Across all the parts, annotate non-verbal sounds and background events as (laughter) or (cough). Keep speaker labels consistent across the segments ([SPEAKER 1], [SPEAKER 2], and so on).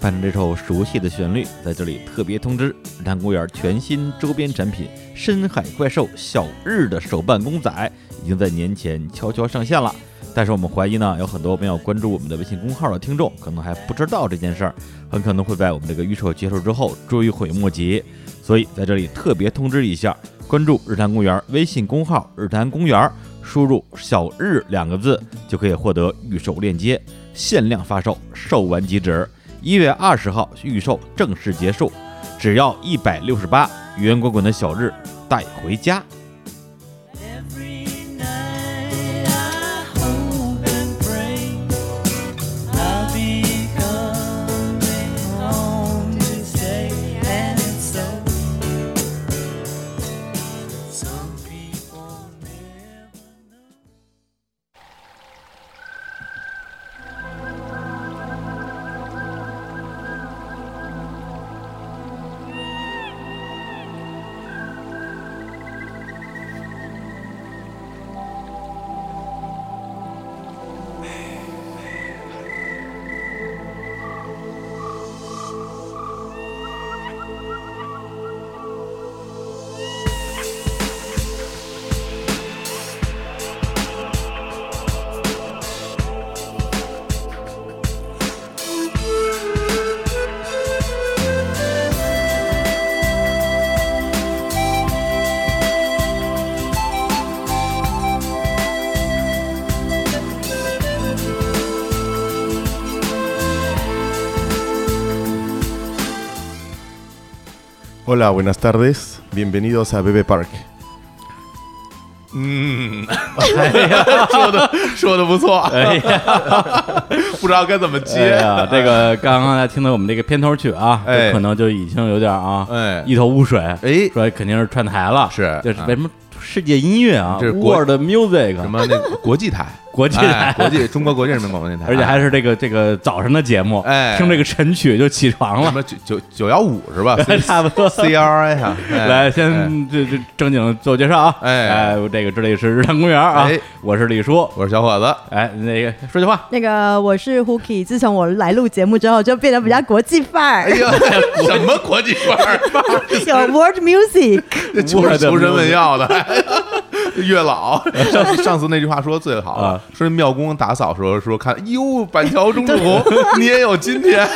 [SPEAKER 1] 伴哎着这首熟悉的旋律，在这里特别通知日坛公园全新周边产品《深海怪兽小日》的手办公仔已经在年前悄悄上线了。但是我们怀疑呢，有很多没有关注我们的微信公号的听众，可能还不知道这件事儿，很可能会在我们这个预售结束之后追悔莫及。所以在这里特别通知一下，关注日坛公园微信公号“日坛公园”，输入“小日”两个字就可以获得预售链接，限量发售，售完即止。一月二十号预售正式结束，只要一百六十八，圆滚滚的小日带回家。
[SPEAKER 2] Every night I hope and pray I'll be coming home to stay, and it's so. Some people never.
[SPEAKER 3] Hola, buenas tardes. Bienvenidos a Bebe Park. (laughs)
[SPEAKER 4] 嗯，说的说的不错，
[SPEAKER 5] 哎呀，
[SPEAKER 4] 不知道该怎么
[SPEAKER 5] 哎
[SPEAKER 4] 接。
[SPEAKER 5] 呀，这个刚刚才听到我们这个片头曲啊，
[SPEAKER 4] 哎
[SPEAKER 5] 就可能就已经有点啊，
[SPEAKER 4] 哎
[SPEAKER 5] 一头雾水，
[SPEAKER 4] 哎，
[SPEAKER 5] 说肯定是串台了，
[SPEAKER 4] 是
[SPEAKER 5] 就是
[SPEAKER 4] 啊
[SPEAKER 5] 为什么世界音乐啊
[SPEAKER 4] 这是国
[SPEAKER 5] ，World Music 啊
[SPEAKER 4] 什么那个国际台，
[SPEAKER 5] 国际
[SPEAKER 4] 哎
[SPEAKER 5] 台，
[SPEAKER 4] 国际中国国际人民广播电台，
[SPEAKER 5] 而且还是这个这个早上的节目，
[SPEAKER 4] 哎
[SPEAKER 5] 听这个晨曲就起床
[SPEAKER 4] 什
[SPEAKER 5] 了，
[SPEAKER 4] 么九九九幺五 (laughs) 是 (laughs) 吧
[SPEAKER 5] 差不多。
[SPEAKER 4] ？C R I 啊，哎
[SPEAKER 5] 来，
[SPEAKER 4] 哎
[SPEAKER 5] 先这这正经自我介绍啊！
[SPEAKER 4] 哎
[SPEAKER 5] 哎，我这个这里是日坛公园啊
[SPEAKER 4] 哎，
[SPEAKER 5] 我是李叔。
[SPEAKER 4] 我是小伙子，
[SPEAKER 5] 哎，那个说句话，
[SPEAKER 6] 那个我是 Huki，自从我来录节目之后，就变得比较国际范儿，
[SPEAKER 4] (laughs) 哎呀，什么国际范儿？
[SPEAKER 6] 有 World Music。
[SPEAKER 5] (laughs)
[SPEAKER 4] 这求
[SPEAKER 5] 我的
[SPEAKER 4] 求神
[SPEAKER 5] 妈
[SPEAKER 4] 问药的。 (laughs) 哎月
[SPEAKER 5] (laughs)
[SPEAKER 4] 老上次上次那句话说的最好
[SPEAKER 5] 啊
[SPEAKER 4] 了，说庙公打扫时候说看，哟，板桥中途你也有今
[SPEAKER 5] (laughs)
[SPEAKER 4] 天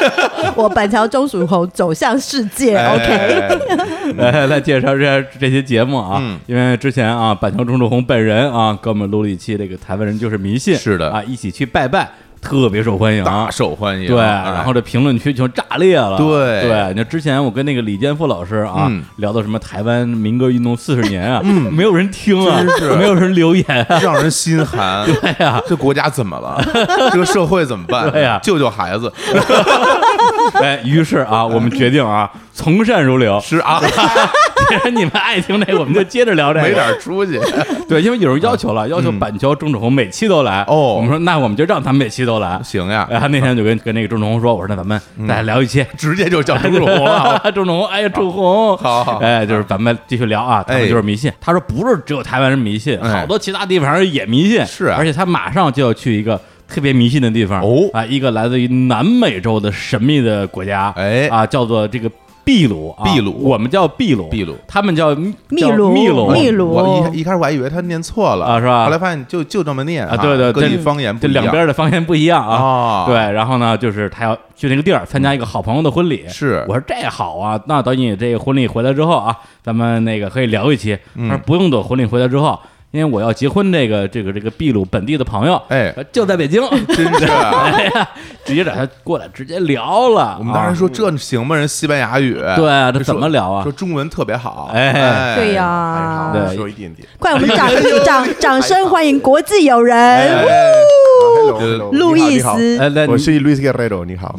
[SPEAKER 6] 我板桥中属猴走向世界、o
[SPEAKER 4] 哎
[SPEAKER 6] k
[SPEAKER 4] ，OK， (laughs)
[SPEAKER 5] 来来介绍一下这些节目啊，
[SPEAKER 4] 嗯
[SPEAKER 5] 因为之前啊，板桥钟楚红本人啊，给我们录了一期这个台湾人就是迷信，
[SPEAKER 4] 是的啊
[SPEAKER 5] 啊，一起去拜拜，特别受欢迎啊
[SPEAKER 4] 大受欢迎。
[SPEAKER 5] 对，
[SPEAKER 4] 哎
[SPEAKER 5] 然后这评论区就炸裂了。
[SPEAKER 4] 对
[SPEAKER 5] 对，那之前我跟那个李健富老师啊、
[SPEAKER 4] 嗯
[SPEAKER 5] 聊到什么台湾民歌运动四十年
[SPEAKER 4] (laughs)
[SPEAKER 5] 啊，没有人听啊
[SPEAKER 4] 真是，
[SPEAKER 5] 没有人
[SPEAKER 4] (laughs)
[SPEAKER 5] 留言啊，
[SPEAKER 4] 让人心
[SPEAKER 5] (laughs)
[SPEAKER 4] 寒。对呀，这国家怎么了？这个社会怎么办？
[SPEAKER 5] 对啊呀
[SPEAKER 4] 救救孩子！
[SPEAKER 5] 哎，于是啊，我们决定啊，从善如流。 (laughs)
[SPEAKER 4] 是啊，
[SPEAKER 5] 既然你们爱听这个，我们就接着聊这个。
[SPEAKER 4] 没点出
[SPEAKER 5] (laughs)
[SPEAKER 4] 息。
[SPEAKER 5] 对，因为有人要求了，要求板桥钟楚红每期都来。
[SPEAKER 4] 嗯哦
[SPEAKER 5] 我们说那我们就让他每期都来。
[SPEAKER 4] 行呀，
[SPEAKER 5] 然后那天就跟跟那个钟楚红说，我说那咱们
[SPEAKER 4] 嗯
[SPEAKER 5] 再
[SPEAKER 4] (laughs)
[SPEAKER 5] 聊一期。
[SPEAKER 4] 直接就叫朱龙了。
[SPEAKER 5] (laughs) 钟楚红，哎呀，楚红，
[SPEAKER 4] 啊好好
[SPEAKER 5] 哎，就是咱们继续聊啊，他们
[SPEAKER 4] 哎
[SPEAKER 5] 就是迷信。他说不是只有台湾人迷信，
[SPEAKER 4] 哎
[SPEAKER 5] 好多其他地方人也迷信。
[SPEAKER 4] 是啊
[SPEAKER 5] 而且他马上就要去一个特别迷信的地方
[SPEAKER 4] 哦
[SPEAKER 5] 啊，一个来自于南美洲的神秘的国家，
[SPEAKER 4] 哎
[SPEAKER 5] 啊，叫做这个秘鲁啊，
[SPEAKER 4] 秘鲁
[SPEAKER 5] 我们叫秘鲁，
[SPEAKER 4] 秘鲁
[SPEAKER 5] 他们叫秘
[SPEAKER 6] 秘
[SPEAKER 5] 叫
[SPEAKER 6] 鲁
[SPEAKER 5] 秘鲁，
[SPEAKER 6] 秘鲁
[SPEAKER 4] 我一一开始我还以为他念错了
[SPEAKER 5] 啊是吧
[SPEAKER 4] 后来发现就就这么念
[SPEAKER 5] 啊，对对，
[SPEAKER 4] 各地
[SPEAKER 5] 这
[SPEAKER 4] 方言不
[SPEAKER 5] 这
[SPEAKER 4] 一样
[SPEAKER 5] 两边的方言不一样啊。
[SPEAKER 4] 哦
[SPEAKER 5] 对，然后呢，就是他要去那个地儿参加一个好朋友的婚礼。
[SPEAKER 4] 是
[SPEAKER 5] 我说这好啊，那等你这个婚礼回来之后啊，咱们那个可以聊一期。
[SPEAKER 4] 嗯
[SPEAKER 5] 他说不用等婚礼回来之后，啊因为我要结婚，这个这个这个秘鲁本地的朋友，
[SPEAKER 4] 哎
[SPEAKER 5] 呃，就在北京，
[SPEAKER 4] 真是啊。
[SPEAKER 5] 哎呀， (laughs) 直接找他过来，直接聊了。
[SPEAKER 4] 我们当时说这行吗？人西班牙语，
[SPEAKER 5] 啊对啊
[SPEAKER 4] 说
[SPEAKER 5] 这怎么聊啊
[SPEAKER 4] 说中文特别好，
[SPEAKER 5] 哎
[SPEAKER 6] 对呀、
[SPEAKER 7] 哎
[SPEAKER 6] 啊
[SPEAKER 5] 对
[SPEAKER 3] 有一点点。
[SPEAKER 6] 快我们掌掌掌声欢迎国际友人、
[SPEAKER 4] 哎
[SPEAKER 7] 啊
[SPEAKER 3] Hello, hello，
[SPEAKER 6] 路易
[SPEAKER 3] 你好，
[SPEAKER 4] 呃
[SPEAKER 6] 斯
[SPEAKER 5] 哎，那
[SPEAKER 3] 你好我
[SPEAKER 5] 你
[SPEAKER 4] (laughs)
[SPEAKER 3] 是 Luis Guerrero，你好。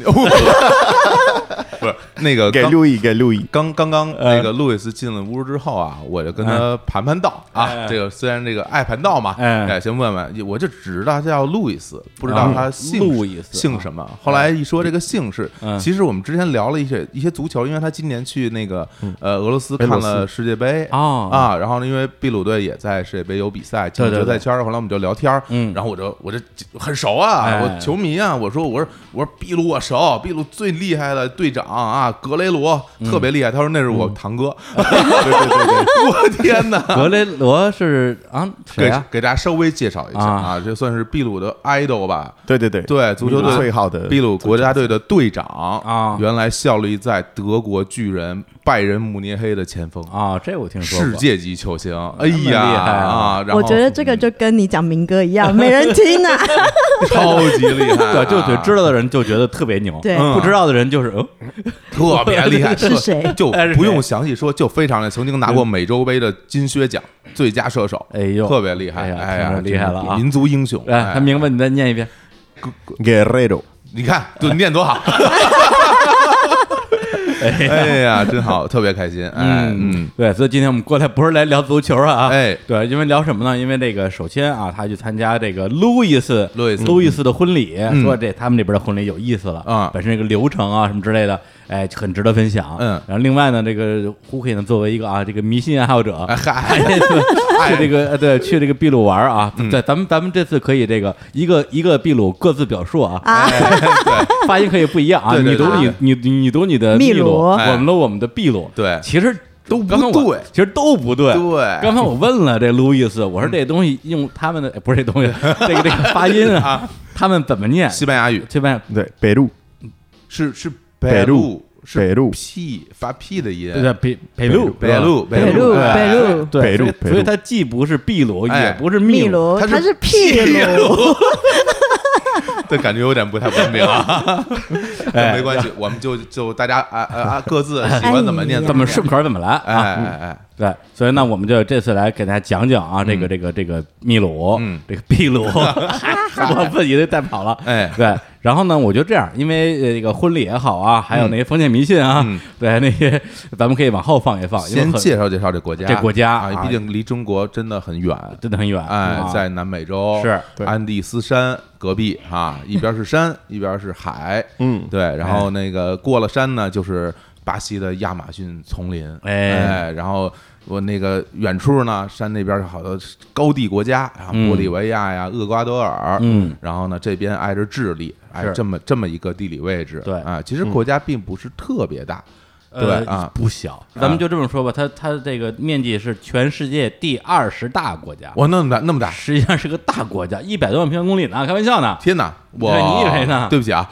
[SPEAKER 4] 不是那个
[SPEAKER 3] 给
[SPEAKER 4] 刚
[SPEAKER 3] 路易，给路
[SPEAKER 4] (laughs)
[SPEAKER 3] 易，
[SPEAKER 4] 刚刚刚
[SPEAKER 5] 嗯
[SPEAKER 4] 那个路易斯进了屋之后啊，我就跟他盘盘道
[SPEAKER 5] 哎
[SPEAKER 4] 啊，这个虽然这个爱盘道嘛，
[SPEAKER 5] 哎
[SPEAKER 4] 哎，先问问，我就只知道他叫路易斯，不知道他姓
[SPEAKER 5] 嗯路易斯啊
[SPEAKER 4] 姓什么。后来一说这个姓氏
[SPEAKER 5] 嗯，
[SPEAKER 4] 其实我们之前聊了一些一些足球，因为他今年去那个
[SPEAKER 5] 嗯
[SPEAKER 4] 呃俄罗斯看
[SPEAKER 3] 俄罗
[SPEAKER 4] 了
[SPEAKER 3] 斯
[SPEAKER 4] 世界杯
[SPEAKER 5] 哦
[SPEAKER 4] 啊，然后呢，因为秘鲁队也在世界杯有比赛进入
[SPEAKER 5] 对对
[SPEAKER 4] 决
[SPEAKER 5] 对
[SPEAKER 4] 赛圈儿，后来我们就聊天儿，
[SPEAKER 5] 嗯
[SPEAKER 4] 然后我就我就很熟啊，
[SPEAKER 5] 哎
[SPEAKER 4] 我球迷啊，我说我说我说秘鲁我熟，秘鲁最厉害的队长啊，格雷罗特别厉害，他说那是我堂哥，
[SPEAKER 3] 对对对对，
[SPEAKER 4] 我天哪！
[SPEAKER 5] 格雷罗是啊谁
[SPEAKER 4] 给
[SPEAKER 5] 啊？
[SPEAKER 4] 给大家稍微介绍一下
[SPEAKER 5] 啊
[SPEAKER 4] 啊，这算是秘鲁的 idol 吧？
[SPEAKER 3] 对对对，
[SPEAKER 4] 对，足球
[SPEAKER 3] 秘鲁
[SPEAKER 4] 队
[SPEAKER 3] 最好的
[SPEAKER 4] 秘鲁国家队的队长
[SPEAKER 5] 啊
[SPEAKER 4] 原来效力在德国巨人拜仁慕尼黑的前锋，
[SPEAKER 5] 啊，这我听说过。
[SPEAKER 4] 世界级球星。哎
[SPEAKER 5] 么厉
[SPEAKER 4] 呀
[SPEAKER 5] 害啊
[SPEAKER 4] 啊！然后
[SPEAKER 6] 我觉得这个就跟你讲民歌一样，没人听啊。
[SPEAKER 4] 超级厉害啊，
[SPEAKER 5] 对，就对，知道的人就觉得特别牛，
[SPEAKER 6] 对
[SPEAKER 5] 不知道的人就是嗯，
[SPEAKER 4] 特别厉
[SPEAKER 6] (laughs)
[SPEAKER 4] 害，
[SPEAKER 6] 是
[SPEAKER 4] 特
[SPEAKER 6] 谁
[SPEAKER 4] 就
[SPEAKER 5] 哎是谁
[SPEAKER 4] 不用详细说，就非常的曾经拿过美洲杯的金靴奖最佳射手，
[SPEAKER 5] 哎呦，
[SPEAKER 4] 特别厉害，
[SPEAKER 5] 哎
[SPEAKER 4] 哎
[SPEAKER 5] 呀，
[SPEAKER 4] 呀
[SPEAKER 5] 听，着厉害了啊！
[SPEAKER 4] 民族英雄，
[SPEAKER 5] 哎，他明
[SPEAKER 4] 白，
[SPEAKER 5] 白，你再念一遍。
[SPEAKER 3] Guerrero，
[SPEAKER 4] 你
[SPEAKER 5] (laughs)
[SPEAKER 4] 看，就念多好， (laughs) 哎呀，真好，特别开心，哎，嗯，，
[SPEAKER 5] 对，所以今天我们过来不是来聊足球啊，
[SPEAKER 4] 哎
[SPEAKER 5] 对，因为聊什么呢？因为那个首先啊，他去参加这个路易斯
[SPEAKER 4] 路易斯嗯
[SPEAKER 5] 路易斯的婚礼，说这他们这边的婚礼有意思了
[SPEAKER 4] 啊
[SPEAKER 5] 本身这个流程啊什么之类的，哎，很值得分享。
[SPEAKER 4] 嗯
[SPEAKER 5] 然后另外呢，这个胡可以呢作为一个啊这个迷信爱好者， (laughs)
[SPEAKER 4] 哎 (laughs) 嗨，哎
[SPEAKER 5] 去这个呃对去这个秘鲁玩啊，
[SPEAKER 4] 嗯
[SPEAKER 5] 对，咱们咱们这次可以这个一个一个秘鲁各自表述啊，
[SPEAKER 6] 啊，
[SPEAKER 5] 发音可以不一样啊，
[SPEAKER 4] 哎对对
[SPEAKER 5] 你读
[SPEAKER 4] 对
[SPEAKER 5] 你你你读你的
[SPEAKER 6] 秘鲁
[SPEAKER 5] 鲁，
[SPEAKER 6] 哎
[SPEAKER 5] 我们读我们的秘鲁，
[SPEAKER 4] 对
[SPEAKER 5] 其实都
[SPEAKER 4] 都不对
[SPEAKER 5] 其实都不对，
[SPEAKER 4] 对
[SPEAKER 5] 刚才我问了这路易斯，我说这东西用他们的 (laughs) 哎不是这
[SPEAKER 4] (laughs)
[SPEAKER 5] 东西，这个这个发音啊，他们怎么念？
[SPEAKER 4] 西班牙语
[SPEAKER 5] 这边
[SPEAKER 3] 对，北路，
[SPEAKER 4] 是是
[SPEAKER 3] 北
[SPEAKER 4] 路
[SPEAKER 3] 路，
[SPEAKER 4] 是
[SPEAKER 3] 北路
[SPEAKER 4] p 发 p 的音，
[SPEAKER 5] 对对北北路啊
[SPEAKER 4] 北路，
[SPEAKER 6] 北路，
[SPEAKER 4] 哎
[SPEAKER 6] 北路，
[SPEAKER 5] 对
[SPEAKER 3] 北路
[SPEAKER 5] 所以
[SPEAKER 3] 北路
[SPEAKER 5] 所以它既不是秘鲁，
[SPEAKER 4] 哎
[SPEAKER 5] 也不是
[SPEAKER 6] 秘
[SPEAKER 5] 鲁，
[SPEAKER 6] 鲁，
[SPEAKER 4] 它是
[SPEAKER 6] 它是秘鲁，
[SPEAKER 4] 这感觉有点不太文明
[SPEAKER 5] (laughs)
[SPEAKER 4] 啊。
[SPEAKER 5] 哎
[SPEAKER 4] 没关系，我们就就大家啊啊啊各自喜欢怎么念
[SPEAKER 6] 哎呀
[SPEAKER 5] 怎么顺口怎么来
[SPEAKER 4] 哎
[SPEAKER 5] 啊。
[SPEAKER 4] 哎哎，
[SPEAKER 5] 对，所以呢，我们就这次来给大家讲讲啊，这个这个这个秘鲁，
[SPEAKER 4] 嗯
[SPEAKER 5] (laughs) 这个秘
[SPEAKER 4] (laughs)
[SPEAKER 5] 鲁，我自己都带跑了。
[SPEAKER 4] 哎
[SPEAKER 5] 对，然后呢，我就这样，因为呃这个婚礼也好啊，还有那些封建迷信啊，
[SPEAKER 4] 嗯
[SPEAKER 5] 对那些咱们可以往后放一放，啊因为
[SPEAKER 4] 先
[SPEAKER 5] 很
[SPEAKER 4] 介绍介绍这国家，
[SPEAKER 5] 这国家
[SPEAKER 4] 啊，
[SPEAKER 5] 啊
[SPEAKER 4] 毕竟离中国真的很远。
[SPEAKER 5] 真的很远，
[SPEAKER 4] 哎
[SPEAKER 5] 啊，
[SPEAKER 4] 在南美洲
[SPEAKER 5] 是
[SPEAKER 3] 对
[SPEAKER 4] 安第斯山隔壁
[SPEAKER 5] (laughs)
[SPEAKER 4] 啊，一边是山，一边是海，
[SPEAKER 3] 嗯，
[SPEAKER 4] 对，
[SPEAKER 5] 哎
[SPEAKER 4] 然后那个过了山呢，就是巴西的亚马逊丛林，
[SPEAKER 5] 哎
[SPEAKER 4] 哎，然后我那个远处呢，山那边是好多高地国家，啊，
[SPEAKER 5] 嗯
[SPEAKER 4] 玻利维亚呀、厄瓜多尔，
[SPEAKER 5] 嗯，
[SPEAKER 4] 然后呢，这边挨着智利，哎，
[SPEAKER 5] 是
[SPEAKER 4] 这么这么一个地理位置，
[SPEAKER 5] 对嗯
[SPEAKER 4] 啊，其实国家并不是特别大，
[SPEAKER 5] 呃
[SPEAKER 4] 对啊
[SPEAKER 5] 不小，咱们就这么说吧，它它这个面积是全世界第二十哦大国家，
[SPEAKER 4] 哇，那么大那么大，
[SPEAKER 5] 实际上是个大国家，一百多万平方公里呢，开玩
[SPEAKER 4] (laughs)
[SPEAKER 5] 笑呢，
[SPEAKER 4] 天哪，我
[SPEAKER 5] 对你以为呢
[SPEAKER 4] 对不起
[SPEAKER 5] (laughs)
[SPEAKER 4] 啊，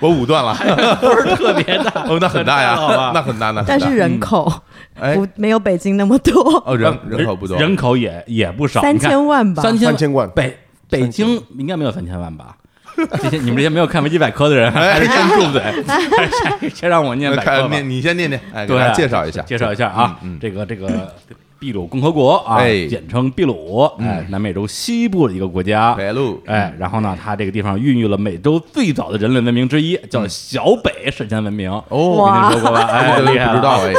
[SPEAKER 4] 我武断了，
[SPEAKER 5] 不是特别哎大，
[SPEAKER 4] 哦，那很大呀，
[SPEAKER 5] 好吧
[SPEAKER 4] 那很大，那很大
[SPEAKER 6] 但是人口
[SPEAKER 4] 哎
[SPEAKER 6] 不没有北京那么多，
[SPEAKER 4] 哦，人人口不多，
[SPEAKER 5] 人口也也不少，
[SPEAKER 6] 三
[SPEAKER 5] 你看
[SPEAKER 6] 千万吧
[SPEAKER 5] 三千
[SPEAKER 3] 三千万
[SPEAKER 5] 北北京应该没有三千
[SPEAKER 4] (laughs)
[SPEAKER 5] 万吧？这些你们这些没有看维基百科的人，啊还是先住嘴， (laughs)
[SPEAKER 4] (laughs)
[SPEAKER 5] 还是先让我念
[SPEAKER 4] 那
[SPEAKER 5] 百科
[SPEAKER 4] 哎看
[SPEAKER 5] 吧。
[SPEAKER 4] 念你先念念，哎，给
[SPEAKER 5] 对，啊
[SPEAKER 4] 大家介绍一下，
[SPEAKER 5] 介绍一下啊
[SPEAKER 4] 嗯嗯，
[SPEAKER 5] 这个这个秘鲁共和国啊，
[SPEAKER 4] 哎嗯
[SPEAKER 5] 简称秘鲁，哎，南美洲西部的一个国家。
[SPEAKER 4] 北嗯路，
[SPEAKER 5] 哎，然后呢，它这个地方孕育了美洲最早的人类文明之一，叫小北史前文明。
[SPEAKER 4] 嗯哦
[SPEAKER 6] 哇
[SPEAKER 5] 你听说过吧？哎，
[SPEAKER 4] 这都
[SPEAKER 5] 厉害了
[SPEAKER 4] 不知道哎，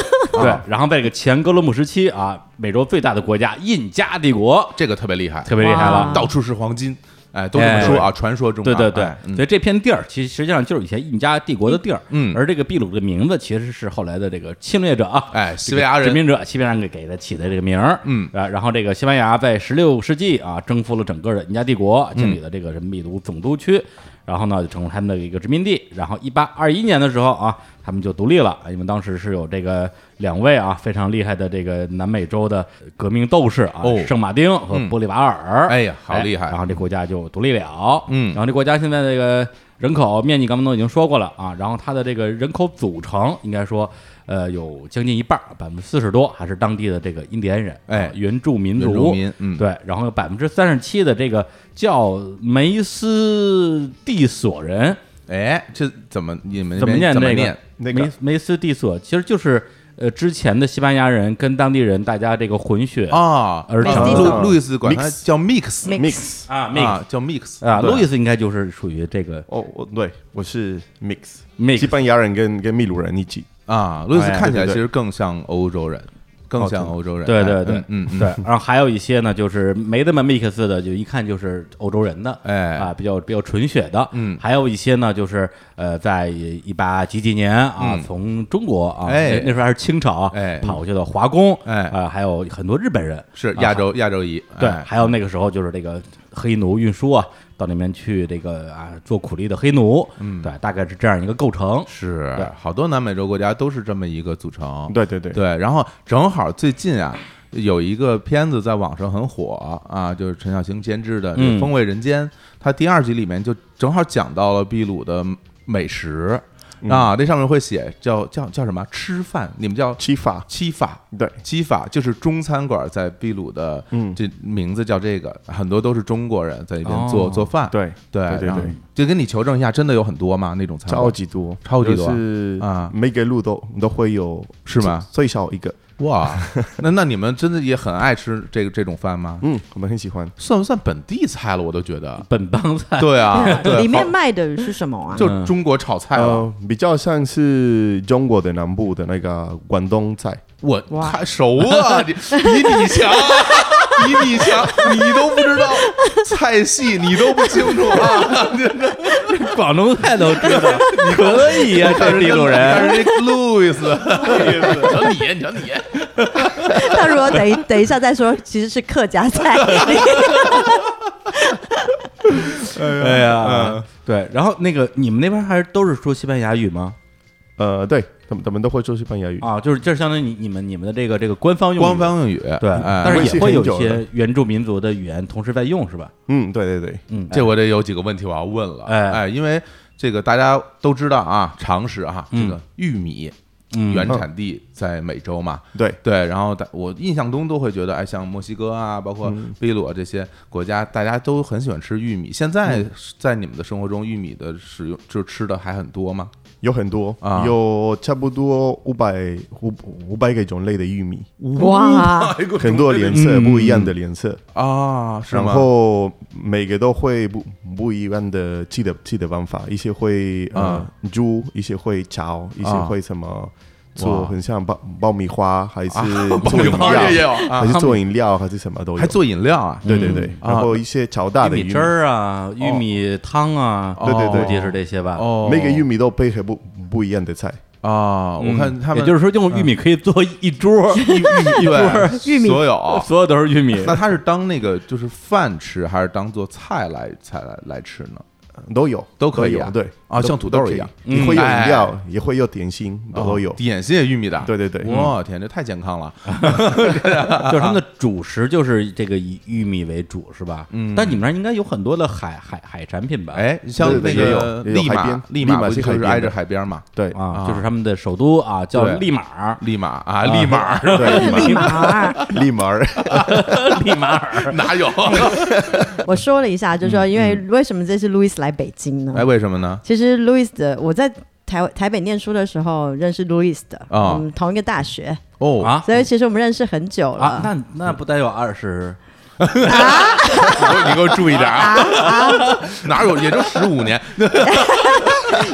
[SPEAKER 5] 对，然后在这个前哥伦布时期啊，美洲最大的国家印加帝国，
[SPEAKER 4] 这个特别厉害，啊
[SPEAKER 5] 特别厉害了
[SPEAKER 6] 哇。
[SPEAKER 4] 到处是黄金，哎，都这么
[SPEAKER 5] 哎
[SPEAKER 4] 说啊，传说中啊，
[SPEAKER 5] 对对对，
[SPEAKER 4] 哎嗯
[SPEAKER 5] 所以这片地儿其实实际上就是以前印加帝国的地儿，
[SPEAKER 4] 嗯
[SPEAKER 5] 而这个秘鲁的名字其实是后来的这个侵略者啊，
[SPEAKER 4] 哎
[SPEAKER 5] 这个
[SPEAKER 4] 西班牙人
[SPEAKER 5] 殖民者西班牙人给给他起的这个名儿，
[SPEAKER 4] 嗯
[SPEAKER 5] 啊，然后这个西班牙在十六世纪啊征服了整个的印加帝国，建立了这个什么秘鲁总督区，然后呢就成为他们的一个殖民地，然后一八二一年的时候啊，他们就独立了，因为当时是有这个两位啊非常厉害的这个南美洲的革命斗士啊，
[SPEAKER 4] 哦
[SPEAKER 5] 圣马丁和
[SPEAKER 4] 嗯
[SPEAKER 5] 玻利瓦尔，
[SPEAKER 4] 哎呀好厉害
[SPEAKER 5] 然后这国家就独立了，
[SPEAKER 4] 嗯
[SPEAKER 5] 然后这国家现在这个人口面积刚刚都已经说过了啊，然后它的这个人口组成应该说，呃，有将近一半儿，百分之四十多还是当地的这个印第安人，
[SPEAKER 4] 哎
[SPEAKER 5] 啊原住民
[SPEAKER 4] 原
[SPEAKER 5] 族
[SPEAKER 4] 住，民嗯
[SPEAKER 5] 对，然后有百分之三十七的这个叫梅斯蒂索人，
[SPEAKER 4] 哎，这怎么你们那
[SPEAKER 5] 怎么
[SPEAKER 4] 边
[SPEAKER 5] 念
[SPEAKER 4] 怎
[SPEAKER 5] 这
[SPEAKER 4] 么
[SPEAKER 5] 个
[SPEAKER 4] 念？
[SPEAKER 3] 那个
[SPEAKER 5] 梅梅斯蒂索，其实就是呃之前的西班牙人跟当地人大家这个混血
[SPEAKER 4] 啊，
[SPEAKER 5] 而
[SPEAKER 4] 然后
[SPEAKER 6] 长
[SPEAKER 4] 路
[SPEAKER 7] 大
[SPEAKER 4] 路易斯管他
[SPEAKER 7] Mix
[SPEAKER 4] 叫 mix
[SPEAKER 7] mix
[SPEAKER 5] 啊
[SPEAKER 4] 啊，叫 mix
[SPEAKER 5] 啊，
[SPEAKER 4] 对
[SPEAKER 5] 路易斯应该就是属于这个
[SPEAKER 7] 哦，我对我是 mix，
[SPEAKER 5] mix
[SPEAKER 7] 西班牙人跟跟秘鲁人一起，
[SPEAKER 4] 啊，路易斯
[SPEAKER 7] 哎
[SPEAKER 4] 看起来其
[SPEAKER 7] 对对对
[SPEAKER 4] 实更像欧洲人，更像欧洲人，
[SPEAKER 5] 哦对
[SPEAKER 4] 哎
[SPEAKER 5] 对对，
[SPEAKER 4] 嗯嗯，
[SPEAKER 5] 对。然后还有一些呢，就是没那么 mix 的，就一看就是欧洲人的，
[SPEAKER 4] 哎
[SPEAKER 5] 啊，比较比较纯血的，
[SPEAKER 4] 嗯
[SPEAKER 5] 还有一些呢，就是呃，在一八几几年啊，
[SPEAKER 4] 嗯
[SPEAKER 5] 从中国啊，
[SPEAKER 4] 哎
[SPEAKER 5] 那那时候还是清朝啊，
[SPEAKER 4] 哎
[SPEAKER 5] 跑过去的华工，
[SPEAKER 4] 哎
[SPEAKER 5] 啊、还有很多日本人，
[SPEAKER 4] 是
[SPEAKER 5] 啊
[SPEAKER 4] 亚洲亚洲裔，
[SPEAKER 5] 对，
[SPEAKER 4] 哎
[SPEAKER 5] 还有那个时候就是这个黑奴运输啊，到那边去这个啊做苦力的黑奴，嗯，对，大概是这样一个构成，
[SPEAKER 4] 是
[SPEAKER 5] 对
[SPEAKER 4] 好多南美洲国家都是这么一个组成，
[SPEAKER 7] 对对对，
[SPEAKER 4] 哦对，然后正好最近啊。有一个片子在网上很火啊，就是陈小青监制的《这个
[SPEAKER 5] 嗯
[SPEAKER 4] 风味人间》，它第二集里面就正好讲到了秘鲁的美食
[SPEAKER 5] 嗯
[SPEAKER 4] 啊，那上面会写叫叫叫什么吃饭，你们叫
[SPEAKER 7] 七法，
[SPEAKER 4] 七法，
[SPEAKER 7] 对
[SPEAKER 4] 七法就是中餐馆在秘鲁的，
[SPEAKER 7] 嗯
[SPEAKER 4] 这名字叫这个，很多都是中国人在那边做、
[SPEAKER 5] 哦
[SPEAKER 4] 做饭，
[SPEAKER 7] 对
[SPEAKER 4] 对
[SPEAKER 7] 对对
[SPEAKER 4] 然后
[SPEAKER 7] 对，
[SPEAKER 4] 就跟你求证一下，真的有很多吗？那种餐
[SPEAKER 7] 超
[SPEAKER 4] 馆
[SPEAKER 7] 级多，
[SPEAKER 4] 超级多
[SPEAKER 7] 就是
[SPEAKER 4] 啊
[SPEAKER 7] 每个路都都会有，
[SPEAKER 4] 是吗
[SPEAKER 7] 最最少一个，
[SPEAKER 4] 哇， (laughs) 那那你们真的也很爱吃这个这种饭吗？
[SPEAKER 7] 嗯，我们很喜欢，
[SPEAKER 4] 算不算本地菜了？我都觉
[SPEAKER 5] (laughs)
[SPEAKER 4] 得，
[SPEAKER 5] 本帮菜，
[SPEAKER 4] 对啊， (laughs) 对，
[SPEAKER 6] 嗯里面
[SPEAKER 4] 好
[SPEAKER 6] 卖的是什么啊？
[SPEAKER 4] 就是中国炒菜了。
[SPEAKER 5] 嗯
[SPEAKER 7] 呃，比较像是中国的南部的那个广东菜，
[SPEAKER 4] 我
[SPEAKER 6] 哇
[SPEAKER 4] 太熟啊，你比你强， (laughs) 比你强，你都不知道菜系，你都不清楚啊，真的。
[SPEAKER 5] 广东菜都知道， (laughs) 可以
[SPEAKER 4] (laughs)
[SPEAKER 5] 呀、 (laughs) 这是秘鲁 (laughs) 人。
[SPEAKER 4] 但是这路易斯，
[SPEAKER 5] (laughs)
[SPEAKER 4] 瞧你，瞧你，
[SPEAKER 6] 他如果等一等一下再说，其实是客家菜。
[SPEAKER 4] (laughs) 啊
[SPEAKER 5] 哎
[SPEAKER 4] 嗯
[SPEAKER 5] 呀，对，然后那个你们那边还是都是说西班牙语吗？
[SPEAKER 7] 呃，对他们他们都会说西班牙语，
[SPEAKER 5] 啊，就是这相当于你你们你们的这个这个官方用
[SPEAKER 4] 嗯
[SPEAKER 5] 语
[SPEAKER 4] 官方用语，
[SPEAKER 5] 对，
[SPEAKER 4] 哎
[SPEAKER 5] 但是也会有一
[SPEAKER 7] 我也是很
[SPEAKER 5] 些原住民族的语言同时在用是吧？
[SPEAKER 7] 嗯，对对对，
[SPEAKER 5] 嗯，
[SPEAKER 4] 这我得有几个问题我要问了，
[SPEAKER 5] 哎
[SPEAKER 4] 哎，因为这个大家都知道啊，常识啊，这
[SPEAKER 5] 嗯
[SPEAKER 4] 个玉米
[SPEAKER 5] 嗯
[SPEAKER 4] 原产地在美洲嘛，
[SPEAKER 7] 对，
[SPEAKER 4] 对，然后大我印象中都会觉得，哎，像墨西哥啊，包括
[SPEAKER 5] 嗯
[SPEAKER 4] 秘鲁啊这些国家，大家都很喜欢吃玉米。现在
[SPEAKER 5] 嗯
[SPEAKER 4] 在你们的生活中，玉米的使用就吃的还很多吗？
[SPEAKER 7] 有很多，
[SPEAKER 4] 啊
[SPEAKER 7] 有差不多五百五五百个种类的玉米，
[SPEAKER 6] 哇，
[SPEAKER 7] 很多颜色，不一样的颜色，
[SPEAKER 4] 啊，是
[SPEAKER 7] 然
[SPEAKER 4] 吗？
[SPEAKER 7] 后每个都会不不一样的记的记的方法，一些会呃
[SPEAKER 4] 啊
[SPEAKER 7] 煮，一些会炒，一些
[SPEAKER 4] 啊
[SPEAKER 7] 会什么
[SPEAKER 4] 哇啊
[SPEAKER 7] 做，很像爆爆米花，还是 (laughs)
[SPEAKER 4] 爆
[SPEAKER 7] 做
[SPEAKER 4] 米
[SPEAKER 7] 饮
[SPEAKER 4] 花儿也
[SPEAKER 7] 料，
[SPEAKER 5] (laughs)
[SPEAKER 4] 有啊
[SPEAKER 7] 还，是做饮料，还是什么都有
[SPEAKER 4] 还。做饮料啊？
[SPEAKER 5] 嗯
[SPEAKER 7] 对对对，
[SPEAKER 4] 啊
[SPEAKER 7] 然后一些炒大的
[SPEAKER 5] 玉
[SPEAKER 7] 玉
[SPEAKER 5] 米
[SPEAKER 7] 米
[SPEAKER 5] 汁，儿啊，玉米汤啊，
[SPEAKER 4] 哦对对对
[SPEAKER 5] 估计是这些吧。
[SPEAKER 4] 哦，
[SPEAKER 7] 每个玉米都配合不不一样的菜。
[SPEAKER 4] 啊，我
[SPEAKER 5] 嗯，
[SPEAKER 4] 看他们嗯
[SPEAKER 5] 也就是说用玉米可以做一
[SPEAKER 4] (laughs)
[SPEAKER 5] 桌，
[SPEAKER 4] 玉玉米对
[SPEAKER 6] 玉米
[SPEAKER 4] 所有。
[SPEAKER 5] (laughs) 所有都是
[SPEAKER 4] (laughs)
[SPEAKER 5] 玉米。
[SPEAKER 4] 那他是当那个就是饭吃，还是当做菜来菜来来吃呢？
[SPEAKER 7] 都有，
[SPEAKER 4] 都可以啊
[SPEAKER 7] 有对
[SPEAKER 4] 啊
[SPEAKER 7] 都
[SPEAKER 4] 像土豆
[SPEAKER 7] 都可以
[SPEAKER 4] 一样
[SPEAKER 7] 你
[SPEAKER 5] 嗯
[SPEAKER 7] 会有
[SPEAKER 4] 哎
[SPEAKER 7] 饮料，也会有点心，都都有
[SPEAKER 4] 哦。点心也玉米的，
[SPEAKER 7] 对对对
[SPEAKER 5] 嗯
[SPEAKER 4] 我天，这太健康了。
[SPEAKER 5] 啊就是他们的主食就是这个以玉米为主是吧？嗯，但你们那儿应该有很多的海海海产品吧？
[SPEAKER 4] 哎，像
[SPEAKER 7] 对
[SPEAKER 4] 那
[SPEAKER 7] 对
[SPEAKER 4] 个
[SPEAKER 7] 也有也有
[SPEAKER 4] 利
[SPEAKER 7] 海
[SPEAKER 4] 马
[SPEAKER 7] 边，
[SPEAKER 4] 利
[SPEAKER 7] 利马
[SPEAKER 4] 不就
[SPEAKER 7] 是
[SPEAKER 4] 是
[SPEAKER 7] 海边
[SPEAKER 4] 挨着
[SPEAKER 7] 的
[SPEAKER 4] 海边嘛？
[SPEAKER 7] 对
[SPEAKER 5] 啊，就是他们的首都啊，叫
[SPEAKER 4] 对
[SPEAKER 5] 利马尔，
[SPEAKER 4] 利马啊，利马
[SPEAKER 7] (laughs)
[SPEAKER 4] 儿 (laughs)
[SPEAKER 7] 对，
[SPEAKER 6] 立马。
[SPEAKER 7] 立马
[SPEAKER 6] (laughs)
[SPEAKER 7] 儿，
[SPEAKER 5] 利马尔。
[SPEAKER 4] 哪有？
[SPEAKER 6] 我说了一下，就说因为为什么这次路易斯来北京呢？
[SPEAKER 4] 哎，为什么呢？
[SPEAKER 6] 其实路易斯的我在台台北念书的时候认识路易斯的，
[SPEAKER 4] 啊
[SPEAKER 6] 我们同一个大学，
[SPEAKER 4] 哦
[SPEAKER 5] 啊
[SPEAKER 6] 所以其实我们认识很久了。
[SPEAKER 5] 啊，那那不得有二十？
[SPEAKER 4] 你给我注意点啊！ (laughs) 哪有？也就十五年，
[SPEAKER 6] (laughs)
[SPEAKER 7] 哎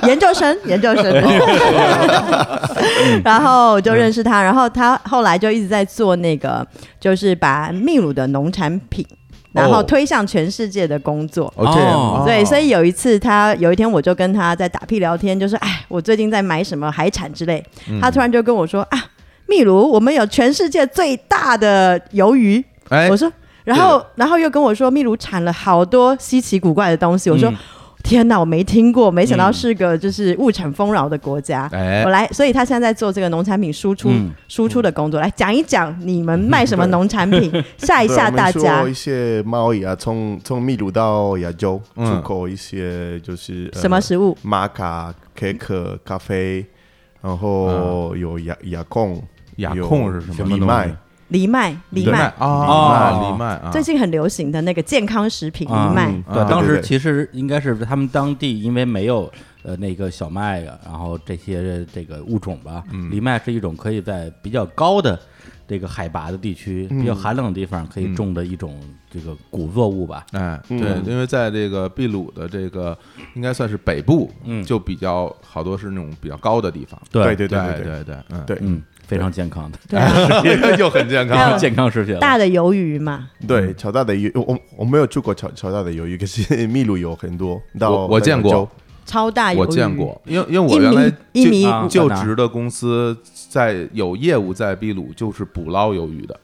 [SPEAKER 6] 研究
[SPEAKER 5] (laughs)
[SPEAKER 6] 生，研究生。
[SPEAKER 5] 嗯
[SPEAKER 6] (laughs) 然后我就认识他，然后他后来就一直在做那个，就是把秘鲁的农产品，然后推向全世界的工作。
[SPEAKER 4] 哦这样
[SPEAKER 5] 哦
[SPEAKER 4] 哦
[SPEAKER 6] 对，所以有一次他有一天我就跟他在打屁聊天，就是哎，我最近在买什么海产之类，
[SPEAKER 5] 嗯
[SPEAKER 6] 他突然就跟我说啊，秘鲁我们有全世界最大的鱿鱼，
[SPEAKER 4] 哎
[SPEAKER 6] 我，说，然后然后又跟我说秘鲁产了好多稀奇古怪的东西，我说。
[SPEAKER 5] 嗯
[SPEAKER 6] 天哪，我没听过，没想到是个就是物产丰饶的国家。
[SPEAKER 1] 嗯
[SPEAKER 4] 哎
[SPEAKER 6] 我来，所以他现在在做这个农产品输出、
[SPEAKER 5] 嗯
[SPEAKER 6] 输出的工作，来讲一讲你们卖什么农产品，吓一吓
[SPEAKER 7] 对
[SPEAKER 6] 大
[SPEAKER 7] 我们
[SPEAKER 6] 家
[SPEAKER 7] 做一。些贸易啊，从从秘鲁到亚洲
[SPEAKER 4] 嗯
[SPEAKER 7] 出口一些就是呃
[SPEAKER 6] 什么食物？
[SPEAKER 7] 玛卡、可可、咖啡，然后有亚亚控，
[SPEAKER 4] 亚
[SPEAKER 7] 有
[SPEAKER 4] 啊控是什么
[SPEAKER 7] 藜
[SPEAKER 4] 东西
[SPEAKER 7] 麦，
[SPEAKER 6] 藜麦，藜
[SPEAKER 4] 藜麦
[SPEAKER 6] 麦，
[SPEAKER 4] 啊，
[SPEAKER 5] 哦
[SPEAKER 4] 藜麦啊，
[SPEAKER 6] 最近很流行的那个健康食品藜
[SPEAKER 5] 啊
[SPEAKER 6] 麦。
[SPEAKER 7] 嗯
[SPEAKER 5] 对，当时
[SPEAKER 7] 对对
[SPEAKER 5] 其实应该是他们当地因为没有呃那个小麦，然后这些这个物种吧，
[SPEAKER 4] 嗯
[SPEAKER 5] 藜麦是一种可以在比较高的这个海拔的地区、比较
[SPEAKER 4] 嗯
[SPEAKER 5] 寒冷的地方可以种的一种这个谷作物吧。
[SPEAKER 4] 哎，
[SPEAKER 7] 嗯
[SPEAKER 4] 对，因为在这个秘鲁的这个应该算是北部，
[SPEAKER 5] 嗯
[SPEAKER 4] 就比较好多是那种比较高的地方，
[SPEAKER 7] 对
[SPEAKER 4] 对
[SPEAKER 7] 对
[SPEAKER 4] 对
[SPEAKER 7] 对对
[SPEAKER 4] 对， (laughs) 嗯，
[SPEAKER 7] 对
[SPEAKER 5] 嗯，非常健康的，
[SPEAKER 6] 对
[SPEAKER 4] 哎
[SPEAKER 6] 啊，
[SPEAKER 4] 又很健
[SPEAKER 6] 还
[SPEAKER 4] 康，
[SPEAKER 6] (laughs) 有
[SPEAKER 5] 健康食品了。
[SPEAKER 6] 大的鱿鱼嘛，
[SPEAKER 7] 对，乔大的鱿，我我没有吃过乔乔大的鱿鱼，可是 (laughs) 秘鲁有很多。到
[SPEAKER 4] 我我见过
[SPEAKER 7] 到欧洲
[SPEAKER 6] 超大鱿鱼，
[SPEAKER 4] 我见过，因为因为
[SPEAKER 6] 一
[SPEAKER 4] 我原来
[SPEAKER 6] 米一米
[SPEAKER 5] 啊
[SPEAKER 6] 五，
[SPEAKER 4] 就
[SPEAKER 5] 在哪儿
[SPEAKER 4] 职的公司在有业务在秘鲁，就是捕捞鱿鱼的。
[SPEAKER 6] 哦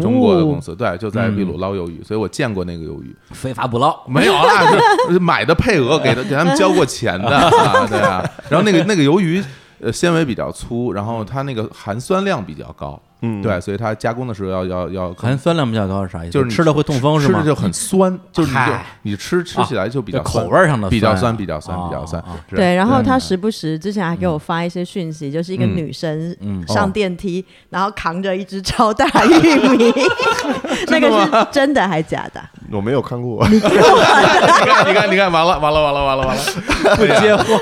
[SPEAKER 4] 中国的公司对，就在秘鲁捞鱿鱼，所以我见过那个鱿鱼，
[SPEAKER 5] 非法捕捞，
[SPEAKER 4] 嗯 (laughs) 没有 (laughs) 啦，是是买的配额给他给他们交过钱 (laughs) 的，啊对啊。然后那个那个鱿鱼，呃，纤维比较粗，然后它那个含酸量比较高，
[SPEAKER 7] 嗯
[SPEAKER 4] 对，所以它加工的时候要要要
[SPEAKER 5] 含酸量比较高是啥意思？
[SPEAKER 4] 就是你
[SPEAKER 5] 吃了会痛风是
[SPEAKER 4] 吃
[SPEAKER 5] 吗
[SPEAKER 4] 的？就很酸，就是你就
[SPEAKER 5] 嗨
[SPEAKER 4] 你吃吃起来就比较
[SPEAKER 5] 啊口
[SPEAKER 4] 酸
[SPEAKER 5] 味儿上的
[SPEAKER 4] 比较
[SPEAKER 5] 酸
[SPEAKER 4] 酸，
[SPEAKER 5] 啊
[SPEAKER 4] 比较酸，
[SPEAKER 5] 啊
[SPEAKER 4] 比较酸
[SPEAKER 5] 啊啊。
[SPEAKER 4] 是
[SPEAKER 6] 对，然后他时不时之前还给
[SPEAKER 7] 嗯
[SPEAKER 6] 我发一些讯息，就是一个女生
[SPEAKER 7] 哦
[SPEAKER 6] 上电梯，然后扛着一只超大玉
[SPEAKER 7] (laughs)
[SPEAKER 6] 米，那个是真的还假的？
[SPEAKER 7] 我没有看过， (laughs)
[SPEAKER 4] 你看，你看，你看，完了，完了，完了，完了，完了， (laughs) 不接
[SPEAKER 5] (laughs)
[SPEAKER 4] 话。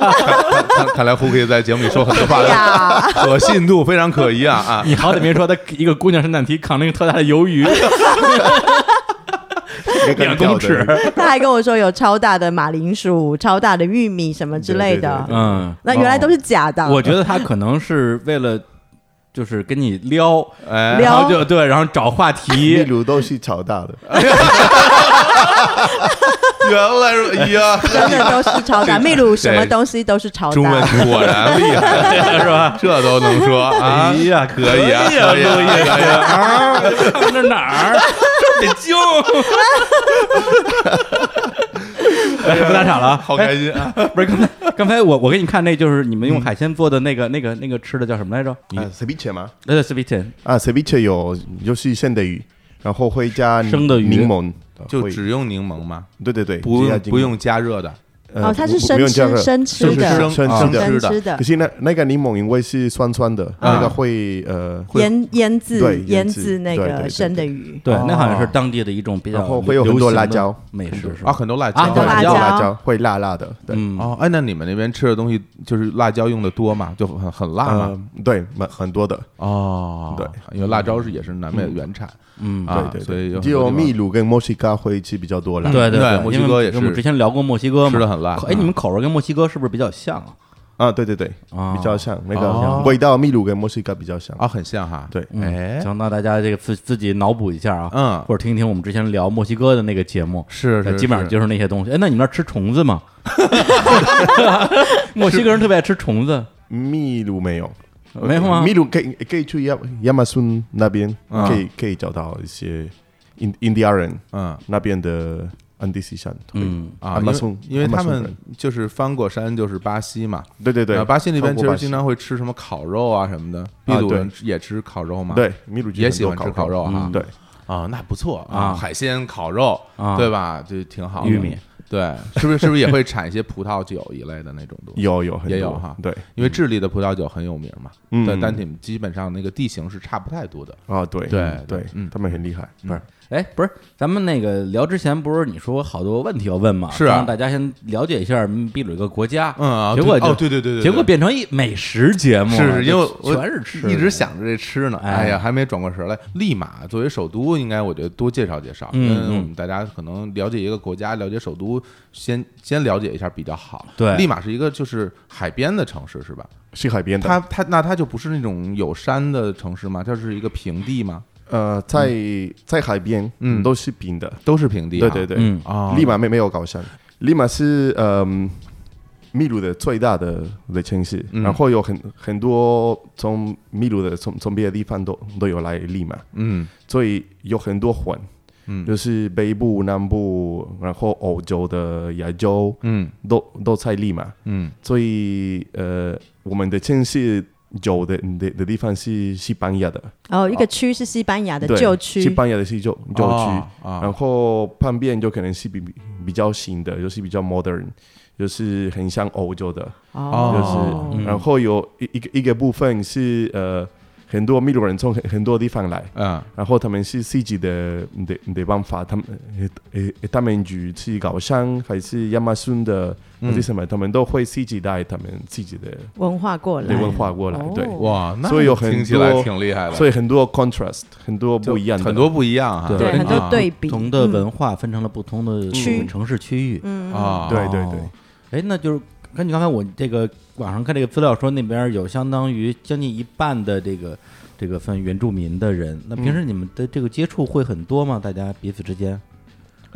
[SPEAKER 4] 看看看来胡可以在节目里说很多话
[SPEAKER 6] 哎
[SPEAKER 4] 的，
[SPEAKER 6] 呀，
[SPEAKER 4] 可信度非常可疑啊啊！
[SPEAKER 5] 你好歹别说她一个姑娘圣诞题扛那个特大的鱿
[SPEAKER 4] (laughs)
[SPEAKER 5] 鱼，
[SPEAKER 7] 没看
[SPEAKER 5] 两
[SPEAKER 7] 到
[SPEAKER 5] 公
[SPEAKER 4] (laughs)
[SPEAKER 7] 的
[SPEAKER 5] 尺，
[SPEAKER 6] 他还跟我说有超大的马铃薯、超大的玉米什么之类的，
[SPEAKER 7] 对哦
[SPEAKER 5] 嗯，
[SPEAKER 6] 那原来都是假的。
[SPEAKER 5] 我觉得他可能是为了就是跟你撩，
[SPEAKER 4] 哎，
[SPEAKER 5] 然后
[SPEAKER 6] 撩
[SPEAKER 5] 就对，然后找话
[SPEAKER 7] 秘
[SPEAKER 6] (laughs)
[SPEAKER 5] 题。 (laughs)
[SPEAKER 7] 鲁都是乔大的，
[SPEAKER 4] 原来是，哎呀，
[SPEAKER 6] 真的都是超大，秘鲁什么东西都是超
[SPEAKER 4] 中文
[SPEAKER 6] 大。
[SPEAKER 4] (laughs) 果然厉 (laughs) 害，是吧？这都能说啊
[SPEAKER 5] 哎！呀，可
[SPEAKER 4] 可以啊，
[SPEAKER 5] 以啊，
[SPEAKER 4] 可以啊，可以啊！
[SPEAKER 5] 看 (laughs) 这哪儿？这得精。哎不打岔了啊！
[SPEAKER 4] 好开心啊！
[SPEAKER 5] 哎不是刚才，刚才我我给你看那，就是你们用海鲜做的那个、那个、那个吃的叫什么来着？
[SPEAKER 7] 啊，ceviche
[SPEAKER 4] 呃
[SPEAKER 7] 吗？
[SPEAKER 5] 那个 s p i t i n
[SPEAKER 7] 啊，ceviche 有就是生的鱼，然后会加
[SPEAKER 5] 生的鱼
[SPEAKER 7] 柠檬，
[SPEAKER 4] 就
[SPEAKER 7] 会
[SPEAKER 4] 只用柠檬吗？
[SPEAKER 7] 对对对，
[SPEAKER 4] 不
[SPEAKER 7] 只加
[SPEAKER 4] 用
[SPEAKER 7] 柠檬
[SPEAKER 4] 不用加热的，
[SPEAKER 7] 呃
[SPEAKER 6] 哦它是
[SPEAKER 7] 不
[SPEAKER 6] 生
[SPEAKER 7] 不用加
[SPEAKER 6] 吃
[SPEAKER 7] 热
[SPEAKER 6] 生吃啊
[SPEAKER 4] 的生
[SPEAKER 7] 生生吃的。
[SPEAKER 6] 生
[SPEAKER 4] 吃的
[SPEAKER 6] 吃的
[SPEAKER 7] 可，是那那个柠檬因为是酸酸的，
[SPEAKER 6] 啊
[SPEAKER 7] 那个会呃，
[SPEAKER 6] 腌腌
[SPEAKER 7] 对
[SPEAKER 6] 制腌
[SPEAKER 7] 腌制
[SPEAKER 6] 制那
[SPEAKER 7] 对对
[SPEAKER 6] 个
[SPEAKER 7] 对
[SPEAKER 6] 生的鱼，
[SPEAKER 5] 对，
[SPEAKER 4] 哦
[SPEAKER 5] 那好像是当地的一种比较
[SPEAKER 7] 然后会有很多
[SPEAKER 5] 流行的
[SPEAKER 7] 辣椒
[SPEAKER 5] 美食，是吧
[SPEAKER 4] 啊，很多辣椒
[SPEAKER 5] 啊很多
[SPEAKER 7] 会
[SPEAKER 6] 辣
[SPEAKER 7] 有
[SPEAKER 6] 椒
[SPEAKER 7] 辣椒会辣辣的，对，
[SPEAKER 5] 嗯，
[SPEAKER 4] 哦，哎，那你们那边吃的东西就是辣椒用的多吗？就很很辣
[SPEAKER 5] 呃
[SPEAKER 4] 吗？
[SPEAKER 7] 嗯，对，蛮很多的，
[SPEAKER 4] 哦，
[SPEAKER 7] 对，
[SPEAKER 4] 因为辣椒是也是南美的原产，嗯啊，
[SPEAKER 7] 对
[SPEAKER 4] 所以有
[SPEAKER 7] 对对，
[SPEAKER 4] 很
[SPEAKER 7] 只
[SPEAKER 4] 多
[SPEAKER 7] 有
[SPEAKER 4] 地方哦
[SPEAKER 7] 秘鲁跟墨西哥会吃比较多辣，
[SPEAKER 5] 对
[SPEAKER 4] 对
[SPEAKER 5] 对，
[SPEAKER 4] 墨西
[SPEAKER 5] 因为
[SPEAKER 4] 哥也
[SPEAKER 5] 我们
[SPEAKER 4] 是
[SPEAKER 5] 之前聊过墨西哥嘛，
[SPEAKER 4] 吃的很辣
[SPEAKER 5] 哎，
[SPEAKER 4] 嗯
[SPEAKER 5] 你们口味跟墨西哥是不是比较像啊？
[SPEAKER 7] 啊，对对对，
[SPEAKER 5] 啊
[SPEAKER 7] 比较像那
[SPEAKER 4] 哦
[SPEAKER 7] 个味道，秘鲁跟墨西哥比较像
[SPEAKER 4] 啊，，很像哈，
[SPEAKER 7] 对，
[SPEAKER 4] 哎，
[SPEAKER 5] 嗯行，那大家这个自自己脑补一下啊，
[SPEAKER 4] 嗯
[SPEAKER 5] 或者听一听我们之前聊墨西哥的那个节目，
[SPEAKER 4] 是
[SPEAKER 5] 呃
[SPEAKER 4] 是
[SPEAKER 5] 基本上
[SPEAKER 4] 是
[SPEAKER 5] 就是那些东西。哎，那你们那儿吃虫
[SPEAKER 4] (laughs)
[SPEAKER 5] 子吗？墨西哥人特别爱吃虫子，
[SPEAKER 7] 秘鲁没有，
[SPEAKER 4] 哎
[SPEAKER 5] 没有吗
[SPEAKER 7] 嗯秘？鲁可以可以去亚亚马逊那边，
[SPEAKER 4] 啊
[SPEAKER 7] 可以可以找到一些印印第安人
[SPEAKER 4] 嗯
[SPEAKER 7] 那边的安第斯山，对
[SPEAKER 5] 嗯，
[SPEAKER 4] 啊，
[SPEAKER 7] 亚
[SPEAKER 4] 因
[SPEAKER 7] 马逊
[SPEAKER 4] 为因为他
[SPEAKER 7] 亚马逊
[SPEAKER 4] 们
[SPEAKER 7] 人
[SPEAKER 4] 就是翻过山就是巴西嘛，
[SPEAKER 7] 对对
[SPEAKER 4] 啊
[SPEAKER 7] 对，
[SPEAKER 4] 巴西那边其
[SPEAKER 7] 超过
[SPEAKER 4] 实
[SPEAKER 7] 巴西
[SPEAKER 4] 经常会吃什么烤肉啊什么的，秘
[SPEAKER 7] 啊
[SPEAKER 4] 鲁
[SPEAKER 7] 对
[SPEAKER 4] 人吃也吃烤肉嘛，
[SPEAKER 7] 对秘鲁
[SPEAKER 4] 也喜欢吃
[SPEAKER 7] 很多
[SPEAKER 4] 烤肉哈
[SPEAKER 5] 嗯，
[SPEAKER 7] 对，
[SPEAKER 4] 啊，那不错
[SPEAKER 5] 啊
[SPEAKER 4] 海鲜烤肉
[SPEAKER 5] 啊
[SPEAKER 4] 对吧？这挺好的，
[SPEAKER 5] 玉米
[SPEAKER 4] 对，是不是是不是也会产一些葡萄酒一类的那种东西？
[SPEAKER 7] 有有很
[SPEAKER 4] 也
[SPEAKER 7] 多
[SPEAKER 4] 有哈
[SPEAKER 7] 对，
[SPEAKER 4] 因为智利的葡萄酒很有名嘛，
[SPEAKER 7] 嗯
[SPEAKER 4] 对，但你们基本上那个地形是差不太多的。
[SPEAKER 7] 啊对
[SPEAKER 4] 对
[SPEAKER 7] 对
[SPEAKER 4] 嗯，
[SPEAKER 7] 他们很厉害，
[SPEAKER 5] 不是，哎，不是，咱们那个聊之前不是你说好多问题要问吗？
[SPEAKER 4] 是啊
[SPEAKER 5] 让大家先了解一下秘鲁一个国家，
[SPEAKER 4] 嗯啊
[SPEAKER 5] 结
[SPEAKER 4] 对
[SPEAKER 5] 果就
[SPEAKER 4] 哦对对对对对
[SPEAKER 5] 结果变成一美食节目了，
[SPEAKER 4] 是是，因为
[SPEAKER 5] 就
[SPEAKER 4] 我
[SPEAKER 5] 全是吃的，
[SPEAKER 4] 一直想着这吃呢，
[SPEAKER 5] 哎
[SPEAKER 4] 哎呀，还没转过神来。利马作为首都，应该我觉得多介绍介绍，
[SPEAKER 5] 嗯
[SPEAKER 4] 因为
[SPEAKER 5] 嗯
[SPEAKER 4] 我们大家可能了解一个国家，了解首都，先先了解一下比较好。
[SPEAKER 5] 对
[SPEAKER 4] 利马是一个就是海边的城市，是吧？
[SPEAKER 7] 是海边的，
[SPEAKER 4] 它它那它就不是那种有山的城市吗？它是一个平地吗？
[SPEAKER 7] 呃，在在海边，
[SPEAKER 4] 嗯
[SPEAKER 7] 都是平的，
[SPEAKER 4] 都是平地啊，
[SPEAKER 7] 对对对，
[SPEAKER 5] 嗯
[SPEAKER 4] 啊，
[SPEAKER 7] 利马没没有高山，利马是嗯、秘鲁的最大的的城市，
[SPEAKER 4] 嗯
[SPEAKER 7] 然后有很很多从秘鲁的从从别的地方都都有来利马，
[SPEAKER 4] 嗯
[SPEAKER 7] 所以有很多环，
[SPEAKER 4] 嗯
[SPEAKER 7] 就是北部、南部，然后欧洲的、亚洲
[SPEAKER 4] 嗯
[SPEAKER 7] 都都在利马，
[SPEAKER 4] 嗯
[SPEAKER 7] 所以呃，我们的城市。有的的的地方是西班牙的，
[SPEAKER 6] 然哦后一个区是西班牙的
[SPEAKER 7] 哦对，
[SPEAKER 6] 旧
[SPEAKER 7] 西
[SPEAKER 6] 区，
[SPEAKER 7] 班牙的是旧旧区嗯
[SPEAKER 4] 哦，啊
[SPEAKER 7] 然后旁边就可能是比比比较新的，就是比较 modern，就是很像欧洲的，
[SPEAKER 6] 哦
[SPEAKER 4] 嗯
[SPEAKER 7] 就是、然后有一一个一个部分是呃很多秘鲁人从很很多地方来，
[SPEAKER 4] 嗯
[SPEAKER 7] 然后他们是自己的的的办法，他们呃呃呃他们去去高山还是亚马逊的还是什么，他们都会自己带他们自己的
[SPEAKER 6] 文化过来
[SPEAKER 7] 的，文化过来，对，
[SPEAKER 6] 哦
[SPEAKER 4] 哇，那
[SPEAKER 7] 所以有很
[SPEAKER 4] 听起来
[SPEAKER 7] 多
[SPEAKER 4] 挺厉害的，
[SPEAKER 7] 所以很多 contrast，很多
[SPEAKER 4] 就
[SPEAKER 7] 不一样的，
[SPEAKER 4] 很多不一样哈，
[SPEAKER 6] 对，很多
[SPEAKER 4] 啊
[SPEAKER 6] 对比嗯
[SPEAKER 5] 不同的文化分成了不同的
[SPEAKER 6] 区
[SPEAKER 5] 城市区域。
[SPEAKER 6] 嗯
[SPEAKER 4] 啊，
[SPEAKER 7] 对对对
[SPEAKER 5] 哦。哎，那就是根据刚才我这个网上看这个资料说，那边有相当于将近一半的这个这个分原住民的人。那平时
[SPEAKER 4] 嗯
[SPEAKER 5] 你们的这个接触会很多吗？大家彼此之间？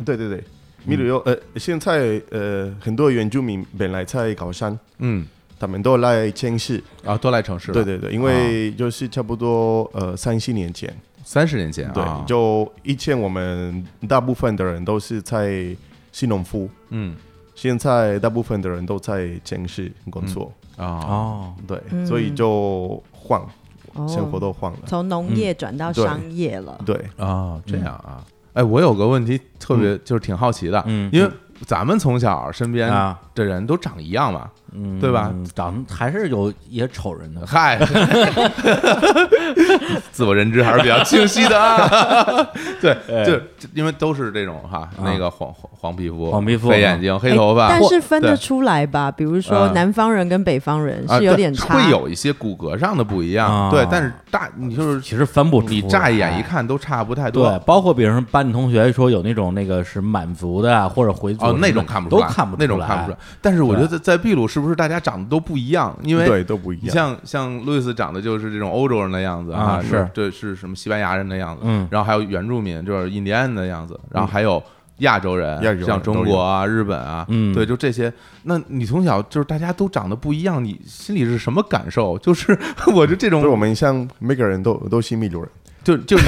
[SPEAKER 7] 对对对，秘鲁有呃，现在呃很多原住民本来在高山，
[SPEAKER 4] 嗯
[SPEAKER 7] 他们都来迁市，
[SPEAKER 4] 啊，都来城市了，
[SPEAKER 7] 对对对，因为
[SPEAKER 4] 啊
[SPEAKER 7] 就是差不多呃三十年前，
[SPEAKER 4] 三十年前
[SPEAKER 7] 对
[SPEAKER 4] 啊，，
[SPEAKER 7] 就以前我们大部分的人都是在新农夫，
[SPEAKER 4] 嗯
[SPEAKER 7] 现在大部分的人都在城市工作，
[SPEAKER 4] 啊，
[SPEAKER 5] 哦，
[SPEAKER 7] 对，
[SPEAKER 6] 嗯
[SPEAKER 7] 所以就换
[SPEAKER 6] 哦
[SPEAKER 7] 生活都换了，
[SPEAKER 6] 从农业转到商业了，
[SPEAKER 7] 对，
[SPEAKER 4] 哦，这样啊。哎，我有个问题特别就是挺好奇的，
[SPEAKER 5] 嗯
[SPEAKER 4] 因为咱们从小身边
[SPEAKER 5] 啊
[SPEAKER 4] 的人都长一样嘛，
[SPEAKER 5] 嗯，
[SPEAKER 4] 对吧？
[SPEAKER 5] 长还是有一些丑人的， (laughs)
[SPEAKER 4] 嗨， (laughs) 自我认知还是比较清晰的啊。 (laughs) 对，
[SPEAKER 5] 哎
[SPEAKER 4] 就就因为都是这种哈，那个黄黄黄皮肤、
[SPEAKER 5] 啊黄皮肤
[SPEAKER 4] 黑眼睛、黑
[SPEAKER 6] 哎
[SPEAKER 4] 头发，
[SPEAKER 6] 但是分
[SPEAKER 4] 对
[SPEAKER 6] 得出来吧？比如说
[SPEAKER 4] 嗯
[SPEAKER 6] 南方人跟北方人
[SPEAKER 4] 啊
[SPEAKER 6] 是有
[SPEAKER 4] 对
[SPEAKER 6] 点差，
[SPEAKER 4] 会有一些骨骼上的不一样
[SPEAKER 5] 啊。
[SPEAKER 4] 对，但是大你就是
[SPEAKER 5] 其实分不出。
[SPEAKER 4] 你乍一眼一。看都差不太多
[SPEAKER 5] 对，。包括比如说班里同学说有那种那个是满族的啊，或者回族
[SPEAKER 4] 哦，那
[SPEAKER 5] 什么
[SPEAKER 4] 种
[SPEAKER 5] 的
[SPEAKER 4] 看不出
[SPEAKER 5] 都
[SPEAKER 4] 来，
[SPEAKER 5] 看不
[SPEAKER 4] 那种
[SPEAKER 5] 来
[SPEAKER 4] 看不出来。但是我觉得在在秘鲁是不是大家长得都不一样？因为
[SPEAKER 7] 对都不一
[SPEAKER 4] 你
[SPEAKER 7] 样，
[SPEAKER 4] 像像路易斯长得就是这种欧洲人的样子
[SPEAKER 5] 啊是
[SPEAKER 4] 这是什么西班牙人的样子，
[SPEAKER 5] 嗯
[SPEAKER 4] 然后还有原住民，就是印第安人的样子，然后还有亚洲人，
[SPEAKER 7] 亚洲人
[SPEAKER 4] 像中国啊、日本啊，
[SPEAKER 5] 嗯
[SPEAKER 4] 对，就这些。那你从小就是大家都长得不一样，你心里是什么感受？就是 (laughs) 我就这种
[SPEAKER 7] 不是我们像每个人都都是秘鲁人，
[SPEAKER 4] 就就就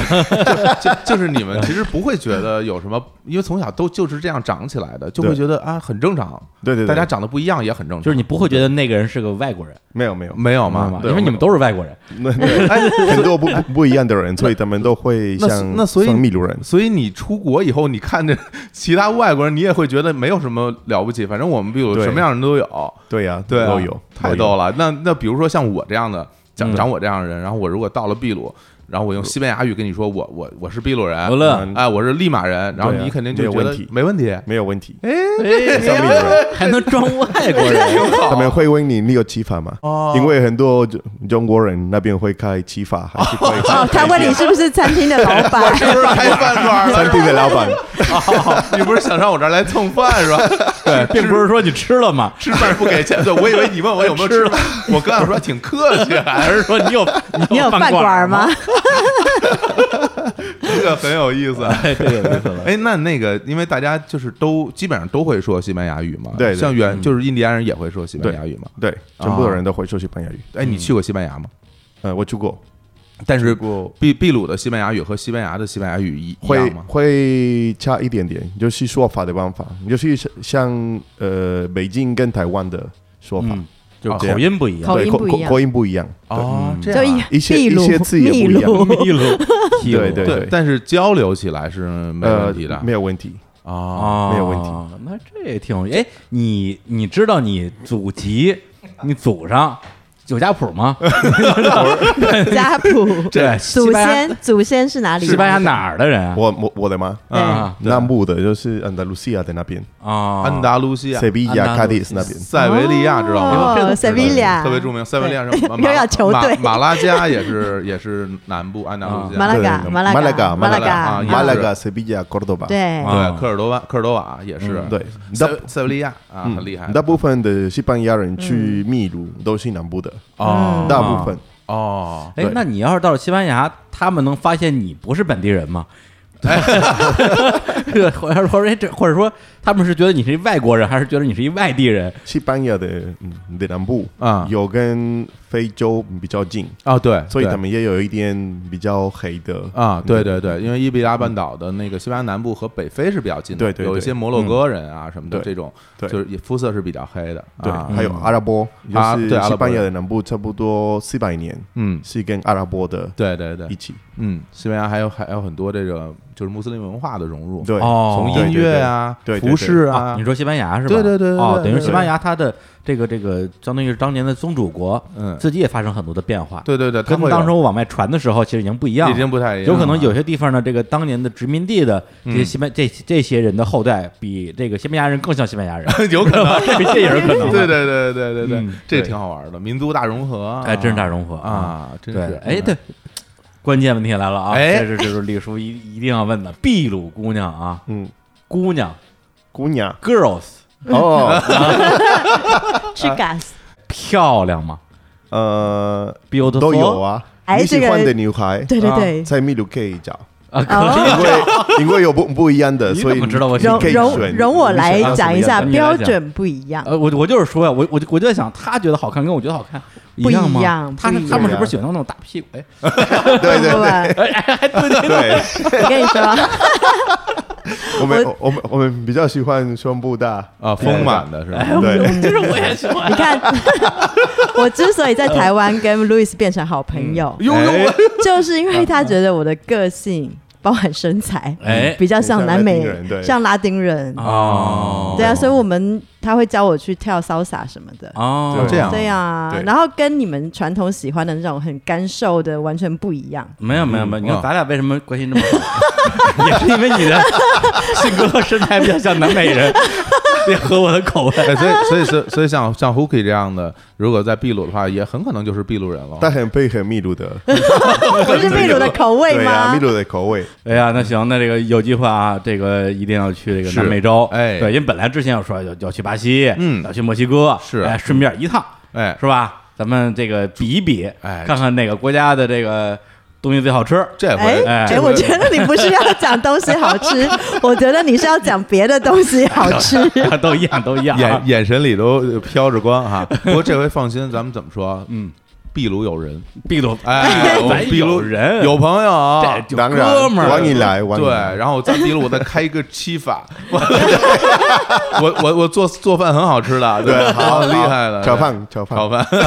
[SPEAKER 4] 就就是你们其实不会觉得有什么，因为从小都就是这样长起来的，就会
[SPEAKER 7] 对
[SPEAKER 4] 觉得啊很正常，
[SPEAKER 7] 对对对，
[SPEAKER 4] 大家长得不一样也很正常。
[SPEAKER 5] 就是你不会觉得那个人是个外国人，
[SPEAKER 7] 没有 (laughs) 没有，
[SPEAKER 4] 没有
[SPEAKER 5] 明白
[SPEAKER 4] 吗
[SPEAKER 5] 吗？？
[SPEAKER 7] 对
[SPEAKER 5] 因为你们都是外国人，
[SPEAKER 7] 那
[SPEAKER 4] (laughs)
[SPEAKER 7] 那很多不不不一样的人，所以他们都会
[SPEAKER 4] 哎那
[SPEAKER 7] 像
[SPEAKER 4] 那所以
[SPEAKER 7] 像秘鲁人，
[SPEAKER 4] 所以你出国以后，你看着其他外国人，你也会觉得没有什么了不起，反正我们比如
[SPEAKER 7] 对
[SPEAKER 4] 什么样的人都有，
[SPEAKER 7] 对呀，
[SPEAKER 4] 对啊、
[SPEAKER 7] 都有，
[SPEAKER 4] 太
[SPEAKER 7] 都有
[SPEAKER 4] 逗了。那那比如说像我这样的，
[SPEAKER 5] 嗯
[SPEAKER 4] 长长我这样的人，然后我如果到了秘鲁，然后我用西班牙语跟你说我我我是秘鲁人，
[SPEAKER 5] 无论
[SPEAKER 4] 哎，我是利马人，然后
[SPEAKER 7] 对啊
[SPEAKER 4] 你肯定就
[SPEAKER 7] 没有
[SPEAKER 4] 觉得
[SPEAKER 7] 问题
[SPEAKER 4] 没问题，
[SPEAKER 7] 没有问题，
[SPEAKER 5] 哎
[SPEAKER 7] 像秘鲁人。
[SPEAKER 5] (laughs) 还能装外国人，
[SPEAKER 7] 他
[SPEAKER 4] (laughs)
[SPEAKER 7] 们会问你你有启发吗？
[SPEAKER 4] 哦
[SPEAKER 7] 因为很多中中国人那边会开启发，还是会
[SPEAKER 6] 哦，他问你是不是餐厅的老板？
[SPEAKER 4] 是不是开饭馆了
[SPEAKER 7] 餐？厅的老板，
[SPEAKER 4] 你不是想上我这儿来蹭饭是吧？
[SPEAKER 5] 对， (laughs) 并不是说你吃了吗？
[SPEAKER 4] 吃饭不给钱，对，我以为你问我有没有吃，我刚想说挺客气，啊还
[SPEAKER 5] (laughs) 还
[SPEAKER 4] 是
[SPEAKER 5] 是说你 (laughs) 哎有
[SPEAKER 6] (laughs) 你有饭
[SPEAKER 5] 馆
[SPEAKER 6] 馆吗？？
[SPEAKER 4] 这个很有意思。
[SPEAKER 7] (laughs)
[SPEAKER 5] 哎，这个有意思了。
[SPEAKER 4] 哎，那那个，因为大家就是都基本上都会说西班牙语嘛，
[SPEAKER 7] 对对
[SPEAKER 4] 像原就是印第安人也会说西班牙语嘛。
[SPEAKER 7] 对，嗯全部的人都会说西班牙语。
[SPEAKER 4] 哎，你去过西班牙吗？
[SPEAKER 7] 呃，我去过，
[SPEAKER 4] 但是
[SPEAKER 7] 过
[SPEAKER 4] 秘秘鲁的西班牙语和西班牙的西班牙语一一
[SPEAKER 7] 会
[SPEAKER 4] 样吗？
[SPEAKER 7] 会差一点点，就是说法的办法，就是像呃北京跟台湾的说法，
[SPEAKER 5] 嗯，就
[SPEAKER 4] 哦
[SPEAKER 5] 是口音不一样，嗯
[SPEAKER 6] 口
[SPEAKER 7] 对
[SPEAKER 6] 音
[SPEAKER 7] 口
[SPEAKER 6] 不一
[SPEAKER 7] 口
[SPEAKER 6] 样
[SPEAKER 7] 口音不一样，
[SPEAKER 4] 哦，这
[SPEAKER 6] 所
[SPEAKER 4] 样
[SPEAKER 6] 以
[SPEAKER 4] 啊。
[SPEAKER 7] 一些
[SPEAKER 6] 秘
[SPEAKER 7] 一
[SPEAKER 6] 鲁
[SPEAKER 7] 些字也不一样
[SPEAKER 6] 秘鲁，
[SPEAKER 5] (laughs) 秘鲁，
[SPEAKER 7] 对对
[SPEAKER 4] 对，但是交流起来是没
[SPEAKER 7] 呃
[SPEAKER 4] 问题的
[SPEAKER 7] 没有问题。
[SPEAKER 4] 啊。
[SPEAKER 5] 啊，
[SPEAKER 7] 没有问
[SPEAKER 5] 题。那这也挺有意哎，你你知道你祖籍，你祖上有家谱 (laughs) 吗？
[SPEAKER 6] (laughs) 家谱
[SPEAKER 5] 对，
[SPEAKER 6] 祖
[SPEAKER 5] 西班
[SPEAKER 6] 先祖先是哪
[SPEAKER 5] 牙
[SPEAKER 6] 里？
[SPEAKER 5] 西班牙？哪儿的人啊？
[SPEAKER 7] 我我我的妈，
[SPEAKER 6] 对
[SPEAKER 5] 啊
[SPEAKER 7] 南部的就是安达卢西亚的那边，
[SPEAKER 5] 啊，
[SPEAKER 4] 安达卢西亚、
[SPEAKER 7] 塞比
[SPEAKER 5] 安达
[SPEAKER 7] 亚、
[SPEAKER 5] 卢
[SPEAKER 7] 卡迪斯那边，
[SPEAKER 4] 塞维利亚，知道吗？
[SPEAKER 6] 哦塞维利亚
[SPEAKER 4] 特别著名。塞维利亚是
[SPEAKER 6] (laughs)
[SPEAKER 4] 马
[SPEAKER 6] 又要球队啊
[SPEAKER 4] 马马拉加也是也是南部安达卢西
[SPEAKER 6] 马拉
[SPEAKER 4] 亚，
[SPEAKER 7] 对
[SPEAKER 6] 嘎，
[SPEAKER 7] 对
[SPEAKER 6] 马拉
[SPEAKER 7] 马拉
[SPEAKER 6] 嘎，马
[SPEAKER 7] 嘎
[SPEAKER 4] 马拉嘎
[SPEAKER 6] 嘎
[SPEAKER 4] 啊，
[SPEAKER 7] 马拉
[SPEAKER 4] 也
[SPEAKER 7] 加、塞比亚、哥尔多巴，
[SPEAKER 6] 嗯对，
[SPEAKER 5] 啊
[SPEAKER 4] 对，科尔多瓦科尔多瓦也是
[SPEAKER 5] 嗯
[SPEAKER 7] 对，嗯
[SPEAKER 4] 塞
[SPEAKER 7] 大
[SPEAKER 4] 塞维利亚啊，很厉害
[SPEAKER 7] 大部分的西班牙人去
[SPEAKER 6] 嗯
[SPEAKER 7] 秘鲁都是南部的，
[SPEAKER 4] 哦
[SPEAKER 7] 大部分
[SPEAKER 4] 哦，
[SPEAKER 5] 哎
[SPEAKER 7] 对，
[SPEAKER 5] 那你要是到了西班牙，他们能发现你不是本地人
[SPEAKER 4] (laughs)
[SPEAKER 5] 吗？
[SPEAKER 4] 哎
[SPEAKER 5] (laughs) 对，或者说，哎，这或者说，他们是觉得你是一外国人，还是觉得你是一外地人？
[SPEAKER 7] 西班牙的嗯的南部
[SPEAKER 4] 啊
[SPEAKER 7] 有跟非洲比较近，
[SPEAKER 4] 哦，对，
[SPEAKER 7] 所以
[SPEAKER 4] 对
[SPEAKER 7] 他们也有一点比较黑的
[SPEAKER 4] 啊，对对对，因为伊比利亚半岛的那个西班牙南部和北非是比较近的，
[SPEAKER 7] 对对对
[SPEAKER 4] 有一些摩洛哥人啊什么的，
[SPEAKER 7] 对
[SPEAKER 4] 这种
[SPEAKER 7] 对
[SPEAKER 4] 就是也肤色是比较黑的，
[SPEAKER 7] 对，
[SPEAKER 4] 啊
[SPEAKER 7] 还有阿拉伯，就
[SPEAKER 4] 啊对
[SPEAKER 7] 是
[SPEAKER 4] 阿拉伯
[SPEAKER 7] 西班牙的南部差不多四百年
[SPEAKER 4] 嗯，
[SPEAKER 7] 是跟阿拉伯的
[SPEAKER 4] 对对
[SPEAKER 7] 一
[SPEAKER 4] 对，
[SPEAKER 7] 起，
[SPEAKER 4] 嗯，西班牙还有还有很多这个就是穆斯林文化的融入，
[SPEAKER 7] 对，
[SPEAKER 5] 哦
[SPEAKER 4] 从音乐啊、
[SPEAKER 7] 对对对对
[SPEAKER 4] 服
[SPEAKER 7] 对
[SPEAKER 4] 服饰
[SPEAKER 5] 啊
[SPEAKER 4] 啊
[SPEAKER 5] 你，说西班牙是吧？
[SPEAKER 4] 对对对对
[SPEAKER 5] 哦，
[SPEAKER 4] 对
[SPEAKER 5] 等于
[SPEAKER 4] 对
[SPEAKER 5] 西班牙它的这个这个，相当于是当年的宗主国，
[SPEAKER 4] 嗯
[SPEAKER 5] 自己也发生很多的变化。，
[SPEAKER 4] 对对对，它
[SPEAKER 5] 跟
[SPEAKER 4] 会有
[SPEAKER 5] 当时我往外传的时候，其实已经不一样了，
[SPEAKER 4] 已经不太一样了，
[SPEAKER 5] 有可能有些地方呢，这个当年的殖民地的这些
[SPEAKER 4] 嗯
[SPEAKER 5] 西班、这这些人的后代，比这个西班牙人更像西班牙人，
[SPEAKER 4] (laughs) 有可能，
[SPEAKER 5] (laughs) 比这也是可能。
[SPEAKER 4] (laughs) 对对对对对对
[SPEAKER 5] 嗯，
[SPEAKER 4] 这
[SPEAKER 5] 对
[SPEAKER 4] 挺好玩的，民族大融合啊，
[SPEAKER 5] 哎，真是大融合！
[SPEAKER 4] 啊，真
[SPEAKER 5] 对
[SPEAKER 4] 是，
[SPEAKER 5] 哎，对，关键问题来了啊，
[SPEAKER 4] 哎
[SPEAKER 5] 这是这是李叔一一定要问的，秘鲁姑娘啊，
[SPEAKER 3] 嗯，
[SPEAKER 5] 姑娘
[SPEAKER 3] 姑娘
[SPEAKER 5] girls
[SPEAKER 3] 哦，
[SPEAKER 6] 去 gas，
[SPEAKER 5] 漂亮吗
[SPEAKER 7] 呃，
[SPEAKER 5] ？beautiful
[SPEAKER 7] 都有啊。
[SPEAKER 6] 哎
[SPEAKER 7] 你喜
[SPEAKER 6] 这
[SPEAKER 7] 欢
[SPEAKER 6] 个
[SPEAKER 7] 的女孩
[SPEAKER 6] 对对对，
[SPEAKER 7] 在秘鲁可以找，
[SPEAKER 5] 啊，可
[SPEAKER 6] 哦
[SPEAKER 7] 因为 (laughs) 因为有不不一样的，
[SPEAKER 5] 你
[SPEAKER 7] 所
[SPEAKER 5] 怎
[SPEAKER 7] 以
[SPEAKER 5] 么知道我
[SPEAKER 7] 你
[SPEAKER 5] 喜欢
[SPEAKER 6] 容
[SPEAKER 7] 可以
[SPEAKER 6] 容
[SPEAKER 7] 选。
[SPEAKER 6] 容我来讲一下，
[SPEAKER 5] 你来讲
[SPEAKER 6] 标准不一样。
[SPEAKER 5] 呃，我我就是说呀，我我就我就在想，她觉得好看跟我觉得好看
[SPEAKER 6] 不
[SPEAKER 5] 样
[SPEAKER 6] 一
[SPEAKER 5] 吗？
[SPEAKER 6] 样
[SPEAKER 5] 她
[SPEAKER 6] 不
[SPEAKER 5] 是
[SPEAKER 6] 一
[SPEAKER 5] 他们是
[SPEAKER 7] 样
[SPEAKER 5] 不是喜欢那种大屁股？哎，
[SPEAKER 7] 对哦对
[SPEAKER 6] 不不
[SPEAKER 7] 对
[SPEAKER 6] (laughs)
[SPEAKER 7] 对，
[SPEAKER 6] 不，我跟你说，
[SPEAKER 7] 我们我们我们比较喜欢胸部大，
[SPEAKER 4] 啊，丰满的是吧？
[SPEAKER 7] (laughs) 对，
[SPEAKER 5] 就是我也喜
[SPEAKER 6] (laughs)
[SPEAKER 5] 欢。
[SPEAKER 6] 你看，我之所以在
[SPEAKER 7] 哦
[SPEAKER 6] 台湾跟 Louis 变成好朋友，
[SPEAKER 7] 嗯
[SPEAKER 4] 呦
[SPEAKER 5] 哎
[SPEAKER 4] 呦，
[SPEAKER 6] (laughs) 就是因为他觉得我的个性，包含身材，
[SPEAKER 5] 哎
[SPEAKER 6] 比较像南美
[SPEAKER 7] 像拉丁人对
[SPEAKER 6] 像拉丁人，
[SPEAKER 5] 哦，
[SPEAKER 6] 对啊，所以我们他会教我去跳 salsa 什么的。
[SPEAKER 5] 哦，
[SPEAKER 4] 这样
[SPEAKER 6] 对啊
[SPEAKER 7] 对，
[SPEAKER 6] 然后跟你们传统喜欢的那种很干瘦的完全不一
[SPEAKER 7] (laughs)
[SPEAKER 6] 样。
[SPEAKER 5] 没有没有没有，你看
[SPEAKER 4] 嗯
[SPEAKER 5] 咱俩为什么关系这么好？ (laughs) 也是因为你的性格和身材比较像南美人， (laughs) 也合我的口味。
[SPEAKER 4] (laughs) 哎，所以所以所以所以像像 Hooky 这样的，如果在秘鲁的话，也很可能就是秘鲁人了。
[SPEAKER 7] 但很配合秘
[SPEAKER 6] (laughs)
[SPEAKER 7] 鲁的，
[SPEAKER 6] 不是秘鲁的口味
[SPEAKER 7] 对啊，
[SPEAKER 6] 吗
[SPEAKER 7] 秘？鲁的口味，
[SPEAKER 5] 哎呀，那行，那这个有机会啊，这个一定要去这个
[SPEAKER 4] 是
[SPEAKER 5] 南美洲。
[SPEAKER 4] 哎
[SPEAKER 5] 对，因为本来之前要说要要去巴西，
[SPEAKER 4] 嗯
[SPEAKER 5] 要去墨西哥，
[SPEAKER 4] 是
[SPEAKER 5] 哎，顺便一趟，
[SPEAKER 4] 哎，
[SPEAKER 5] 是吧？咱们这个比一比，
[SPEAKER 4] 哎
[SPEAKER 5] 看看哪个国家的这个东西最
[SPEAKER 4] (laughs)
[SPEAKER 5] 好吃。
[SPEAKER 4] 这
[SPEAKER 6] 哎
[SPEAKER 4] 回
[SPEAKER 6] 哎，
[SPEAKER 5] 哎这
[SPEAKER 6] 我觉得你不是要讲东西好吃，我觉得你是要讲别的东西好吃。 (laughs)
[SPEAKER 5] 都一样，都一样啊。
[SPEAKER 4] 眼眼神里都飘着光哈。不过这回放心，咱们怎么说？嗯，秘鲁有人，
[SPEAKER 5] 秘鲁，
[SPEAKER 4] 哎，
[SPEAKER 5] (laughs) 咱
[SPEAKER 4] 我秘
[SPEAKER 5] 有
[SPEAKER 4] 鲁
[SPEAKER 5] 人
[SPEAKER 4] 有朋友，啊
[SPEAKER 5] 这就
[SPEAKER 7] 当
[SPEAKER 5] 哥
[SPEAKER 7] 然，
[SPEAKER 5] 们儿，
[SPEAKER 7] 欢迎来，欢迎
[SPEAKER 4] 对，
[SPEAKER 7] 来，
[SPEAKER 4] 然后我在秘鲁我再开一个七法，我我我做做饭很好吃的，
[SPEAKER 7] 对，好
[SPEAKER 4] 好厉害的，
[SPEAKER 7] 炒饭，炒
[SPEAKER 4] 炒
[SPEAKER 7] 饭，
[SPEAKER 4] 饭，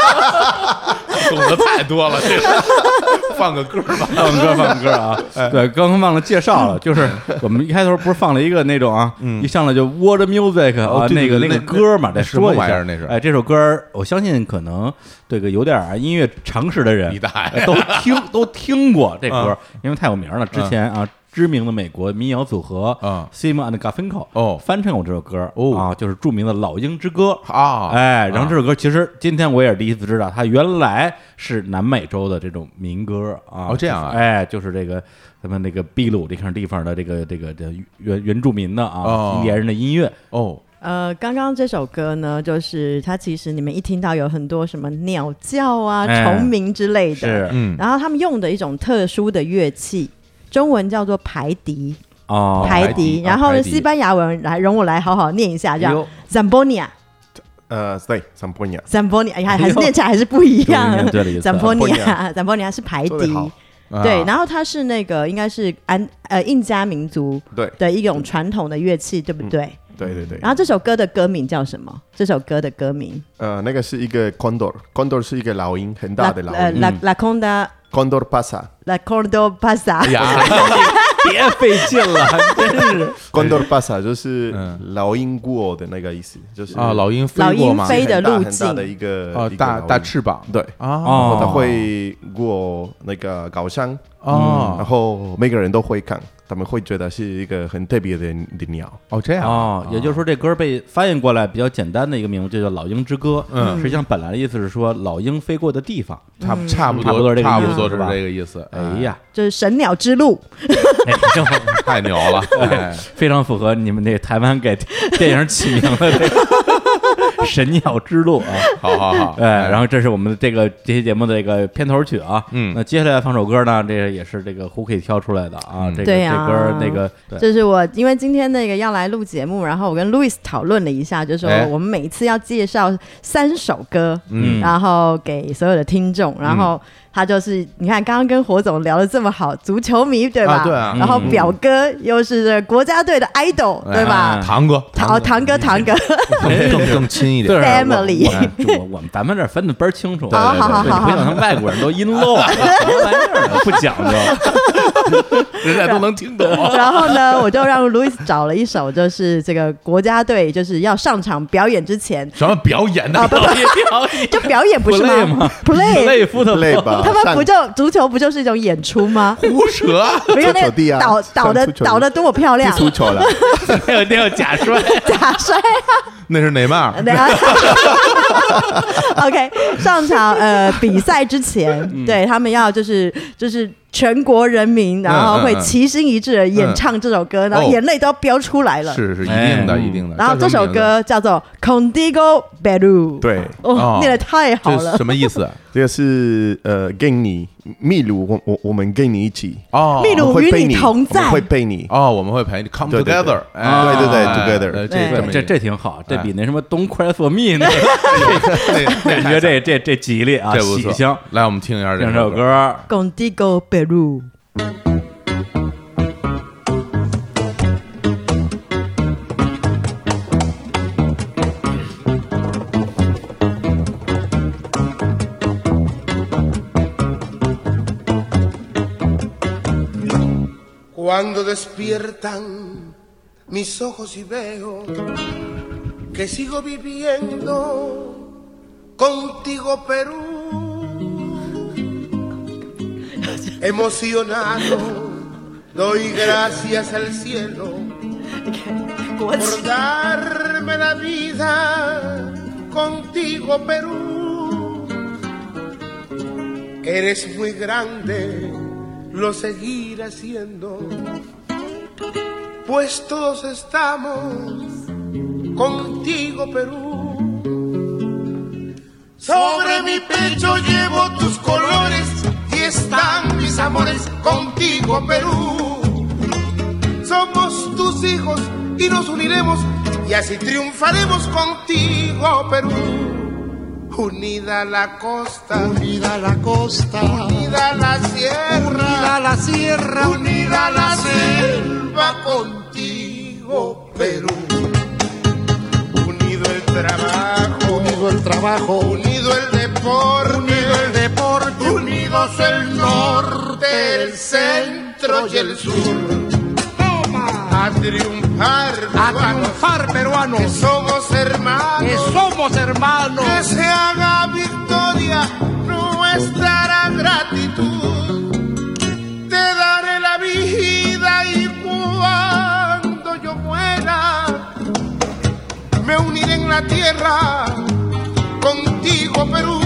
[SPEAKER 4] (laughs) 懂得太多了，这个放个歌吧，
[SPEAKER 5] 放歌放歌啊！
[SPEAKER 4] 哎
[SPEAKER 5] 对，刚刚忘了介绍
[SPEAKER 4] 嗯
[SPEAKER 5] 了，就是我们一开头不是放了一个那种啊，一上来就 World Music 啊
[SPEAKER 4] 哦，对
[SPEAKER 5] 那个
[SPEAKER 4] 对对
[SPEAKER 5] 个
[SPEAKER 4] 那
[SPEAKER 5] 歌嘛，
[SPEAKER 4] 那
[SPEAKER 5] 再说
[SPEAKER 4] 什
[SPEAKER 5] 一
[SPEAKER 4] 么玩意
[SPEAKER 5] 下
[SPEAKER 4] 儿那是
[SPEAKER 5] 哎，这首歌儿我相信可能这个有点儿啊音乐常识的人哎
[SPEAKER 4] 你嗯大
[SPEAKER 7] 哎
[SPEAKER 4] 爷，
[SPEAKER 5] 都
[SPEAKER 4] (laughs)
[SPEAKER 5] 听都听过这歌儿，因为太有名了。之前啊，知名的美国民谣组合
[SPEAKER 4] 嗯
[SPEAKER 5] Simon and Garfunkel
[SPEAKER 4] 哦
[SPEAKER 5] 翻唱过这首歌儿
[SPEAKER 4] 哦
[SPEAKER 5] 啊，就是著名的《老鹰之歌》
[SPEAKER 4] 啊，
[SPEAKER 5] 哎，然后这首歌其实今天我也是第一次知道，它原来是南美洲的这种民歌啊。
[SPEAKER 4] 哦这样啊
[SPEAKER 5] 就是哎，就是这个咱们那个秘鲁这片地方的这个这个这原原住民的啊
[SPEAKER 4] 哦，
[SPEAKER 5] 印第安人的音乐
[SPEAKER 4] 哦，
[SPEAKER 6] 呃，刚刚这首歌呢，就是它其实你们一听到有很多什么鸟叫啊、
[SPEAKER 5] 哎
[SPEAKER 6] 虫鸣之类的，
[SPEAKER 5] 是
[SPEAKER 4] 嗯，
[SPEAKER 6] 然后他们用的一种特殊的乐器。中文叫做排笛，
[SPEAKER 5] 哦，
[SPEAKER 4] 排
[SPEAKER 6] 笛，
[SPEAKER 4] 笛
[SPEAKER 6] 然后呢，
[SPEAKER 4] 哦排笛
[SPEAKER 6] 西班牙文来，容我来好好念一下，这
[SPEAKER 5] 哎
[SPEAKER 6] 样
[SPEAKER 5] 呦
[SPEAKER 6] ，zambonia，zambonia，
[SPEAKER 7] 呃，对，桑波尼亚，
[SPEAKER 6] 哎还还是念起来还是不一样
[SPEAKER 5] 终于哎念对了一次啊
[SPEAKER 6] ，zambonia，zambonia 是排
[SPEAKER 7] 说得
[SPEAKER 6] 笛
[SPEAKER 7] 好，
[SPEAKER 6] 对，
[SPEAKER 4] 啊
[SPEAKER 6] 然后它是那个应该是安呃印加民族
[SPEAKER 7] 对嗯
[SPEAKER 6] 的一种传统的乐器，对不对？
[SPEAKER 7] 对对对
[SPEAKER 6] 然，后这首歌的歌名叫什么？这首歌的歌名
[SPEAKER 7] 呃，那个是一个 condor，condor 是一个老鹰，很大的老
[SPEAKER 6] 呃
[SPEAKER 5] 嗯
[SPEAKER 7] 鹰
[SPEAKER 6] ，La La Conda
[SPEAKER 7] ，condor pasa，condor
[SPEAKER 6] La Cordo
[SPEAKER 7] 哎
[SPEAKER 6] Pasa，
[SPEAKER 4] 呀，
[SPEAKER 5] 别费劲了，真是
[SPEAKER 7] pasa 就是
[SPEAKER 4] 嗯
[SPEAKER 7] 老鹰过的那个意思，就是
[SPEAKER 4] 啊，老鹰
[SPEAKER 6] 老
[SPEAKER 4] 飞过
[SPEAKER 6] 鹰
[SPEAKER 4] 吗？
[SPEAKER 6] 飞的
[SPEAKER 7] 很大
[SPEAKER 6] 路
[SPEAKER 7] 很大的
[SPEAKER 6] 径。
[SPEAKER 7] 一个
[SPEAKER 4] 哦，
[SPEAKER 7] 一个
[SPEAKER 4] 大
[SPEAKER 7] 老
[SPEAKER 4] 大
[SPEAKER 7] 鹰
[SPEAKER 4] 翅膀，
[SPEAKER 7] 对，
[SPEAKER 4] 啊，
[SPEAKER 7] 他
[SPEAKER 5] 哦，
[SPEAKER 7] 会过那个高山，然
[SPEAKER 4] 哦
[SPEAKER 7] 后每个人都会看，他们会觉得是一个很特别的
[SPEAKER 4] (laughs)
[SPEAKER 7] 的鸟。
[SPEAKER 4] 哦这样
[SPEAKER 5] 哦
[SPEAKER 4] 啊，
[SPEAKER 5] 也就是说这歌被翻译过来比较简单的一个名字就叫《老鹰之歌》，嗯，实际上本来的意思是说老鹰飞过的地方。
[SPEAKER 4] 差
[SPEAKER 6] 嗯
[SPEAKER 4] 不差不
[SPEAKER 5] 差不多
[SPEAKER 4] 多
[SPEAKER 5] 这个
[SPEAKER 4] 差
[SPEAKER 5] 意
[SPEAKER 4] 不
[SPEAKER 5] 思
[SPEAKER 4] 多
[SPEAKER 5] 是
[SPEAKER 4] 是
[SPEAKER 5] 吧
[SPEAKER 4] 这个意思，(laughs)
[SPEAKER 5] 哎呀，
[SPEAKER 6] 就是神鸟之路，
[SPEAKER 5] 哎呦
[SPEAKER 4] 太牛了，哎
[SPEAKER 5] 非常符合你们那台湾给电影起名的这个 (laughs) 神鸟之路啊。
[SPEAKER 4] 好好好，
[SPEAKER 5] 哎，然后这是我们这个这期节目的这个片头曲啊。
[SPEAKER 4] 嗯
[SPEAKER 5] 那接下来放首歌呢，这也是这个胡可以挑出来的啊。这个
[SPEAKER 6] 对
[SPEAKER 5] 这
[SPEAKER 6] 啊
[SPEAKER 5] 歌那个对
[SPEAKER 6] 就是我因为今天那个要来录节目，然后我跟 Louis 讨论了一下，就是
[SPEAKER 4] 哎
[SPEAKER 6] 说我们每一次要介绍三首歌，
[SPEAKER 5] 嗯
[SPEAKER 7] 嗯
[SPEAKER 6] 然后给所有的听众，然后他就是你看刚刚跟火总聊的这么好，足球迷对吧？
[SPEAKER 4] 啊对
[SPEAKER 7] 嗯
[SPEAKER 4] 啊
[SPEAKER 6] 然后表哥又是这国家队的 idol 对吧？
[SPEAKER 7] 啊
[SPEAKER 4] 堂哎哥，
[SPEAKER 6] 堂堂哥哦
[SPEAKER 7] (laughs)
[SPEAKER 6] 堂哥，
[SPEAKER 4] 更更更亲一点，
[SPEAKER 5] 对啊
[SPEAKER 6] Family
[SPEAKER 5] 我我我我们咱们这儿分的倍儿清楚，
[SPEAKER 6] 对
[SPEAKER 5] 啊
[SPEAKER 6] 对对好好
[SPEAKER 5] 对你
[SPEAKER 6] 好
[SPEAKER 5] 不像他们外国人都
[SPEAKER 6] (laughs)
[SPEAKER 5] 阴漏，什么玩意儿啊不讲究，
[SPEAKER 4] 人家都能听
[SPEAKER 6] (laughs)
[SPEAKER 4] 懂。
[SPEAKER 6] 然后呢，我就让 Louis 找了一首，就是这个国家队就是要上场表演之前，
[SPEAKER 4] 什么表演
[SPEAKER 6] 啊
[SPEAKER 4] 的？
[SPEAKER 6] 就表演不是
[SPEAKER 5] Play 吗
[SPEAKER 6] Play，
[SPEAKER 5] 累夫的
[SPEAKER 7] 累
[SPEAKER 4] (laughs)
[SPEAKER 7] 吧？
[SPEAKER 6] 他们
[SPEAKER 7] 上
[SPEAKER 6] 不就足球不就是一种演出
[SPEAKER 7] (laughs)
[SPEAKER 6] 吗？
[SPEAKER 4] 胡扯！
[SPEAKER 6] 不是那
[SPEAKER 7] 球地
[SPEAKER 6] 个
[SPEAKER 7] 啊
[SPEAKER 6] 倒倒的
[SPEAKER 7] 上足球
[SPEAKER 6] 倒的多么漂亮，
[SPEAKER 7] 足球了，
[SPEAKER 4] (laughs)
[SPEAKER 5] 还有那有假摔，
[SPEAKER 6] (laughs) 假摔
[SPEAKER 4] 那是
[SPEAKER 6] (laughs)
[SPEAKER 4] 哪嘛？
[SPEAKER 6] 对啊 OK，上场呃比赛之前，
[SPEAKER 4] 嗯
[SPEAKER 6] 对他们要就是就是全国人民，然后会
[SPEAKER 4] 嗯嗯嗯
[SPEAKER 6] 齐心一致地演唱这首歌，然后
[SPEAKER 4] 哦
[SPEAKER 6] 眼泪都要飙出来了。嗯
[SPEAKER 4] 是是一定的，一定的。
[SPEAKER 6] 然后这
[SPEAKER 4] 什
[SPEAKER 6] 首
[SPEAKER 4] 么名字
[SPEAKER 6] 歌叫做《Condigo Belu》，
[SPEAKER 7] 对，
[SPEAKER 6] 哦
[SPEAKER 4] 哦，
[SPEAKER 6] 念的太好
[SPEAKER 4] 这
[SPEAKER 6] 了
[SPEAKER 4] 是。什么意思？啊
[SPEAKER 7] 这个是呃跟你秘鲁，我我我们跟你一起，
[SPEAKER 4] 哦，
[SPEAKER 6] (laughs) 秘
[SPEAKER 7] 我
[SPEAKER 6] 鲁
[SPEAKER 7] 们会
[SPEAKER 6] 与
[SPEAKER 7] 背
[SPEAKER 6] 你
[SPEAKER 7] 你
[SPEAKER 6] 同
[SPEAKER 7] 我
[SPEAKER 6] 在
[SPEAKER 7] 们，会背你，
[SPEAKER 4] 哦，我们会陪你 come
[SPEAKER 7] 对对对
[SPEAKER 4] together，
[SPEAKER 7] 啊
[SPEAKER 4] 哎
[SPEAKER 7] 对对对
[SPEAKER 4] 哎
[SPEAKER 7] together
[SPEAKER 4] 呃
[SPEAKER 6] 对
[SPEAKER 4] 这么一
[SPEAKER 5] 这这挺好，这
[SPEAKER 4] 哎
[SPEAKER 5] 比那什么 Don't Cry for Me 那个，
[SPEAKER 4] (laughs) 这这
[SPEAKER 5] 感觉这这这吉利啊，
[SPEAKER 4] 这不
[SPEAKER 5] 喜
[SPEAKER 4] 错
[SPEAKER 5] 庆。
[SPEAKER 4] 来，我们听一下
[SPEAKER 5] 这
[SPEAKER 4] 首
[SPEAKER 5] 首。歌，
[SPEAKER 6] Contigo Peru。
[SPEAKER 8] Cuando despiertan mis ojos y veo que sigo viviendo contigo, Perú. Emocionado, doy gracias al cielo
[SPEAKER 6] 国旗
[SPEAKER 8] por darme la vida contigo, Perú. Eres muy grande, lo seguiré siendo, pues todos estamos contigo, Perú. Sobre mi pecho llevo tus colores y están mis amores contigo, Perú somos tus hijos y nos uniremos y así triunfaremos contigo, oh Perú. Unida la costa, unida la costa, unida la sierra, unida la sierra, unida la selva contigo, Perú unido el trabajo, unido el trabajo, unido el deporte, unido el deporte, unidos el norte, el centro y el sur. A triunfar, a triunfar peruanos, que somos hermanos, que somos hermanos, que se haga victoria nuestra gratitud te daré la vida y cuando yo muera me uniré en la tierra contigo Perú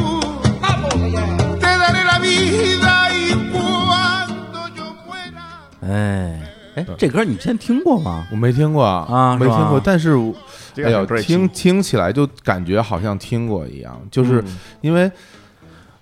[SPEAKER 8] te daré la vida y cuando yo muera
[SPEAKER 5] 哎哎，这歌你之前听过吗？
[SPEAKER 4] 我没听过
[SPEAKER 5] 啊
[SPEAKER 4] 没
[SPEAKER 5] 是吧
[SPEAKER 4] 听过，但是我，
[SPEAKER 7] 这
[SPEAKER 4] 哎
[SPEAKER 7] 个
[SPEAKER 4] 呦
[SPEAKER 7] 很，great
[SPEAKER 4] 听听起来就感觉好像听过一样，就是因为，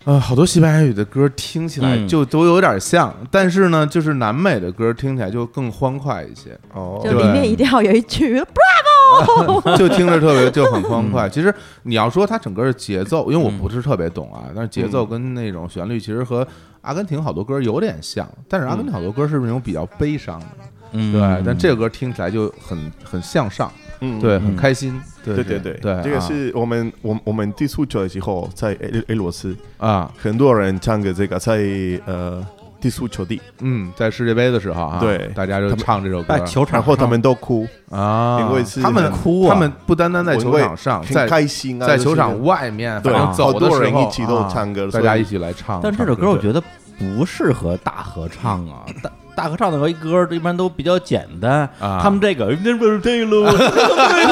[SPEAKER 4] 呃，好多西班牙语的歌听起来
[SPEAKER 5] 嗯
[SPEAKER 4] 就都有点像，但是呢，就是南美的歌听起来就更欢快一些，
[SPEAKER 7] 哦
[SPEAKER 6] 就里面一定要有一句 Bravo，
[SPEAKER 4] (laughs)
[SPEAKER 5] (laughs)
[SPEAKER 4] 就听着特别就很欢
[SPEAKER 5] 嗯
[SPEAKER 4] 快。其实你要说它整个的节奏，因为我不是特别懂啊，但是节奏跟那种旋律其实和阿根廷好多歌有点像，但是阿根廷好多歌是那种比较悲伤的，
[SPEAKER 5] 嗯
[SPEAKER 4] 对，但这个歌听起来就很很向上，
[SPEAKER 7] 嗯
[SPEAKER 4] 对，很开心，对
[SPEAKER 7] 对对对，
[SPEAKER 4] 对，
[SPEAKER 7] 这个
[SPEAKER 4] 啊
[SPEAKER 7] 是我们我我们踢足球的时候，在呃俄俄罗斯，
[SPEAKER 4] 啊，
[SPEAKER 7] 很多人唱的这个在呃踢足球地，
[SPEAKER 4] 嗯，在世界杯的时候啊，
[SPEAKER 7] 对
[SPEAKER 4] 大家就唱这首歌
[SPEAKER 5] 在球哎场
[SPEAKER 7] 然后他们都哭，
[SPEAKER 4] 啊，
[SPEAKER 7] 因为是
[SPEAKER 4] 他们
[SPEAKER 7] 很
[SPEAKER 4] 哭，他们不单单在
[SPEAKER 7] 我
[SPEAKER 4] 球
[SPEAKER 7] 会
[SPEAKER 4] 场上，
[SPEAKER 7] 很
[SPEAKER 4] 在
[SPEAKER 7] 开心啊，
[SPEAKER 4] 在
[SPEAKER 7] 就是
[SPEAKER 4] 球场外面，
[SPEAKER 7] 对
[SPEAKER 4] 反正
[SPEAKER 7] 好
[SPEAKER 4] 走的
[SPEAKER 7] 多
[SPEAKER 4] 时
[SPEAKER 7] 人
[SPEAKER 4] 候
[SPEAKER 7] 一起都
[SPEAKER 4] 啊
[SPEAKER 7] 唱歌
[SPEAKER 4] 大
[SPEAKER 7] 所以
[SPEAKER 4] 家一起来唱。
[SPEAKER 5] 但这首歌
[SPEAKER 4] 唱
[SPEAKER 5] 我觉得不适合大合唱啊，大大合唱的歌一般都比较简单，
[SPEAKER 4] 啊
[SPEAKER 5] 他们这个对路，对路，还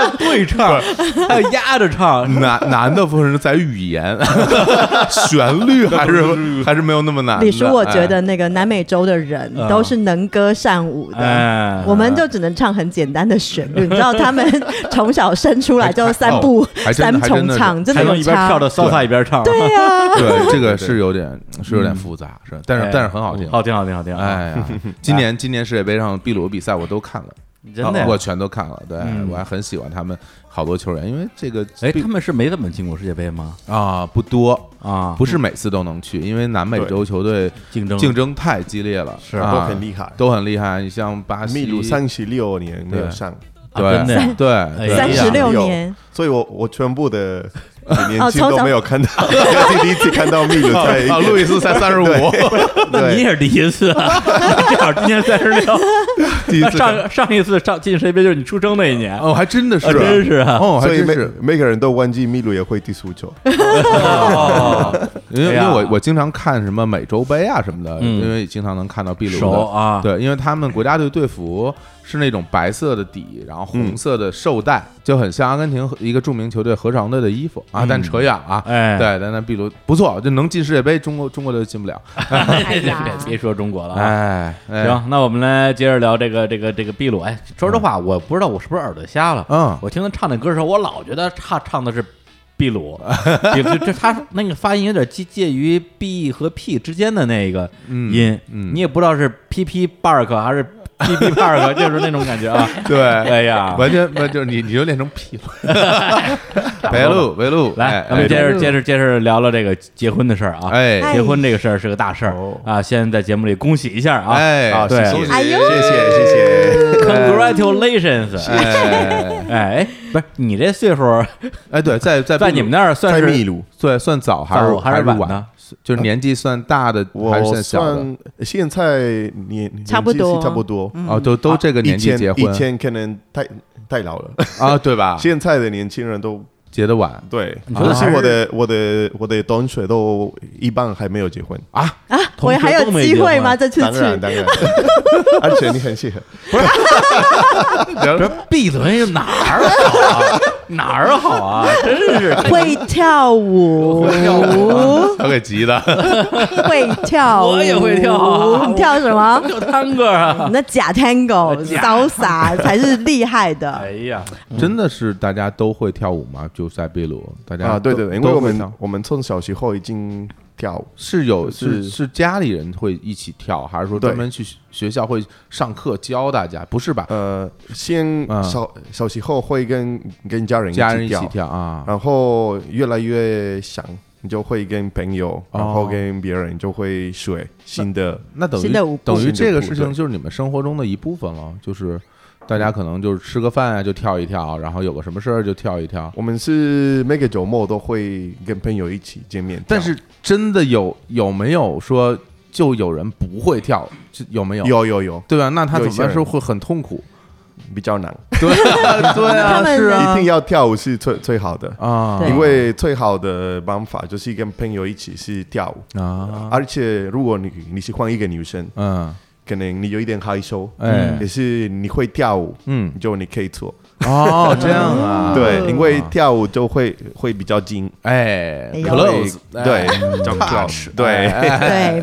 [SPEAKER 5] 有对唱，还有压着唱，
[SPEAKER 4] 难难的不是在语言， (laughs) 旋
[SPEAKER 5] (laughs)
[SPEAKER 4] 律还是还是没有那么难的。
[SPEAKER 6] 李叔，我觉
[SPEAKER 4] 哎
[SPEAKER 6] 得那个南美洲的人
[SPEAKER 5] 嗯
[SPEAKER 6] 都是能歌善舞的。
[SPEAKER 5] 哎，
[SPEAKER 6] 我们就只能唱很简单的旋律，你知道他们从小生出来就三步
[SPEAKER 4] 还真
[SPEAKER 6] 三
[SPEAKER 4] 的
[SPEAKER 6] 重唱，
[SPEAKER 4] 还
[SPEAKER 6] 真
[SPEAKER 5] 还
[SPEAKER 6] 的
[SPEAKER 5] 能
[SPEAKER 6] 有
[SPEAKER 5] 一边
[SPEAKER 6] 差
[SPEAKER 5] 跳着骚萨一边唱，对呀，
[SPEAKER 4] 哎
[SPEAKER 5] (laughs)
[SPEAKER 4] 对这个是有点是有点复杂，是，但是但是很好听。
[SPEAKER 5] 嗯哎好听，好听，好听， (laughs)
[SPEAKER 4] 哎呀，今年今年世界杯上秘鲁的比赛我都看了。
[SPEAKER 5] 真的
[SPEAKER 4] 啊
[SPEAKER 5] 呀嗯
[SPEAKER 4] 我。全都看了，对、我还很喜欢他们好多球员，因为这个
[SPEAKER 5] 哎，
[SPEAKER 4] 并
[SPEAKER 5] 他们是没怎么进过世界杯吗？
[SPEAKER 4] 啊不多，
[SPEAKER 5] 啊
[SPEAKER 4] 不是每次都能去，因为南美洲球队
[SPEAKER 5] 竞争
[SPEAKER 4] 竞争太激烈了，
[SPEAKER 5] 是
[SPEAKER 4] 啊
[SPEAKER 7] 都很厉害
[SPEAKER 4] 都很厉害。你像巴西，
[SPEAKER 7] 秘鲁三十六年没有上，
[SPEAKER 5] 啊
[SPEAKER 4] 对
[SPEAKER 5] 真的呀
[SPEAKER 4] 对对
[SPEAKER 5] 哎呀
[SPEAKER 6] 三十六年，
[SPEAKER 7] 所以我我全部的年轻
[SPEAKER 6] 从
[SPEAKER 7] 都
[SPEAKER 6] 小
[SPEAKER 7] 没有看到，我第一次看到秘鲁在
[SPEAKER 4] 啊，路易斯才三十五，
[SPEAKER 5] 那你
[SPEAKER 7] 对
[SPEAKER 5] 也是第一次啊，正好今年三十六，上上一次上进世界杯就是你出生那一年，
[SPEAKER 4] 哦，还真的是
[SPEAKER 5] 啊，，真是啊，
[SPEAKER 4] 哦，还
[SPEAKER 7] 所以
[SPEAKER 4] 真
[SPEAKER 7] 每
[SPEAKER 4] 是，
[SPEAKER 7] 每个人都忘记秘鲁也会踢足球，
[SPEAKER 5] 哦
[SPEAKER 4] 因为因
[SPEAKER 5] 哎
[SPEAKER 4] 为
[SPEAKER 5] 呀
[SPEAKER 4] 我我经常看什么美洲杯啊什么的，
[SPEAKER 5] 嗯
[SPEAKER 4] 因为经常能看到秘鲁
[SPEAKER 5] 熟
[SPEAKER 4] 的
[SPEAKER 5] 啊
[SPEAKER 4] 对，因为他们国家队队服是那种白色的底，
[SPEAKER 5] 嗯
[SPEAKER 4] 然后红色的绶带，就很像阿根廷和一个著名球队合常队的衣服啊。但扯远了啊，
[SPEAKER 5] 哎
[SPEAKER 4] 对，但那秘鲁不错，就能进世界杯，中国中国队进不了。
[SPEAKER 6] 哎呀，
[SPEAKER 5] 别别说中国了啊。
[SPEAKER 4] 哎，哎，
[SPEAKER 5] 行，那我们来接着聊这个这个这个秘鲁。哎，说实话，我不知道我是不是耳朵瞎了。
[SPEAKER 4] 嗯
[SPEAKER 5] 我听他唱那歌的时候，我老觉得唱唱的是秘鲁，
[SPEAKER 4] (laughs)
[SPEAKER 5] 比这这他那个发音有点介介于 b 和 p 之间的那个音，
[SPEAKER 4] 嗯
[SPEAKER 5] 你也不知道是 p p bark 还是 p p
[SPEAKER 4] (laughs)
[SPEAKER 5] park，就是那种感觉啊。
[SPEAKER 4] 对，
[SPEAKER 5] 哎呀，
[SPEAKER 4] 完全完就是你你就练成屁了，
[SPEAKER 5] (laughs)
[SPEAKER 4] (laughs) 白鹿白鹿，
[SPEAKER 5] 来
[SPEAKER 4] 哎，
[SPEAKER 5] 咱们接
[SPEAKER 4] 哎
[SPEAKER 5] 着接着接着聊聊这个结婚的事儿啊。
[SPEAKER 4] 哎
[SPEAKER 5] 结婚这个事儿是个大事儿
[SPEAKER 7] 哦
[SPEAKER 5] 啊，先在节目里恭喜一下啊。
[SPEAKER 4] 哎，
[SPEAKER 5] 对
[SPEAKER 4] 恭喜
[SPEAKER 6] 哎呦，
[SPEAKER 7] 谢谢谢
[SPEAKER 5] (laughs)
[SPEAKER 7] 谢，
[SPEAKER 5] Congratulations！
[SPEAKER 4] 哎
[SPEAKER 5] 哎，不是你这岁
[SPEAKER 4] (laughs)
[SPEAKER 5] 数儿，
[SPEAKER 4] 哎，对，在在
[SPEAKER 5] 在你们那儿算
[SPEAKER 7] 在
[SPEAKER 5] 是
[SPEAKER 7] 秘鲁。
[SPEAKER 4] 对算早还是
[SPEAKER 5] 早还
[SPEAKER 4] 是
[SPEAKER 5] 晚
[SPEAKER 4] 晚？
[SPEAKER 5] 呢？
[SPEAKER 4] 就是年纪算大的还
[SPEAKER 7] 我
[SPEAKER 4] 是算小的？
[SPEAKER 7] 算现在年
[SPEAKER 6] 差不多
[SPEAKER 7] 年纪是差不多，
[SPEAKER 4] 哦，都都这个
[SPEAKER 7] 以
[SPEAKER 4] 年纪
[SPEAKER 7] 前
[SPEAKER 4] 结
[SPEAKER 7] 以
[SPEAKER 4] 婚
[SPEAKER 7] 前可能太太老了，
[SPEAKER 4] 啊，对吧？
[SPEAKER 7] 现在的年轻人都
[SPEAKER 4] 结的晚
[SPEAKER 7] 对，
[SPEAKER 5] 觉得
[SPEAKER 7] 但是
[SPEAKER 5] 还是
[SPEAKER 7] 我的我的我的同学都一般还没有结婚，
[SPEAKER 6] 我还有机会吗？？这次
[SPEAKER 7] 当然
[SPEAKER 6] 去
[SPEAKER 7] 当然，而且你很适合，
[SPEAKER 5] 不是闭嘴，哪儿好啊？哪儿好啊？真是
[SPEAKER 6] 会跳舞，
[SPEAKER 4] 他给急的，
[SPEAKER 6] (laughs) 会跳舞，
[SPEAKER 5] 我也会跳啊
[SPEAKER 6] 你跳什么？
[SPEAKER 5] 就探戈啊！
[SPEAKER 6] 那假 tango、
[SPEAKER 5] 假
[SPEAKER 6] salsa 才是厉害
[SPEAKER 5] 哎
[SPEAKER 6] 的。
[SPEAKER 5] 呀，
[SPEAKER 7] 嗯
[SPEAKER 4] 真的是大家都会跳舞吗？就在秘鲁，大家
[SPEAKER 7] 啊，对对
[SPEAKER 4] 都
[SPEAKER 7] 对，因为我
[SPEAKER 4] 都会跳
[SPEAKER 7] 们我们从小时候已经跳舞，
[SPEAKER 4] 是有是
[SPEAKER 7] 是
[SPEAKER 4] 是家里人会一起跳，还是说
[SPEAKER 7] 对
[SPEAKER 4] 专门去学学校会上课教大家？不是吧？
[SPEAKER 7] 呃，先
[SPEAKER 4] 啊
[SPEAKER 7] 小小时候会跟跟家人
[SPEAKER 4] 家人一起
[SPEAKER 7] 跳，
[SPEAKER 4] 跳啊，
[SPEAKER 7] 然后越来越想，你就会跟朋友，然后
[SPEAKER 4] 哦
[SPEAKER 7] 跟别人就会学新的，
[SPEAKER 4] 那等于
[SPEAKER 6] 新的舞步
[SPEAKER 4] 等于这个
[SPEAKER 7] 新
[SPEAKER 4] 事
[SPEAKER 7] 的
[SPEAKER 4] 情
[SPEAKER 7] 舞对
[SPEAKER 4] 就是你们生活中的一部分了，就是大家可能就是吃个饭啊就跳一跳，然后有个什么事儿就跳一跳。
[SPEAKER 7] 我们是每个周末都会跟朋友一起见面，
[SPEAKER 4] 但是真的有有没有说就有人不会跳，就有没有？
[SPEAKER 7] 有有有
[SPEAKER 4] 对吧？那他
[SPEAKER 7] 有
[SPEAKER 4] 怎么
[SPEAKER 7] 一些
[SPEAKER 4] 办
[SPEAKER 7] 人
[SPEAKER 4] 是会很痛苦？
[SPEAKER 7] 比较难，
[SPEAKER 4] 对啊， (laughs) 对
[SPEAKER 6] 他
[SPEAKER 4] 啊，
[SPEAKER 6] 们
[SPEAKER 4] 是
[SPEAKER 7] 一
[SPEAKER 4] 啊
[SPEAKER 7] 定要跳舞是最最好的，
[SPEAKER 4] 啊
[SPEAKER 6] 对
[SPEAKER 7] 因为最好的办法就是跟朋友一起是跳舞，
[SPEAKER 4] 啊，
[SPEAKER 7] 而且如果你你喜欢一个女生， (laughs)
[SPEAKER 4] 嗯
[SPEAKER 7] 可能你有一点害羞，
[SPEAKER 4] 哎
[SPEAKER 7] 也是你会跳舞，
[SPEAKER 4] 嗯，
[SPEAKER 7] 就你可以做，
[SPEAKER 4] 哦，这样啊，
[SPEAKER 7] 嗯对，因为跳舞就会会比较精，
[SPEAKER 4] 哎
[SPEAKER 6] 哎呦
[SPEAKER 4] ，close，
[SPEAKER 7] 对，比较 close，
[SPEAKER 6] 对，
[SPEAKER 7] 对。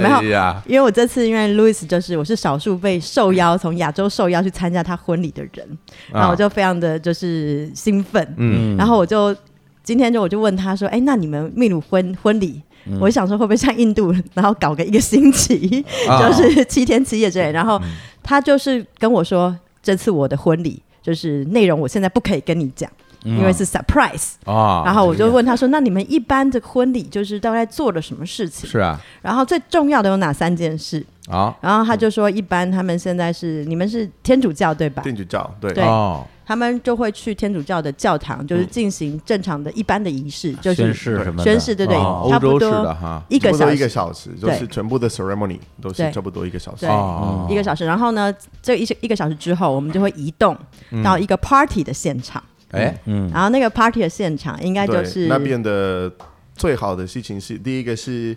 [SPEAKER 6] 然后
[SPEAKER 4] 哎呀，
[SPEAKER 6] 因为我这次因为 Louis 就是我是少数被受邀从亚洲受邀去参加他婚礼的人，然后我就非常的就是兴奋，
[SPEAKER 4] 嗯，
[SPEAKER 6] 然后我就今天就我就问他说，哎，那你们秘鲁婚婚礼？
[SPEAKER 4] 嗯
[SPEAKER 6] 我想说会不会像印度，然后搞个一个星期，
[SPEAKER 4] (laughs) 啊嗯
[SPEAKER 6] 就是七天七夜之类。然后他就是跟我说，这次我的婚礼就是内容，我现在不可以跟你讲，因为是 surprise。
[SPEAKER 4] 嗯啊，
[SPEAKER 6] 然后我就问他说：“那你们一般的婚礼就是大概做了什么事情？
[SPEAKER 4] 是啊，
[SPEAKER 6] 然后最重要的有哪三件事
[SPEAKER 4] 啊？”，
[SPEAKER 6] 然后他就说：“一般他们现在是你们是天主教对吧？
[SPEAKER 7] 定去照，对
[SPEAKER 6] 对
[SPEAKER 4] 哦，
[SPEAKER 6] 他们就会去天主教的教堂，就是
[SPEAKER 7] 嗯
[SPEAKER 6] 进行正常的一般的仪
[SPEAKER 7] 啊
[SPEAKER 6] 式，就是
[SPEAKER 5] 宣誓什么的？
[SPEAKER 6] 宣誓，对不对？
[SPEAKER 4] 哦欧
[SPEAKER 6] 差不
[SPEAKER 4] 洲式的
[SPEAKER 6] 多
[SPEAKER 4] 哈，
[SPEAKER 6] 一个
[SPEAKER 7] 差不
[SPEAKER 6] 小
[SPEAKER 7] 多一
[SPEAKER 6] 时，
[SPEAKER 7] 个小时，就
[SPEAKER 6] 对
[SPEAKER 7] 是全部的 ceremony 都
[SPEAKER 6] 对
[SPEAKER 7] 是差不多一个小时
[SPEAKER 6] 对。
[SPEAKER 4] 哦，
[SPEAKER 6] 一个小时。然后呢，这一一个小时之后，我们就会移动
[SPEAKER 7] 嗯
[SPEAKER 6] 到一个 party 的现场，
[SPEAKER 4] 哎，
[SPEAKER 5] 嗯
[SPEAKER 6] 然后那个 party 的现场应该
[SPEAKER 7] 对，
[SPEAKER 6] 就是
[SPEAKER 7] 那边的最好的事情是，第一个是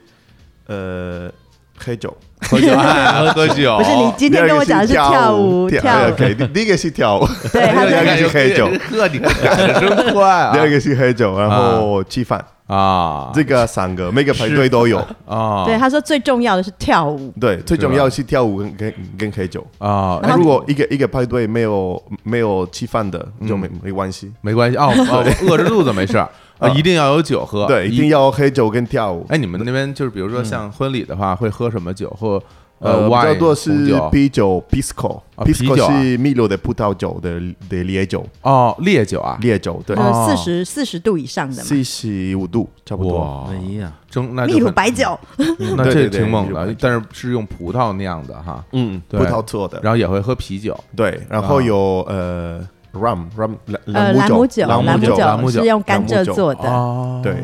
[SPEAKER 7] 呃喝酒，
[SPEAKER 4] 喝酒，哎喝酒，
[SPEAKER 6] 不是你今天跟我讲的是
[SPEAKER 7] 第
[SPEAKER 6] 跳
[SPEAKER 7] 二个跳哎
[SPEAKER 6] 舞跳舞
[SPEAKER 7] OK，第第一个是跳舞， (laughs) 哎
[SPEAKER 6] 对，他
[SPEAKER 7] 第
[SPEAKER 6] 就
[SPEAKER 7] 二个
[SPEAKER 6] 是
[SPEAKER 7] 是喝酒，
[SPEAKER 4] 喝你改的真快
[SPEAKER 7] 第二
[SPEAKER 4] 啊！
[SPEAKER 7] 个是喝酒，然后吃饭，
[SPEAKER 4] (laughs) 啊，
[SPEAKER 7] 这个三个每个排队
[SPEAKER 4] (laughs)
[SPEAKER 7] 都有。
[SPEAKER 4] 啊，
[SPEAKER 6] 对他说最重要的是跳舞，
[SPEAKER 7] 对，最重要是跳舞跟跟跟喝酒。
[SPEAKER 4] 啊，哎
[SPEAKER 6] 然后
[SPEAKER 7] 如果一个一个派对没有没有吃饭的，
[SPEAKER 4] 嗯
[SPEAKER 7] 就没没关系。
[SPEAKER 4] 没关系
[SPEAKER 7] (laughs)
[SPEAKER 4] 哦，哦饿着肚子没事儿啊，哎一定要有酒喝，
[SPEAKER 7] 对，一定。要喝酒跟跳舞。嗯
[SPEAKER 4] 哎，你们那边就是比如说像婚礼的话，会喝什么酒或呃
[SPEAKER 7] 比较
[SPEAKER 4] wine，
[SPEAKER 7] 多是
[SPEAKER 4] 红酒
[SPEAKER 7] 啤酒 Pisco，Pisco、
[SPEAKER 4] 啊啤酒啊
[SPEAKER 7] 是秘鲁的葡萄酒的的烈酒，
[SPEAKER 4] 哦，烈酒啊，
[SPEAKER 7] 烈酒对，
[SPEAKER 6] 呃，四十四十度以上的嘛，
[SPEAKER 7] 四十五度差不多。
[SPEAKER 4] 哇
[SPEAKER 5] 哦
[SPEAKER 1] 哎，呀，
[SPEAKER 4] 蒸那就
[SPEAKER 6] 秘鲁
[SPEAKER 4] 很嗯
[SPEAKER 6] 白酒，
[SPEAKER 4] 那这
[SPEAKER 7] 对对对
[SPEAKER 4] 挺猛
[SPEAKER 7] 秘鲁白
[SPEAKER 4] 的
[SPEAKER 7] 酒，
[SPEAKER 4] 但是是用葡萄酿的哈，
[SPEAKER 7] 嗯，葡
[SPEAKER 4] 对
[SPEAKER 7] 萄做的，
[SPEAKER 4] 然后也啊会喝啤酒，
[SPEAKER 7] 对，然后有、呃 rum rum 兰
[SPEAKER 6] 呃，兰姆
[SPEAKER 7] 姆
[SPEAKER 6] 酒，
[SPEAKER 7] 兰
[SPEAKER 6] 兰
[SPEAKER 7] 酒，
[SPEAKER 4] 兰姆
[SPEAKER 6] 酒
[SPEAKER 4] 酒
[SPEAKER 6] 是用甘
[SPEAKER 7] 兰姆
[SPEAKER 6] 蔗
[SPEAKER 7] 酒啊
[SPEAKER 6] 做的，
[SPEAKER 4] 哦
[SPEAKER 7] 对，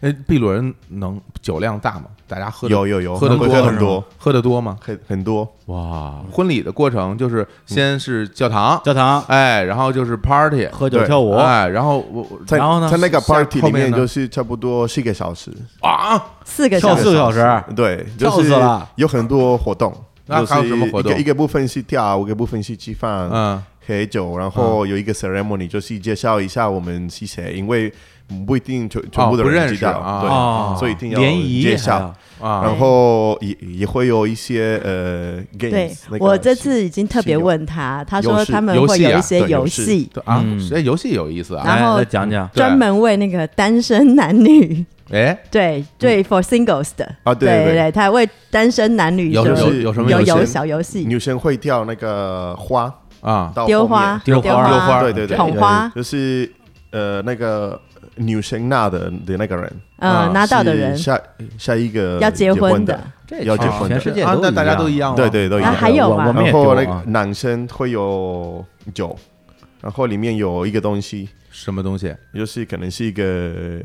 [SPEAKER 4] 哎，秘鲁人能酒量大吗？大家喝的
[SPEAKER 7] 有有有
[SPEAKER 4] 哦喝的
[SPEAKER 7] 喝
[SPEAKER 4] 多
[SPEAKER 7] 很
[SPEAKER 4] 是吗
[SPEAKER 7] 多，
[SPEAKER 4] 喝的多吗？
[SPEAKER 7] 很很多，
[SPEAKER 5] 哇，
[SPEAKER 4] 婚礼的过程就是先是教堂，
[SPEAKER 5] 嗯教堂
[SPEAKER 4] 哎，然后就是 party，
[SPEAKER 5] 喝酒
[SPEAKER 7] 对
[SPEAKER 5] 跳舞，
[SPEAKER 4] 哎，然后我我
[SPEAKER 7] 在
[SPEAKER 5] 然后呢
[SPEAKER 7] 在那个
[SPEAKER 4] 下
[SPEAKER 7] party
[SPEAKER 4] 后
[SPEAKER 7] 里
[SPEAKER 4] 面
[SPEAKER 7] 面
[SPEAKER 4] 呢
[SPEAKER 7] 就是差不多四个小时，
[SPEAKER 4] 啊，
[SPEAKER 6] 四个
[SPEAKER 5] 跳
[SPEAKER 6] 小
[SPEAKER 5] 四
[SPEAKER 6] 时
[SPEAKER 5] 个小时，
[SPEAKER 7] 啊对，就
[SPEAKER 5] 跳
[SPEAKER 7] 是
[SPEAKER 5] 死了
[SPEAKER 7] 有很多活动，
[SPEAKER 4] 那
[SPEAKER 7] 就是
[SPEAKER 4] 还有什么活动
[SPEAKER 7] 一个一个部分是跳舞，一个部分是吃饭，
[SPEAKER 4] 嗯，
[SPEAKER 7] 喝酒，然后有一个 ceremony，就是介绍一下我们是谁，因为不一定全全部的
[SPEAKER 4] 不认
[SPEAKER 7] 人知
[SPEAKER 4] 识
[SPEAKER 7] 道，
[SPEAKER 4] 啊
[SPEAKER 7] 对，
[SPEAKER 5] 哦
[SPEAKER 7] 所以一定要
[SPEAKER 5] 联谊
[SPEAKER 7] 介
[SPEAKER 5] 还
[SPEAKER 7] 绍
[SPEAKER 5] 要。
[SPEAKER 4] 啊
[SPEAKER 7] 然后也也会有一些呃 games
[SPEAKER 6] 对
[SPEAKER 7] 那个
[SPEAKER 6] 我这次已经特别
[SPEAKER 7] 是有
[SPEAKER 6] 问他，他
[SPEAKER 7] 游
[SPEAKER 6] 说
[SPEAKER 7] 戏
[SPEAKER 6] 他们
[SPEAKER 4] 游
[SPEAKER 6] 会
[SPEAKER 4] 戏
[SPEAKER 6] 有
[SPEAKER 4] 啊
[SPEAKER 6] 一些
[SPEAKER 7] 对
[SPEAKER 6] 游
[SPEAKER 7] 游戏
[SPEAKER 6] 戏，
[SPEAKER 4] 对啊
[SPEAKER 5] 嗯，
[SPEAKER 4] 这游戏有意思啊，
[SPEAKER 6] 然后
[SPEAKER 5] 来来讲讲，
[SPEAKER 4] 对
[SPEAKER 6] 专门为那个单身男女， (laughs)
[SPEAKER 4] 哎，
[SPEAKER 6] 对对，for singles 的
[SPEAKER 7] 啊对对
[SPEAKER 6] 对
[SPEAKER 7] 对
[SPEAKER 6] 对，他为单身男女
[SPEAKER 4] 有
[SPEAKER 6] 就
[SPEAKER 4] 有
[SPEAKER 7] 是
[SPEAKER 4] 有什么
[SPEAKER 6] 有
[SPEAKER 4] 游
[SPEAKER 6] 有
[SPEAKER 4] 戏
[SPEAKER 6] 小游戏，
[SPEAKER 7] 女生会跳那个花
[SPEAKER 4] 啊？
[SPEAKER 7] 到
[SPEAKER 6] 丢
[SPEAKER 7] 后面
[SPEAKER 6] 花、
[SPEAKER 5] 丢花
[SPEAKER 7] 丢
[SPEAKER 6] 花、
[SPEAKER 7] 花对对对
[SPEAKER 6] 捧花，
[SPEAKER 7] 就是呃那个女生拿的的那个人
[SPEAKER 6] 嗯，拿到的
[SPEAKER 7] 是
[SPEAKER 6] 人
[SPEAKER 7] 下下一个
[SPEAKER 6] 要结
[SPEAKER 7] 婚
[SPEAKER 6] 婚的，
[SPEAKER 5] 这
[SPEAKER 7] 要结婚
[SPEAKER 5] 全
[SPEAKER 7] 的
[SPEAKER 5] 世界
[SPEAKER 4] 啊
[SPEAKER 5] 都，
[SPEAKER 4] 那大家都一样，
[SPEAKER 7] 对，对都一
[SPEAKER 6] 那
[SPEAKER 7] 样。
[SPEAKER 6] 啊还有吗
[SPEAKER 5] 我们也
[SPEAKER 7] 然
[SPEAKER 5] 丢
[SPEAKER 7] 后那个
[SPEAKER 5] 啊，
[SPEAKER 7] 男生会有酒，然后里面有一个东西，
[SPEAKER 4] 什么东西？
[SPEAKER 7] 就是可能是一个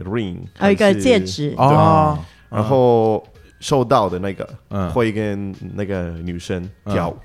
[SPEAKER 7] ring，
[SPEAKER 6] 还有一个
[SPEAKER 7] 还是
[SPEAKER 6] 戒指，
[SPEAKER 4] 哦，
[SPEAKER 7] 然后收到的那个、
[SPEAKER 4] 嗯
[SPEAKER 7] 会跟那个女生
[SPEAKER 5] 嗯
[SPEAKER 7] 跳舞，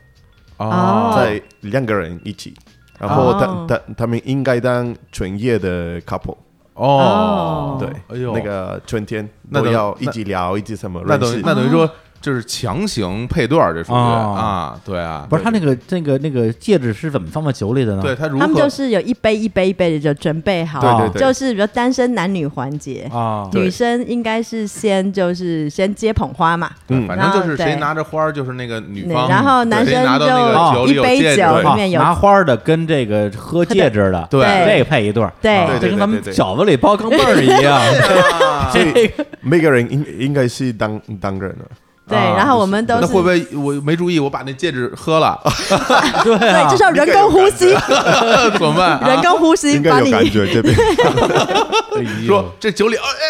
[SPEAKER 6] 哦
[SPEAKER 7] 在两个人一起，然后他、
[SPEAKER 6] 哦
[SPEAKER 7] 他他们应该当纯业的 couple，、
[SPEAKER 4] 哦，
[SPEAKER 7] 对，
[SPEAKER 4] 哎呦，
[SPEAKER 7] 那个春天
[SPEAKER 4] 那
[SPEAKER 7] 都
[SPEAKER 4] 等
[SPEAKER 7] 要一
[SPEAKER 4] 那
[SPEAKER 7] 起聊，一起什么
[SPEAKER 4] 那
[SPEAKER 7] 认
[SPEAKER 4] 等于
[SPEAKER 7] 识，
[SPEAKER 4] 那等于说就是强行配对儿，这属于
[SPEAKER 5] 哦
[SPEAKER 4] 啊，对啊，
[SPEAKER 5] 不是他那个那个那个戒指是怎么放到酒里的呢？
[SPEAKER 4] 对他如
[SPEAKER 6] 他们就
[SPEAKER 4] 何
[SPEAKER 6] 是有一杯一杯一杯的就准备好，
[SPEAKER 7] 对对对
[SPEAKER 6] 就是比如单身男女环节。
[SPEAKER 5] 啊，
[SPEAKER 6] 女生应该是先就是先接捧花嘛，
[SPEAKER 7] 嗯
[SPEAKER 4] 对，嗯反正就是谁
[SPEAKER 6] 啊然后对
[SPEAKER 4] 拿着花儿就是那个女
[SPEAKER 6] 那
[SPEAKER 4] 方，
[SPEAKER 6] 然后
[SPEAKER 4] 对
[SPEAKER 6] 男
[SPEAKER 4] 谁
[SPEAKER 6] 生
[SPEAKER 4] 拿到
[SPEAKER 5] 哦
[SPEAKER 4] 那个
[SPEAKER 6] 就
[SPEAKER 4] 酒里
[SPEAKER 6] 一
[SPEAKER 4] 有
[SPEAKER 6] 杯
[SPEAKER 4] 戒指
[SPEAKER 6] 酒
[SPEAKER 7] 对
[SPEAKER 6] 里面有
[SPEAKER 5] 啊拿花儿的跟这个喝戒指的，
[SPEAKER 4] 对
[SPEAKER 5] 这个配一对儿，
[SPEAKER 6] 对
[SPEAKER 5] 啊
[SPEAKER 7] 对
[SPEAKER 5] 这
[SPEAKER 7] 对
[SPEAKER 5] 跟咱们
[SPEAKER 7] 对对对
[SPEAKER 5] 饺子里包钢镚儿一样，
[SPEAKER 4] 啊
[SPEAKER 6] (laughs)
[SPEAKER 5] 这
[SPEAKER 6] 哎
[SPEAKER 5] 个
[SPEAKER 7] 每个人应应该是当当个人了，
[SPEAKER 6] 对，
[SPEAKER 4] 啊
[SPEAKER 6] 然后我们都
[SPEAKER 4] 那
[SPEAKER 6] 是
[SPEAKER 4] 会不会我没注意，我把那戒指喝了， (laughs)
[SPEAKER 5] 对
[SPEAKER 6] 对，
[SPEAKER 5] 啊
[SPEAKER 6] 就是要人工呼吸，
[SPEAKER 4] 怎么办啊？
[SPEAKER 6] 人工呼吸
[SPEAKER 7] (laughs) 应
[SPEAKER 6] 把
[SPEAKER 7] 该有
[SPEAKER 6] 你
[SPEAKER 7] 感觉
[SPEAKER 6] (laughs)
[SPEAKER 7] 这边
[SPEAKER 4] 说这酒里，哦哎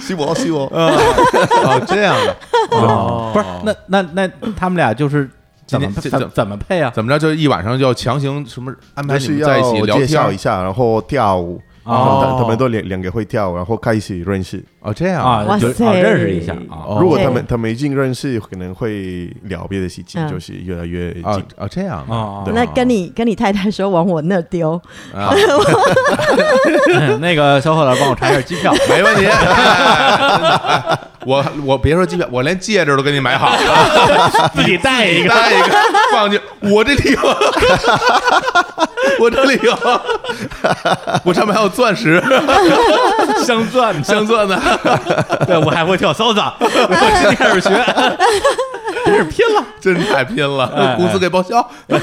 [SPEAKER 7] 是我是我，
[SPEAKER 4] 哎哦这样的，
[SPEAKER 5] 啊，不是
[SPEAKER 7] 哦
[SPEAKER 5] 那那那他们俩就是怎么
[SPEAKER 4] 今天这
[SPEAKER 5] 怎么怎么配啊？
[SPEAKER 4] 怎么着？就一晚上就要强行什么安排
[SPEAKER 7] 就
[SPEAKER 4] 你
[SPEAKER 7] 是
[SPEAKER 4] 们在一起
[SPEAKER 7] 要
[SPEAKER 4] 聊
[SPEAKER 7] 介
[SPEAKER 4] 天
[SPEAKER 7] 绍
[SPEAKER 4] 儿
[SPEAKER 7] 一下，然后跳舞。
[SPEAKER 5] 哦
[SPEAKER 7] 然后他他们都两两个会跳，然后开始认识。
[SPEAKER 4] 哦，这样
[SPEAKER 5] 啊，
[SPEAKER 6] 哇
[SPEAKER 5] 就
[SPEAKER 6] 塞
[SPEAKER 5] 啊认识一下啊，
[SPEAKER 4] 哦
[SPEAKER 7] 如果
[SPEAKER 6] 对
[SPEAKER 7] 他们他们已经认识，可能会聊别的事情，
[SPEAKER 6] 嗯
[SPEAKER 7] 就是越来越近。
[SPEAKER 4] 啊啊这样的
[SPEAKER 5] 哦
[SPEAKER 4] 对
[SPEAKER 6] 那跟你跟你太太说往我那丢， (laughs)
[SPEAKER 4] 啊
[SPEAKER 5] 嗯那个
[SPEAKER 7] (laughs)
[SPEAKER 5] 小伙子帮我查一下机票，
[SPEAKER 4] 没问题。 (laughs) 哎我我别说机票，我连戒指都给你买好 (laughs) 了，
[SPEAKER 5] 自己带一个，
[SPEAKER 4] 哎带一个放进我这里有， (laughs) 我这里有，我上面还有钻石
[SPEAKER 5] 镶钻的，
[SPEAKER 4] 镶钻的。
[SPEAKER 5] 对我还会跳骚操，我今天开始学，真是拼了。
[SPEAKER 4] 真是太拼
[SPEAKER 5] (laughs) 哎
[SPEAKER 4] 了，公司给报销。对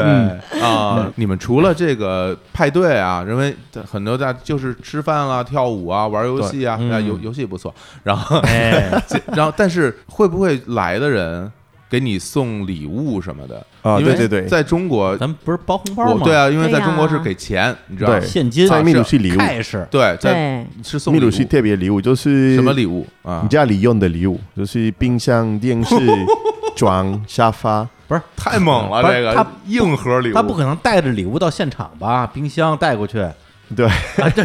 [SPEAKER 5] 嗯
[SPEAKER 4] 啊，你们除了这个派对啊，认为很多大就是吃饭啦、跳舞啊、玩游戏
[SPEAKER 5] 嗯
[SPEAKER 4] 啊，啊游游戏不错。然后，
[SPEAKER 5] (laughs) 哎，
[SPEAKER 4] 然后，但是会不会来的人给你送礼物什么的？
[SPEAKER 7] 啊
[SPEAKER 4] 因为
[SPEAKER 7] 对对对
[SPEAKER 4] 在中国，
[SPEAKER 5] 咱们不是包红包
[SPEAKER 4] 我
[SPEAKER 5] 吗？
[SPEAKER 4] 对，啊，因为
[SPEAKER 6] 对呀
[SPEAKER 4] 在中国是给钱，你知道吗
[SPEAKER 7] 对
[SPEAKER 5] 现金
[SPEAKER 4] 在
[SPEAKER 7] 秘鲁是礼物，
[SPEAKER 5] 开始
[SPEAKER 4] 对，在
[SPEAKER 6] 对，
[SPEAKER 4] 是送
[SPEAKER 7] 秘鲁
[SPEAKER 4] 礼物
[SPEAKER 7] 是特别礼物，就是
[SPEAKER 4] 什么礼物啊
[SPEAKER 7] 你？家里用的礼物，就是冰箱、
[SPEAKER 4] (laughs)
[SPEAKER 7] 电视、床、沙发。
[SPEAKER 5] 不是
[SPEAKER 4] 太猛了，
[SPEAKER 5] 不是
[SPEAKER 4] 这
[SPEAKER 5] 他
[SPEAKER 4] 个硬核礼物，
[SPEAKER 5] 他不可能带着礼物到现场吧？冰箱带过去啊，
[SPEAKER 7] 对，
[SPEAKER 5] 这这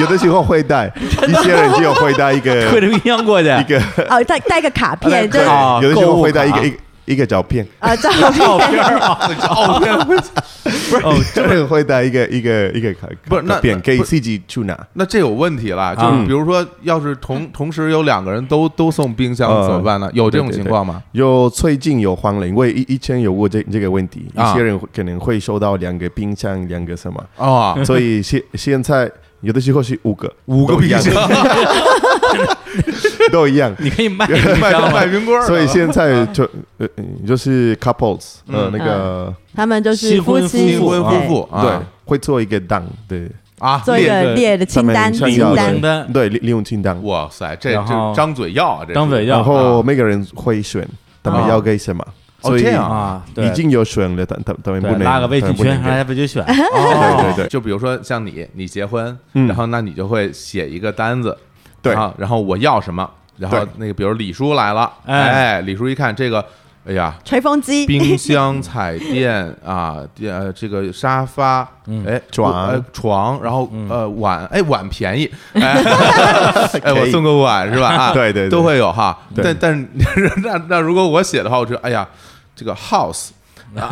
[SPEAKER 7] 有的时候会带，一些人只有会带一
[SPEAKER 4] (laughs)
[SPEAKER 5] 推着
[SPEAKER 7] 个
[SPEAKER 5] 冰箱过去，
[SPEAKER 7] 一个，
[SPEAKER 6] 哦，带带个卡
[SPEAKER 5] 带
[SPEAKER 6] 片，
[SPEAKER 5] 个
[SPEAKER 6] 就
[SPEAKER 5] 卡
[SPEAKER 6] 是
[SPEAKER 5] 啊
[SPEAKER 7] 有的时
[SPEAKER 5] 购
[SPEAKER 7] 候
[SPEAKER 5] 物
[SPEAKER 7] 会带一
[SPEAKER 5] 卡
[SPEAKER 7] 个一个一个照片，
[SPEAKER 6] 呃照
[SPEAKER 5] 照
[SPEAKER 6] 片，
[SPEAKER 5] 片儿啊，
[SPEAKER 4] 哦，这样
[SPEAKER 7] 有的人会带一个一个一个卡
[SPEAKER 4] 哦不是那
[SPEAKER 7] 卡片，
[SPEAKER 4] 那
[SPEAKER 7] 可以
[SPEAKER 4] 不
[SPEAKER 7] 自己去拿。
[SPEAKER 4] 那这有问题了，就
[SPEAKER 5] 啊
[SPEAKER 7] 嗯
[SPEAKER 4] 是比如说，要是同同时有两个人都都送冰箱
[SPEAKER 7] 呃
[SPEAKER 4] 怎么办呢？有这种情况吗？
[SPEAKER 7] 有最近有慌了，因为一以前有过这这个问题，
[SPEAKER 4] 啊
[SPEAKER 7] 一些人会可能会收到两个冰箱，两个什么，
[SPEAKER 4] 啊，
[SPEAKER 7] 所以现现在有的时候是
[SPEAKER 4] (laughs)
[SPEAKER 7] 五个，
[SPEAKER 4] 五个
[SPEAKER 7] 都一
[SPEAKER 4] 冰
[SPEAKER 7] 样
[SPEAKER 4] 箱，
[SPEAKER 7] 都一样。
[SPEAKER 5] 你可
[SPEAKER 7] (laughs)
[SPEAKER 5] 以卖冰
[SPEAKER 4] (laughs) 卖
[SPEAKER 5] 箱吗
[SPEAKER 4] 卖？冰棍儿，
[SPEAKER 7] 所以现在就呃嗯就是 couples 呃
[SPEAKER 4] 嗯
[SPEAKER 7] 那个
[SPEAKER 6] 他们就是
[SPEAKER 5] 新婚
[SPEAKER 6] 妻
[SPEAKER 4] 新
[SPEAKER 5] 夫妇
[SPEAKER 4] 婚夫妇
[SPEAKER 7] 嗯对
[SPEAKER 4] 啊，
[SPEAKER 7] 会做一个 down 的
[SPEAKER 4] 啊，
[SPEAKER 6] 做一
[SPEAKER 4] 列
[SPEAKER 6] 个列的
[SPEAKER 7] 他
[SPEAKER 6] 清
[SPEAKER 7] 们
[SPEAKER 6] 单
[SPEAKER 7] 想
[SPEAKER 6] 清
[SPEAKER 7] 要的
[SPEAKER 6] 单。
[SPEAKER 4] 嗯
[SPEAKER 5] 单
[SPEAKER 7] 对，利利用清单，
[SPEAKER 4] 哇塞，这
[SPEAKER 5] 然后
[SPEAKER 4] 这张嘴要啊，这是
[SPEAKER 5] 张嘴要
[SPEAKER 7] 然后每个人会选他们要给什么，
[SPEAKER 4] 哦
[SPEAKER 7] 所以
[SPEAKER 4] 这样
[SPEAKER 5] 啊，对
[SPEAKER 7] 已经有选了，但但他们不
[SPEAKER 5] 对，
[SPEAKER 7] 能
[SPEAKER 5] 拉个微信群，让
[SPEAKER 7] 他
[SPEAKER 5] 大
[SPEAKER 7] 们
[SPEAKER 5] 家自己选。
[SPEAKER 4] 哦
[SPEAKER 7] 对对对
[SPEAKER 4] 就比如说像你，你结婚，
[SPEAKER 7] 嗯
[SPEAKER 4] 然后那你就会写一个单子，
[SPEAKER 7] 对
[SPEAKER 4] 然后然后我要什么，然后
[SPEAKER 7] 对
[SPEAKER 4] 那个比如李叔来了，
[SPEAKER 5] 哎
[SPEAKER 4] 哎，李叔一看这个，哎呀，
[SPEAKER 6] 吹风机， (laughs)
[SPEAKER 4] 冰箱、彩电啊，电呃这个沙发，哎
[SPEAKER 7] 嗯床嗯
[SPEAKER 4] 呃床，然后呃碗，哎碗便
[SPEAKER 7] (laughs)
[SPEAKER 4] 宜，哎哎我送个碗是吧？啊，
[SPEAKER 7] 对对对
[SPEAKER 4] 都会有哈。
[SPEAKER 7] 对
[SPEAKER 4] 但但 (laughs) 是那那如果我写的话，我觉得哎呀，这个 house
[SPEAKER 7] 不能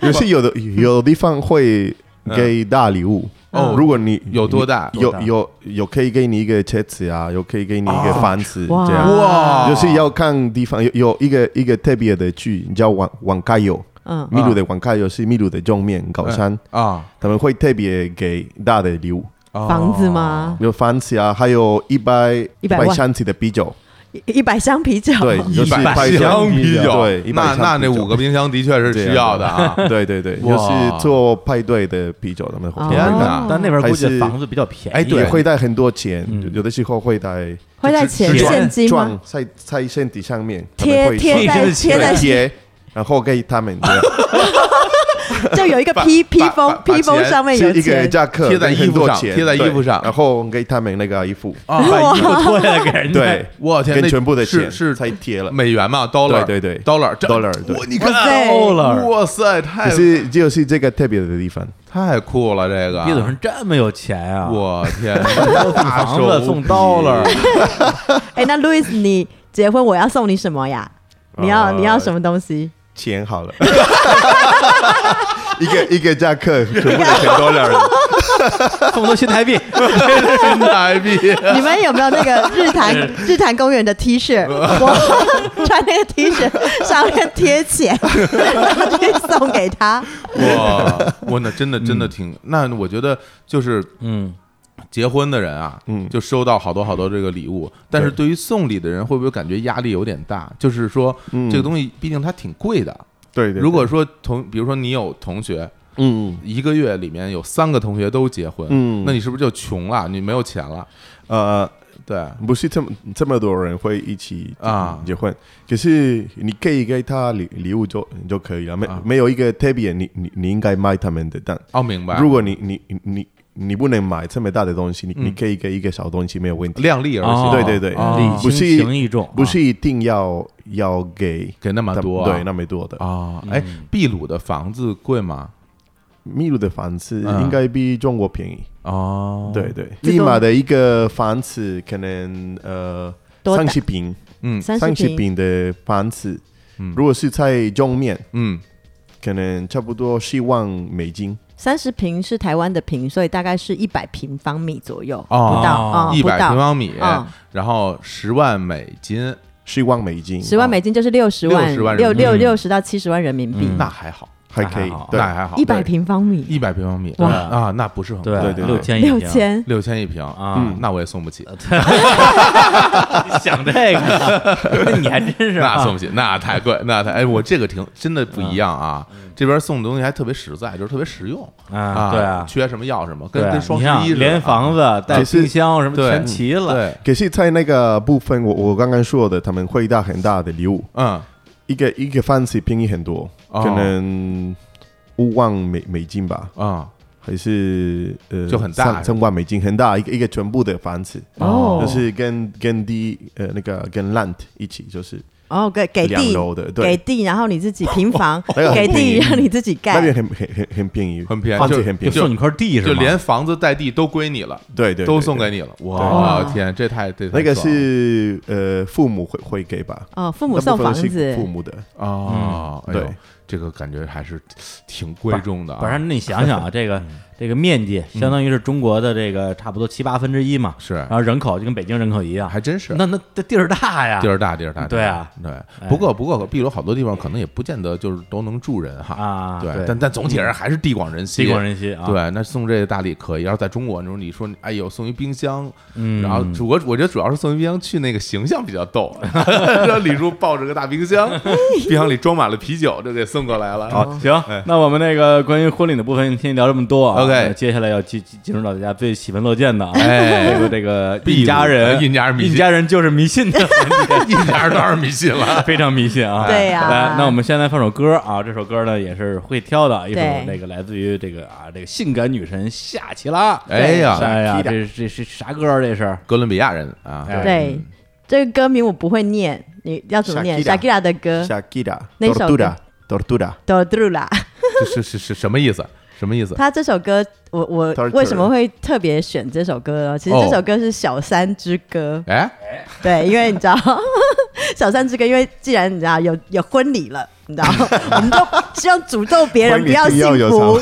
[SPEAKER 7] 有
[SPEAKER 4] (laughs)
[SPEAKER 7] 些有的有的地方会给大礼物。
[SPEAKER 4] 嗯哦
[SPEAKER 7] 如果你
[SPEAKER 4] 有多大
[SPEAKER 7] 你
[SPEAKER 4] 多
[SPEAKER 7] 有
[SPEAKER 4] 大哦
[SPEAKER 7] 有有可以给你一个车子啊，有可以给你一个房子，
[SPEAKER 6] 哇
[SPEAKER 7] 这样
[SPEAKER 4] 哇啊
[SPEAKER 7] 就是要看地方。有有一个一个特别的剧叫《网网咖友》，
[SPEAKER 6] 嗯，
[SPEAKER 7] 秘鲁的网咖友是秘鲁的正面高山，
[SPEAKER 4] 啊
[SPEAKER 7] 他们会特别给大的礼物，
[SPEAKER 6] 房子吗？
[SPEAKER 7] 有房子啊，还有一百
[SPEAKER 6] 100万
[SPEAKER 7] 箱子的啤酒，
[SPEAKER 6] 一一百箱啤酒，
[SPEAKER 7] (laughs) 对，
[SPEAKER 4] 一
[SPEAKER 7] 就是
[SPEAKER 4] 百
[SPEAKER 7] 100
[SPEAKER 4] 箱啤酒，
[SPEAKER 7] 对，100
[SPEAKER 4] 那
[SPEAKER 7] 箱
[SPEAKER 4] 那那
[SPEAKER 7] 啤酒
[SPEAKER 4] 五个冰箱的确是需要的啊。
[SPEAKER 7] (laughs) 对对对，就
[SPEAKER 4] 哇
[SPEAKER 7] 是做派对的啤酒，他们会
[SPEAKER 6] 哦
[SPEAKER 4] 天啊哪
[SPEAKER 5] 但那边估
[SPEAKER 7] 还
[SPEAKER 5] 计
[SPEAKER 7] 是
[SPEAKER 5] 房子比较便宜，(laughs)
[SPEAKER 7] 哎，对，会带很多钱，
[SPEAKER 5] 嗯
[SPEAKER 7] 有有的时候会带
[SPEAKER 6] 会带钱
[SPEAKER 5] 是
[SPEAKER 6] 现金吗？
[SPEAKER 7] 撞在在身体上面，他们
[SPEAKER 6] 贴
[SPEAKER 7] 会
[SPEAKER 6] 贴
[SPEAKER 5] 这
[SPEAKER 6] 在
[SPEAKER 5] 是
[SPEAKER 6] 贴在 (laughs)
[SPEAKER 7] 对，贴，然后给他们这样
[SPEAKER 6] 就有一个
[SPEAKER 4] 把
[SPEAKER 6] 披披
[SPEAKER 4] 把
[SPEAKER 6] 风
[SPEAKER 4] 把
[SPEAKER 6] 披风
[SPEAKER 4] 钱
[SPEAKER 6] 上面有
[SPEAKER 7] 是一个
[SPEAKER 6] 钱，
[SPEAKER 7] 夹克，
[SPEAKER 4] 贴在衣服
[SPEAKER 7] 很多
[SPEAKER 4] 上
[SPEAKER 7] 钱
[SPEAKER 4] 贴在衣
[SPEAKER 7] 对
[SPEAKER 4] 服上
[SPEAKER 7] 然后给他们那个衣服， (laughs)
[SPEAKER 4] 啊，
[SPEAKER 5] 把衣服脱下来给人家。
[SPEAKER 7] 对，
[SPEAKER 4] 我天，
[SPEAKER 7] 跟
[SPEAKER 4] 那
[SPEAKER 7] 全部的
[SPEAKER 4] 是
[SPEAKER 7] 钱
[SPEAKER 4] 是
[SPEAKER 7] 才贴了。
[SPEAKER 4] 美元嘛，dollar，
[SPEAKER 7] 对对对
[SPEAKER 4] ，dollar 这
[SPEAKER 7] dollar，对
[SPEAKER 4] 哇你
[SPEAKER 6] 哇塞
[SPEAKER 4] 看，dollar，哇塞，
[SPEAKER 7] 可
[SPEAKER 4] 太
[SPEAKER 7] 是就是这个特别的地方，
[SPEAKER 4] 太酷了，这个
[SPEAKER 5] 毕子成这么有钱啊！
[SPEAKER 4] 啊我天，
[SPEAKER 5] 送
[SPEAKER 4] 大
[SPEAKER 5] 房
[SPEAKER 4] 手
[SPEAKER 5] 子送 dollar，
[SPEAKER 6] (laughs) 哎，那 Louis，你结婚我要送你什么呀？你要
[SPEAKER 7] 呃
[SPEAKER 6] 你要什么东西？
[SPEAKER 7] 钱好了， (laughs) 一个一个夹克，全部的钱都了。
[SPEAKER 4] (laughs)
[SPEAKER 5] 送多新台币，
[SPEAKER 4] 真台
[SPEAKER 7] (laughs)
[SPEAKER 4] 币，
[SPEAKER 6] 你们有没有那个日坛 (laughs) 日坛公园的 T 恤？我穿那个 T 恤上面贴钱， (laughs) 然后去送给他。
[SPEAKER 4] 哇，我那真的真的挺，
[SPEAKER 7] 嗯
[SPEAKER 4] 那我觉得就是
[SPEAKER 5] 嗯，
[SPEAKER 4] 结婚的人啊，
[SPEAKER 7] 嗯
[SPEAKER 4] 就收到好多好多这个礼物，但是对于送礼的人，会不会感觉压力有点大？就是说，
[SPEAKER 7] 嗯
[SPEAKER 4] 这个东西毕竟它挺贵的。
[SPEAKER 7] 对对，
[SPEAKER 4] 如果说同，比如说你有同学，
[SPEAKER 7] 嗯
[SPEAKER 4] 一个月里面有三个同学都结婚，
[SPEAKER 7] 嗯
[SPEAKER 4] 那你是不是就穷了？你没有钱了？
[SPEAKER 7] 呃，
[SPEAKER 4] 对，
[SPEAKER 7] 不是这么这么多人会一起
[SPEAKER 4] 啊
[SPEAKER 7] 结婚，可是你可以给他礼礼物就就可以了，没、
[SPEAKER 4] 啊
[SPEAKER 7] 没有一个特别你你你应该买他们的单。
[SPEAKER 4] 哦，明白。
[SPEAKER 7] 如果你你你你你不能买这么大的东西，你、
[SPEAKER 4] 嗯
[SPEAKER 7] 你可以给一个小东西没有问题，
[SPEAKER 4] 量力而行，
[SPEAKER 5] 哦
[SPEAKER 7] 对对对
[SPEAKER 4] 哦
[SPEAKER 5] 礼
[SPEAKER 7] 不
[SPEAKER 5] 轻
[SPEAKER 7] 是
[SPEAKER 5] 情意重，啊
[SPEAKER 7] 不是一定要要给
[SPEAKER 4] 给那么
[SPEAKER 7] 他
[SPEAKER 4] 多啊，
[SPEAKER 7] 对那嗯么多的。
[SPEAKER 4] 啊，哎，秘鲁的房子贵吗？
[SPEAKER 7] 秘鲁的房子
[SPEAKER 4] 嗯
[SPEAKER 7] 应该比中国便宜，
[SPEAKER 4] 哦，
[SPEAKER 7] 对，对，
[SPEAKER 6] 自动
[SPEAKER 7] 立马的一个房子可能呃
[SPEAKER 6] 多大
[SPEAKER 7] 三十平，
[SPEAKER 4] 嗯
[SPEAKER 6] 三
[SPEAKER 7] 三
[SPEAKER 6] 十
[SPEAKER 7] 十
[SPEAKER 6] 平，
[SPEAKER 7] 平的房子
[SPEAKER 4] 嗯，
[SPEAKER 7] 如果是在中面，
[SPEAKER 4] 嗯，
[SPEAKER 7] 可能差不多十万美金，
[SPEAKER 6] 三十平是台湾的平，所以大概是一百平方米左右，
[SPEAKER 4] 哦
[SPEAKER 6] 不到，
[SPEAKER 4] 一
[SPEAKER 6] 不
[SPEAKER 4] 百平
[SPEAKER 6] 到。
[SPEAKER 4] 方米，
[SPEAKER 6] 嗯
[SPEAKER 4] 然后十万美金，
[SPEAKER 7] 十万美金，
[SPEAKER 6] 十万美金就是六十万
[SPEAKER 4] 60万人民币
[SPEAKER 6] 六六六十到七十万人民币
[SPEAKER 5] 嗯，
[SPEAKER 4] 那还好，
[SPEAKER 7] 啊还可以
[SPEAKER 5] 那还好，
[SPEAKER 7] 对
[SPEAKER 4] 那还好，
[SPEAKER 6] 一百平方米，
[SPEAKER 4] 一百平方米，
[SPEAKER 5] 哇
[SPEAKER 4] 啊，那不是很贵
[SPEAKER 5] 对
[SPEAKER 7] 对对
[SPEAKER 5] 六千一
[SPEAKER 6] 六
[SPEAKER 5] 平，
[SPEAKER 6] 千，
[SPEAKER 4] 六千一平嗯
[SPEAKER 5] 啊
[SPEAKER 4] 那我也送不起，
[SPEAKER 5] 想这个， (laughs) 那你还真是
[SPEAKER 4] 那
[SPEAKER 5] 啊
[SPEAKER 4] 送不起，那太
[SPEAKER 5] (laughs)
[SPEAKER 4] 贵，那太哎，我这个挺真的不一样啊，这边送的东西还特别实在，就是特别实用
[SPEAKER 5] 嗯啊，对啊，
[SPEAKER 4] 缺什么要什么，跟
[SPEAKER 5] 对啊
[SPEAKER 4] 跟双
[SPEAKER 5] 你
[SPEAKER 4] 十
[SPEAKER 5] 像
[SPEAKER 4] 一似的，
[SPEAKER 5] 连房子带
[SPEAKER 7] 其实
[SPEAKER 5] 冰箱什么
[SPEAKER 4] 对
[SPEAKER 5] 全齐了，
[SPEAKER 4] 对，
[SPEAKER 7] 可是，在那个部分，我我刚刚说的，他们会带很大的礼物，
[SPEAKER 4] 嗯，
[SPEAKER 7] 一个一个房子便宜很多，
[SPEAKER 4] 哦
[SPEAKER 7] 可能五万美美金吧，
[SPEAKER 4] 啊，
[SPEAKER 7] 还是呃
[SPEAKER 4] 就很大
[SPEAKER 7] 三三万美金，很大一个一个全部的房子，
[SPEAKER 6] 哦
[SPEAKER 7] 就是跟跟地呃那个跟 land 一起，就是
[SPEAKER 6] 哦，给给
[SPEAKER 7] 两
[SPEAKER 6] 地
[SPEAKER 7] 楼的，
[SPEAKER 6] 给
[SPEAKER 7] 对，
[SPEAKER 6] 地，然后你自己平房
[SPEAKER 7] 那个很
[SPEAKER 6] 给地，
[SPEAKER 7] 便宜
[SPEAKER 6] 让你自己
[SPEAKER 7] 那
[SPEAKER 6] 盖。
[SPEAKER 7] 边很很很很便宜，
[SPEAKER 4] 很便宜
[SPEAKER 7] 房子
[SPEAKER 4] 就
[SPEAKER 7] 很
[SPEAKER 5] 就
[SPEAKER 7] 便宜，
[SPEAKER 5] 送你块地是
[SPEAKER 4] 就
[SPEAKER 5] 吗？
[SPEAKER 4] 连房子带地都归你了，
[SPEAKER 7] 对对，
[SPEAKER 4] 都
[SPEAKER 7] 对
[SPEAKER 4] 送
[SPEAKER 7] 对
[SPEAKER 4] 给你了，哇
[SPEAKER 6] 对
[SPEAKER 4] 天，这太这太
[SPEAKER 7] 那个
[SPEAKER 4] 爽了
[SPEAKER 7] 是呃父母会会给吧？
[SPEAKER 6] 哦，父
[SPEAKER 7] 父
[SPEAKER 6] 母送房子，
[SPEAKER 7] 父母的
[SPEAKER 5] 嗯
[SPEAKER 4] 哦，哎呦
[SPEAKER 7] 对，
[SPEAKER 4] 这个感觉还是挺贵重的啊，
[SPEAKER 5] 不是，那你想想啊，这个
[SPEAKER 4] 嗯
[SPEAKER 5] 这个面积相当于是中国的这个差不多七八分之一嘛，
[SPEAKER 4] 是
[SPEAKER 5] 然后人口就跟北京人口一样，
[SPEAKER 4] 还真是。
[SPEAKER 5] 啊那那这地儿大呀，
[SPEAKER 4] 地儿大，地儿大，
[SPEAKER 5] 对啊
[SPEAKER 4] 地儿大，对。不过，不过，秘鲁好多地方可能也不见得就是都能住人哈，
[SPEAKER 5] 啊
[SPEAKER 4] 对
[SPEAKER 5] 对，
[SPEAKER 4] 但但总体而还是地广人稀，
[SPEAKER 5] 地广人稀啊，
[SPEAKER 4] 对，那送这个大礼可以。要是在中国那种，你说哎呦送一冰箱，
[SPEAKER 5] 嗯
[SPEAKER 4] 然后主我我觉得主要是送一冰箱去那 (laughs)
[SPEAKER 5] (laughs)
[SPEAKER 4] 个形象比较逗，然后李叔抱着个大冰箱，冰箱里装满了啤酒，这给送送过来了。
[SPEAKER 5] 好，行，那我们那个关于婚礼的部分先聊这么多啊。
[SPEAKER 4] 哎 OK
[SPEAKER 5] 那接下来要进进进入到大家最喜闻乐见的啊，
[SPEAKER 4] 哎
[SPEAKER 5] 这个这
[SPEAKER 4] (laughs)
[SPEAKER 5] 个
[SPEAKER 4] 秘鲁
[SPEAKER 5] 一家人，
[SPEAKER 4] 呃印加人迷信
[SPEAKER 5] 一家人就是迷信的 (laughs) 环节，
[SPEAKER 4] 一点儿都是迷信
[SPEAKER 5] (laughs)
[SPEAKER 4] 了。
[SPEAKER 5] 非常迷
[SPEAKER 4] (laughs)
[SPEAKER 5] 信啊。
[SPEAKER 6] 对呀
[SPEAKER 5] 来，那我们先来放首歌啊，这首歌呢也是会挑的，一首
[SPEAKER 6] 对
[SPEAKER 5] 那个来自于这个啊这个性感女神夏奇拉。
[SPEAKER 4] 哎呀，
[SPEAKER 5] 哎呀，这是这是啥歌啊？这是
[SPEAKER 4] 哥伦比亚人啊，
[SPEAKER 5] 哎
[SPEAKER 6] 对，这个歌名我不会念，你要怎么念
[SPEAKER 7] 嗯 Shakira
[SPEAKER 6] ？Shakira 的歌
[SPEAKER 7] Shakira,
[SPEAKER 6] 呃那首歌
[SPEAKER 7] Tortura, Tortura,
[SPEAKER 6] 《Tortura》。
[SPEAKER 4] (laughs) 这是是是什么意思？什么意思？
[SPEAKER 6] 他这首歌，我我
[SPEAKER 7] Torture
[SPEAKER 6] 为什么会特别选这首歌呢？其实
[SPEAKER 4] 哦
[SPEAKER 6] 这首歌是小三之歌，
[SPEAKER 4] 哎，
[SPEAKER 6] 对，因为你知道，小三之歌，因为既然你知道有有婚礼了，你
[SPEAKER 7] (laughs)
[SPEAKER 6] 知道，我们就希望诅咒别人
[SPEAKER 7] 婚
[SPEAKER 6] 不
[SPEAKER 7] 礼必
[SPEAKER 6] 幸
[SPEAKER 7] 要有
[SPEAKER 6] 福。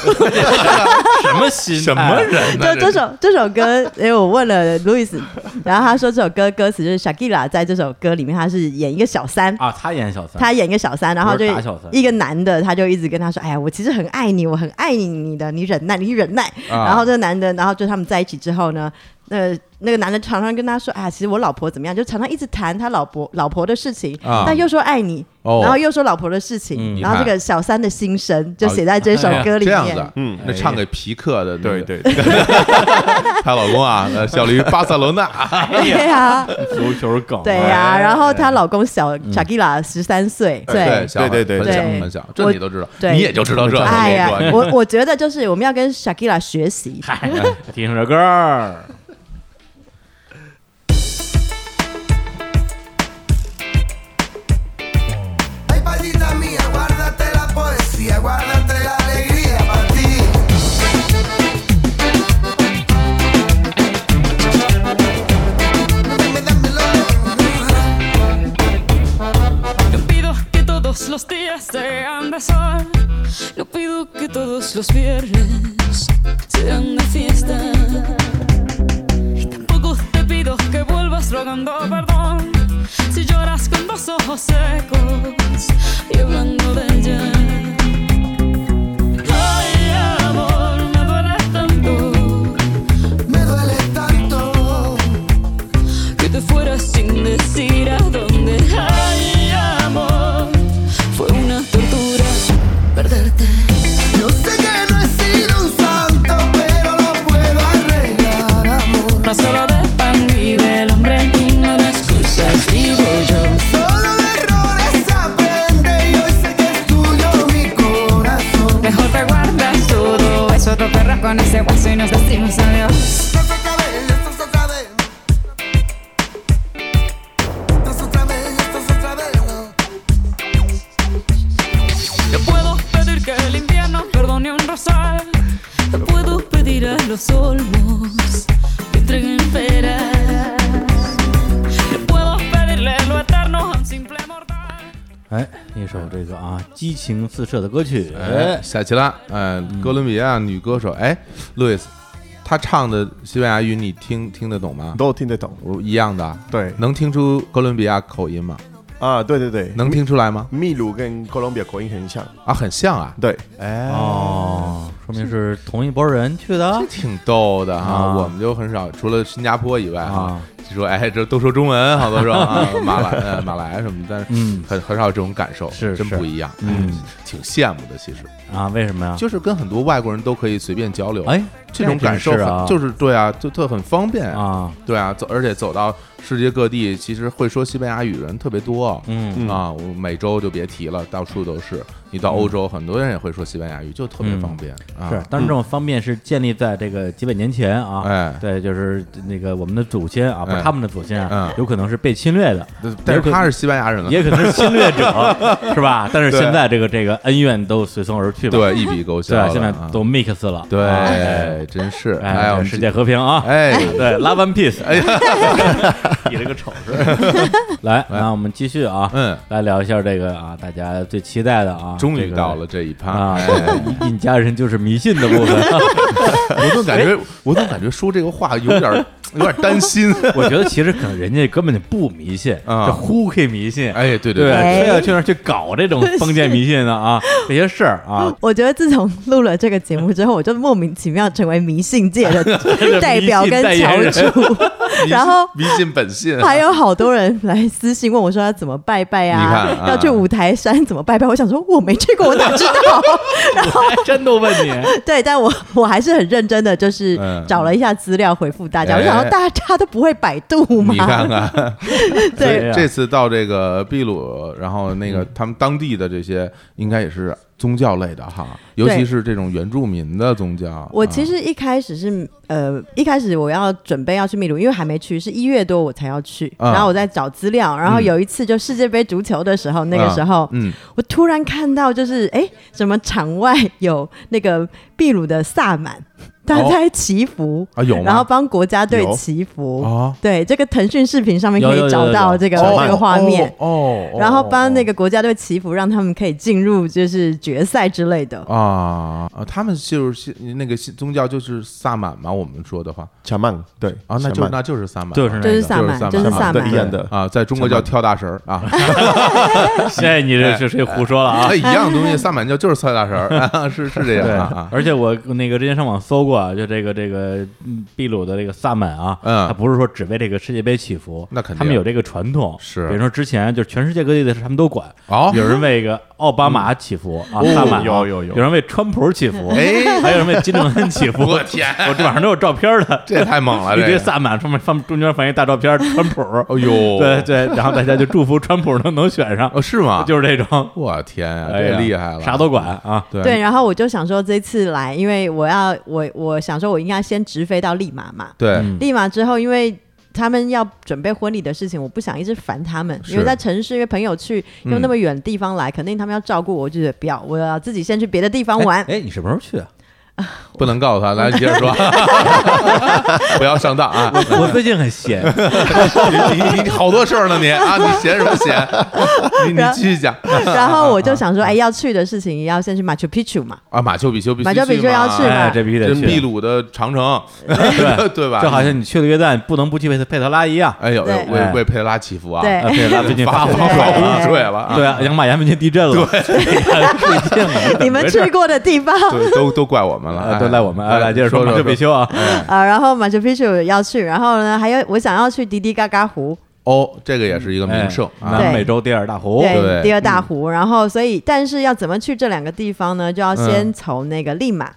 [SPEAKER 5] 什么心？
[SPEAKER 4] 什么？人呢？
[SPEAKER 6] 就哎这首这首歌，因为我问了 Louis，然后他说这首歌歌词就是 Shakira 在这首歌里面，他是演一个小三，
[SPEAKER 5] 啊，他演小三，
[SPEAKER 6] 他演一个小三，然后就
[SPEAKER 5] 不是打小三
[SPEAKER 6] 一个男的，他就一直跟他说：“哎呀，我其实很爱你，我很爱你，你的，你忍耐，你忍耐。
[SPEAKER 4] 啊
[SPEAKER 6] 然后这个男的，然后就他们在一起之后呢，那那个男的常常跟他说：“哎呀，其实我老婆怎么样？”就常常一直谈他老婆老婆的事情，
[SPEAKER 4] 啊
[SPEAKER 6] 但又说爱你，
[SPEAKER 4] 哦
[SPEAKER 6] 然后又说老婆的事情，
[SPEAKER 4] 嗯啊
[SPEAKER 6] 然后这个小三的心声就写在这首歌里
[SPEAKER 4] 这
[SPEAKER 6] 面。
[SPEAKER 4] 样子，嗯，那唱给皮克的，
[SPEAKER 3] 对，对
[SPEAKER 4] (laughs)
[SPEAKER 3] 对，
[SPEAKER 4] 她老公 (laughs) 啊，呃效力于巴塞罗那，
[SPEAKER 6] 对
[SPEAKER 4] (laughs)
[SPEAKER 6] 呀，
[SPEAKER 5] 足球梗。啊
[SPEAKER 6] 对
[SPEAKER 4] 哎
[SPEAKER 6] 呀，然后她老公小 Shakira 十三岁，
[SPEAKER 4] 嗯哎对
[SPEAKER 6] 对，
[SPEAKER 4] 小孩
[SPEAKER 7] 对对对
[SPEAKER 4] 很小
[SPEAKER 6] 对
[SPEAKER 4] 很小，这
[SPEAKER 6] 我
[SPEAKER 4] 你都知道，
[SPEAKER 6] 对
[SPEAKER 4] 你也就知道这。
[SPEAKER 6] 哎呀
[SPEAKER 4] 我跟你，说
[SPEAKER 6] 我我觉得就是我们要跟 Shakira 学习，
[SPEAKER 5] 嗨，听首歌儿。
[SPEAKER 9] Ay, palita mía, guárdate la poesía, guárdate la alegría para ti. Dame, dámelo.
[SPEAKER 10] Yo pido que todos los días sean de sol. Yo pido que todos los viernes sean de fiesta. Y tampoco te pido que vuelvas rogando perdón. Si lloras con dos ojos secos y hablando de ella. Ay, amor, me duele tanto
[SPEAKER 9] Me duele tanto.
[SPEAKER 10] que te fueras sin decir a dónde. Ay, amor, fue una tortura perderte.
[SPEAKER 9] Yo sé que no he sido un santo, pero lo puedo arreglar, amor.
[SPEAKER 10] No solo de pan vive el hombre y no de excusas, digo yo.
[SPEAKER 9] Solo de errores se aprende y hoy sé que es tuyo mi corazón.
[SPEAKER 10] Mejor te guardas todo eso, te perras con ese hueso y nos decimos adiós.
[SPEAKER 9] Nos otra vez, esto es otra vez. Esto es otra vez, esto es otra vez.
[SPEAKER 10] Yo puedo pedir que el invierno perdone un rosal. Te puedo pedir a los olmos que entreguen peras. Yo puedo pedirle lo eterno a un simple mortal.
[SPEAKER 5] 哎，一首这个啊激情四射的歌曲，
[SPEAKER 4] 哎，夏奇拉，呃，哥伦比亚女歌手，哎，路易斯，她唱的西班牙语你听听得懂吗？
[SPEAKER 7] 都听得懂。
[SPEAKER 4] 我一样的，啊
[SPEAKER 7] 对
[SPEAKER 4] 能听出哥伦比亚口音吗？
[SPEAKER 7] 啊，对对对，
[SPEAKER 4] 能听出来吗？
[SPEAKER 7] 秘鲁跟哥伦比亚口音很像。
[SPEAKER 4] 啊，很像啊，
[SPEAKER 7] 对，
[SPEAKER 5] 哦，说明是同一拨人去的
[SPEAKER 4] 这挺逗的哈。
[SPEAKER 5] 啊
[SPEAKER 4] 我们就很少，除了新加坡以外哈
[SPEAKER 5] 啊，
[SPEAKER 4] 就说哎，这都说中文，好多说
[SPEAKER 5] (laughs)
[SPEAKER 4] 啊，马来呃马来什么的，但是
[SPEAKER 5] 嗯
[SPEAKER 4] 很很少有这种感受，
[SPEAKER 5] 是
[SPEAKER 4] 真
[SPEAKER 5] 是
[SPEAKER 4] 不一样，
[SPEAKER 5] 嗯
[SPEAKER 4] 哎挺羡慕的。其实
[SPEAKER 5] 啊？为什么呀？
[SPEAKER 4] 就是跟很多外国人都可以随便交流，
[SPEAKER 5] 哎，
[SPEAKER 4] 这种感受
[SPEAKER 5] 真是啊
[SPEAKER 4] 很就是对啊，就特很方便
[SPEAKER 5] 啊，
[SPEAKER 4] 对啊，走而且走到世界各地，其实会说西班牙语人特别多。
[SPEAKER 5] 嗯
[SPEAKER 4] 啊，我美洲就别提了，到处都是。你到欧洲，很多人也会说西班牙语，就特别
[SPEAKER 5] 嗯
[SPEAKER 4] 方便啊。
[SPEAKER 5] 是，但是这种方便是建立在这个几百年前啊，
[SPEAKER 4] 哎
[SPEAKER 5] 对，就是那个我们的祖先啊，不
[SPEAKER 4] 哎
[SPEAKER 5] 是他们的祖先啊
[SPEAKER 4] 嗯，
[SPEAKER 5] 有可能是被侵略的，
[SPEAKER 4] 但
[SPEAKER 5] 也
[SPEAKER 4] 是
[SPEAKER 5] 可
[SPEAKER 4] 他是西班牙人了，
[SPEAKER 5] 也可能是侵略 (laughs) 者，是吧？但是
[SPEAKER 4] 对
[SPEAKER 5] 现在这个这个恩怨都随风而去吧，
[SPEAKER 4] 对一笔勾销
[SPEAKER 5] 对
[SPEAKER 4] 了。
[SPEAKER 5] 啊，现在
[SPEAKER 4] 啊
[SPEAKER 5] 都 mix 了，哎，
[SPEAKER 4] 对，真是哎，我
[SPEAKER 5] 哎，
[SPEAKER 4] 们
[SPEAKER 5] 世界和平啊， (laughs)
[SPEAKER 4] 哎，
[SPEAKER 5] 对，Love and Peace，
[SPEAKER 4] 哎呀，
[SPEAKER 5] (laughs) 比了个丑事。来，那我们继续啊，
[SPEAKER 4] 嗯，
[SPEAKER 5] 来聊一下这个啊，大家最期待的啊，
[SPEAKER 4] 终
[SPEAKER 5] 这
[SPEAKER 4] 于
[SPEAKER 5] 个
[SPEAKER 4] 到了这一趴，
[SPEAKER 5] 啊
[SPEAKER 4] 哎，
[SPEAKER 5] 印 (laughs) 印加人就是迷信的部分， (laughs)
[SPEAKER 4] 我总感觉，我总感觉说这个话有点儿有点担心。
[SPEAKER 5] 我觉得其实可能人家根本就不迷信，
[SPEAKER 4] 啊
[SPEAKER 5] 这忽 K 迷信，
[SPEAKER 4] 哎，对
[SPEAKER 5] 对，
[SPEAKER 4] 对，
[SPEAKER 6] 哎
[SPEAKER 5] 非要去那儿去搞这种封建迷信的啊，这些事儿啊，
[SPEAKER 6] (laughs) 我觉得自从录了这个节目之后，我就莫名其妙成为迷信界的代表跟
[SPEAKER 5] 代言
[SPEAKER 6] 翘 (laughs)
[SPEAKER 5] 人
[SPEAKER 6] 楚，然后
[SPEAKER 4] 迷信本性，
[SPEAKER 6] 还有好多人来私信问我说要怎么拜拜
[SPEAKER 4] 你看
[SPEAKER 6] 啊
[SPEAKER 4] 啊，
[SPEAKER 6] 要去五台山怎么拜拜？我想说我没去过，我哪知道？
[SPEAKER 5] 还真都问你，
[SPEAKER 6] (laughs) 对，但我我还是很认真的，就是
[SPEAKER 4] 嗯
[SPEAKER 6] 找了一下资料回复大家。
[SPEAKER 4] 哎
[SPEAKER 6] 我想说大家都不会百度
[SPEAKER 4] 你看啊
[SPEAKER 6] 嘛，
[SPEAKER 4] 看，
[SPEAKER 5] 对
[SPEAKER 6] (laughs) 对
[SPEAKER 5] 呀嗯
[SPEAKER 4] 这次到这个秘鲁，然后那个他们当地的这些，应该也是宗教类的哈，尤其
[SPEAKER 6] 对
[SPEAKER 4] 是这种原住民的宗教。
[SPEAKER 6] 我其
[SPEAKER 4] 啊
[SPEAKER 6] 实一开始是呃，一开始我要准备要去秘鲁，因为还没去，是一月多我才要去。
[SPEAKER 4] 啊
[SPEAKER 6] 然后我在找资料，然后有一次就世界杯足球的时候，那个时候，
[SPEAKER 4] 嗯，
[SPEAKER 6] 我突然看到就是哎，什么场外 (laughs) 有那个秘鲁的萨满，他
[SPEAKER 4] 哦
[SPEAKER 6] 在祈福，
[SPEAKER 4] 啊有吗
[SPEAKER 6] 然后帮国家队
[SPEAKER 4] 有
[SPEAKER 6] 祈福。
[SPEAKER 4] 啊，
[SPEAKER 5] 哦
[SPEAKER 6] 对，这个腾讯视频上面可
[SPEAKER 5] 有有有
[SPEAKER 6] 以找
[SPEAKER 5] 有有
[SPEAKER 6] 到这个
[SPEAKER 4] 哦
[SPEAKER 6] 这个画面。
[SPEAKER 4] 哦，哦
[SPEAKER 6] 然后帮那
[SPEAKER 4] 哦
[SPEAKER 6] 个国家队祈福，让他们可以进入就是决赛之类的。
[SPEAKER 4] 啊啊，他们就是信那个信宗教就是萨满嘛，我们说的话
[SPEAKER 7] 查曼对
[SPEAKER 4] 啊，那
[SPEAKER 7] 查
[SPEAKER 4] 就
[SPEAKER 7] 曼
[SPEAKER 4] 那就是萨满，
[SPEAKER 5] 就是那个
[SPEAKER 6] 就是萨满就是萨满
[SPEAKER 7] 对一样的
[SPEAKER 4] 啊，在中国叫跳大神儿
[SPEAKER 5] (laughs)
[SPEAKER 4] 啊，
[SPEAKER 5] 这哎你这这谁胡说了啊
[SPEAKER 4] 啊，？一样东西，萨满教就是跳大神儿，
[SPEAKER 5] (laughs)
[SPEAKER 4] 啊是是这样
[SPEAKER 5] 对
[SPEAKER 4] 啊啊，
[SPEAKER 5] 而且我那个之前上网搜过啊，就这个这个嗯秘鲁的这个萨满啊，
[SPEAKER 4] 嗯
[SPEAKER 5] 他不是说只为这个世界杯祈福，
[SPEAKER 4] 那肯定
[SPEAKER 5] 他们有这个传统，
[SPEAKER 4] 是
[SPEAKER 5] 比如说之前就是全世界各地的事他们都管，
[SPEAKER 4] 哦嗯
[SPEAKER 5] 有人为
[SPEAKER 4] (laughs)
[SPEAKER 5] 这个奥巴马祈福啊，萨满啊
[SPEAKER 7] 有有有
[SPEAKER 5] 有人为川普祈福，
[SPEAKER 4] 哎
[SPEAKER 5] 还有人为金正恩祈福，
[SPEAKER 4] (laughs) 我天
[SPEAKER 5] 我这网上都有照片的，
[SPEAKER 4] (laughs) 这也太猛了，
[SPEAKER 5] 一
[SPEAKER 4] 这
[SPEAKER 5] 堆
[SPEAKER 4] 个
[SPEAKER 5] 萨满，上面放中间放一大照片，川普，
[SPEAKER 4] 哎呦，
[SPEAKER 5] 对对，然后大家就祝福川普能能选上，
[SPEAKER 4] 哦是吗？
[SPEAKER 5] 就是这种，
[SPEAKER 4] 我天啊，
[SPEAKER 5] 哎
[SPEAKER 4] 这
[SPEAKER 5] 呀
[SPEAKER 4] 厉害了，
[SPEAKER 5] 啥都管
[SPEAKER 4] (laughs)
[SPEAKER 5] 啊，
[SPEAKER 4] 对
[SPEAKER 6] 对，然后我就想说这次来，因为我要我我想说，我应该先直飞到利马嘛。
[SPEAKER 4] 对
[SPEAKER 5] 嗯
[SPEAKER 6] 利马之后，因为他们要准备婚礼的事情，我不想一直烦他们，
[SPEAKER 4] 是嗯
[SPEAKER 6] 因为在城市，因为朋友去又那么远的地方来，肯定他们要照顾我，我就觉得不要，我要自己先去别的地
[SPEAKER 4] (laughs)
[SPEAKER 6] 方玩。
[SPEAKER 5] 哎，你什么时候去啊？
[SPEAKER 4] 不能告诉他，来你接着
[SPEAKER 5] (laughs)
[SPEAKER 4] 说，不要上当啊！
[SPEAKER 5] 我最近很
[SPEAKER 4] (laughs)
[SPEAKER 5] 闲，
[SPEAKER 4] 你你你好多事儿呢，你啊，你闲什么
[SPEAKER 6] (laughs)
[SPEAKER 4] 闲？你你继续讲
[SPEAKER 6] 然后我就想说，哎，要去的事情要先去马丘比丘
[SPEAKER 4] (laughs)
[SPEAKER 6] 嘛。
[SPEAKER 4] 啊，马丘比丘必须
[SPEAKER 6] 马丘比丘
[SPEAKER 4] 嘛
[SPEAKER 6] 要去
[SPEAKER 5] 哎
[SPEAKER 6] 吧，
[SPEAKER 5] 这必须
[SPEAKER 4] 这
[SPEAKER 5] 得去。
[SPEAKER 4] 秘鲁的长城，
[SPEAKER 5] 对
[SPEAKER 4] (laughs) 对吧？
[SPEAKER 5] 就好像你去了约旦，不能不去佩特佩特拉一样。
[SPEAKER 4] 哎呦，
[SPEAKER 6] 对
[SPEAKER 4] 哎为为佩德拉祈福啊！
[SPEAKER 6] 对
[SPEAKER 5] 啊，佩特拉最近
[SPEAKER 4] 发
[SPEAKER 5] 发
[SPEAKER 4] 洪
[SPEAKER 5] 洪
[SPEAKER 4] 水
[SPEAKER 5] 水
[SPEAKER 4] 了，(laughs)
[SPEAKER 5] 了，
[SPEAKER 4] 水了啊！
[SPEAKER 5] 对啊，养马岩最近地震了， (laughs) 对，最近了，
[SPEAKER 6] 你们去过的地方，
[SPEAKER 4] 对，都都怪我们了，
[SPEAKER 5] 啊，
[SPEAKER 4] 哎
[SPEAKER 5] 都赖我们啊，
[SPEAKER 4] 哎
[SPEAKER 5] 来接着说
[SPEAKER 4] 说
[SPEAKER 5] 马丘
[SPEAKER 4] 说
[SPEAKER 5] 比丘啊，
[SPEAKER 6] (laughs) 啊，然后马丘比丘要去，然后呢，还有我想要去迪迪嘎嘎湖，
[SPEAKER 4] 哦，这个也是一个名胜
[SPEAKER 5] 哎
[SPEAKER 4] 啊，
[SPEAKER 5] (laughs) 南
[SPEAKER 6] 对
[SPEAKER 5] 美洲第二大湖，
[SPEAKER 4] 对
[SPEAKER 6] 第二大湖，然后所以但是要怎么去这两个地方呢？就要
[SPEAKER 7] 嗯
[SPEAKER 6] 先从那个利马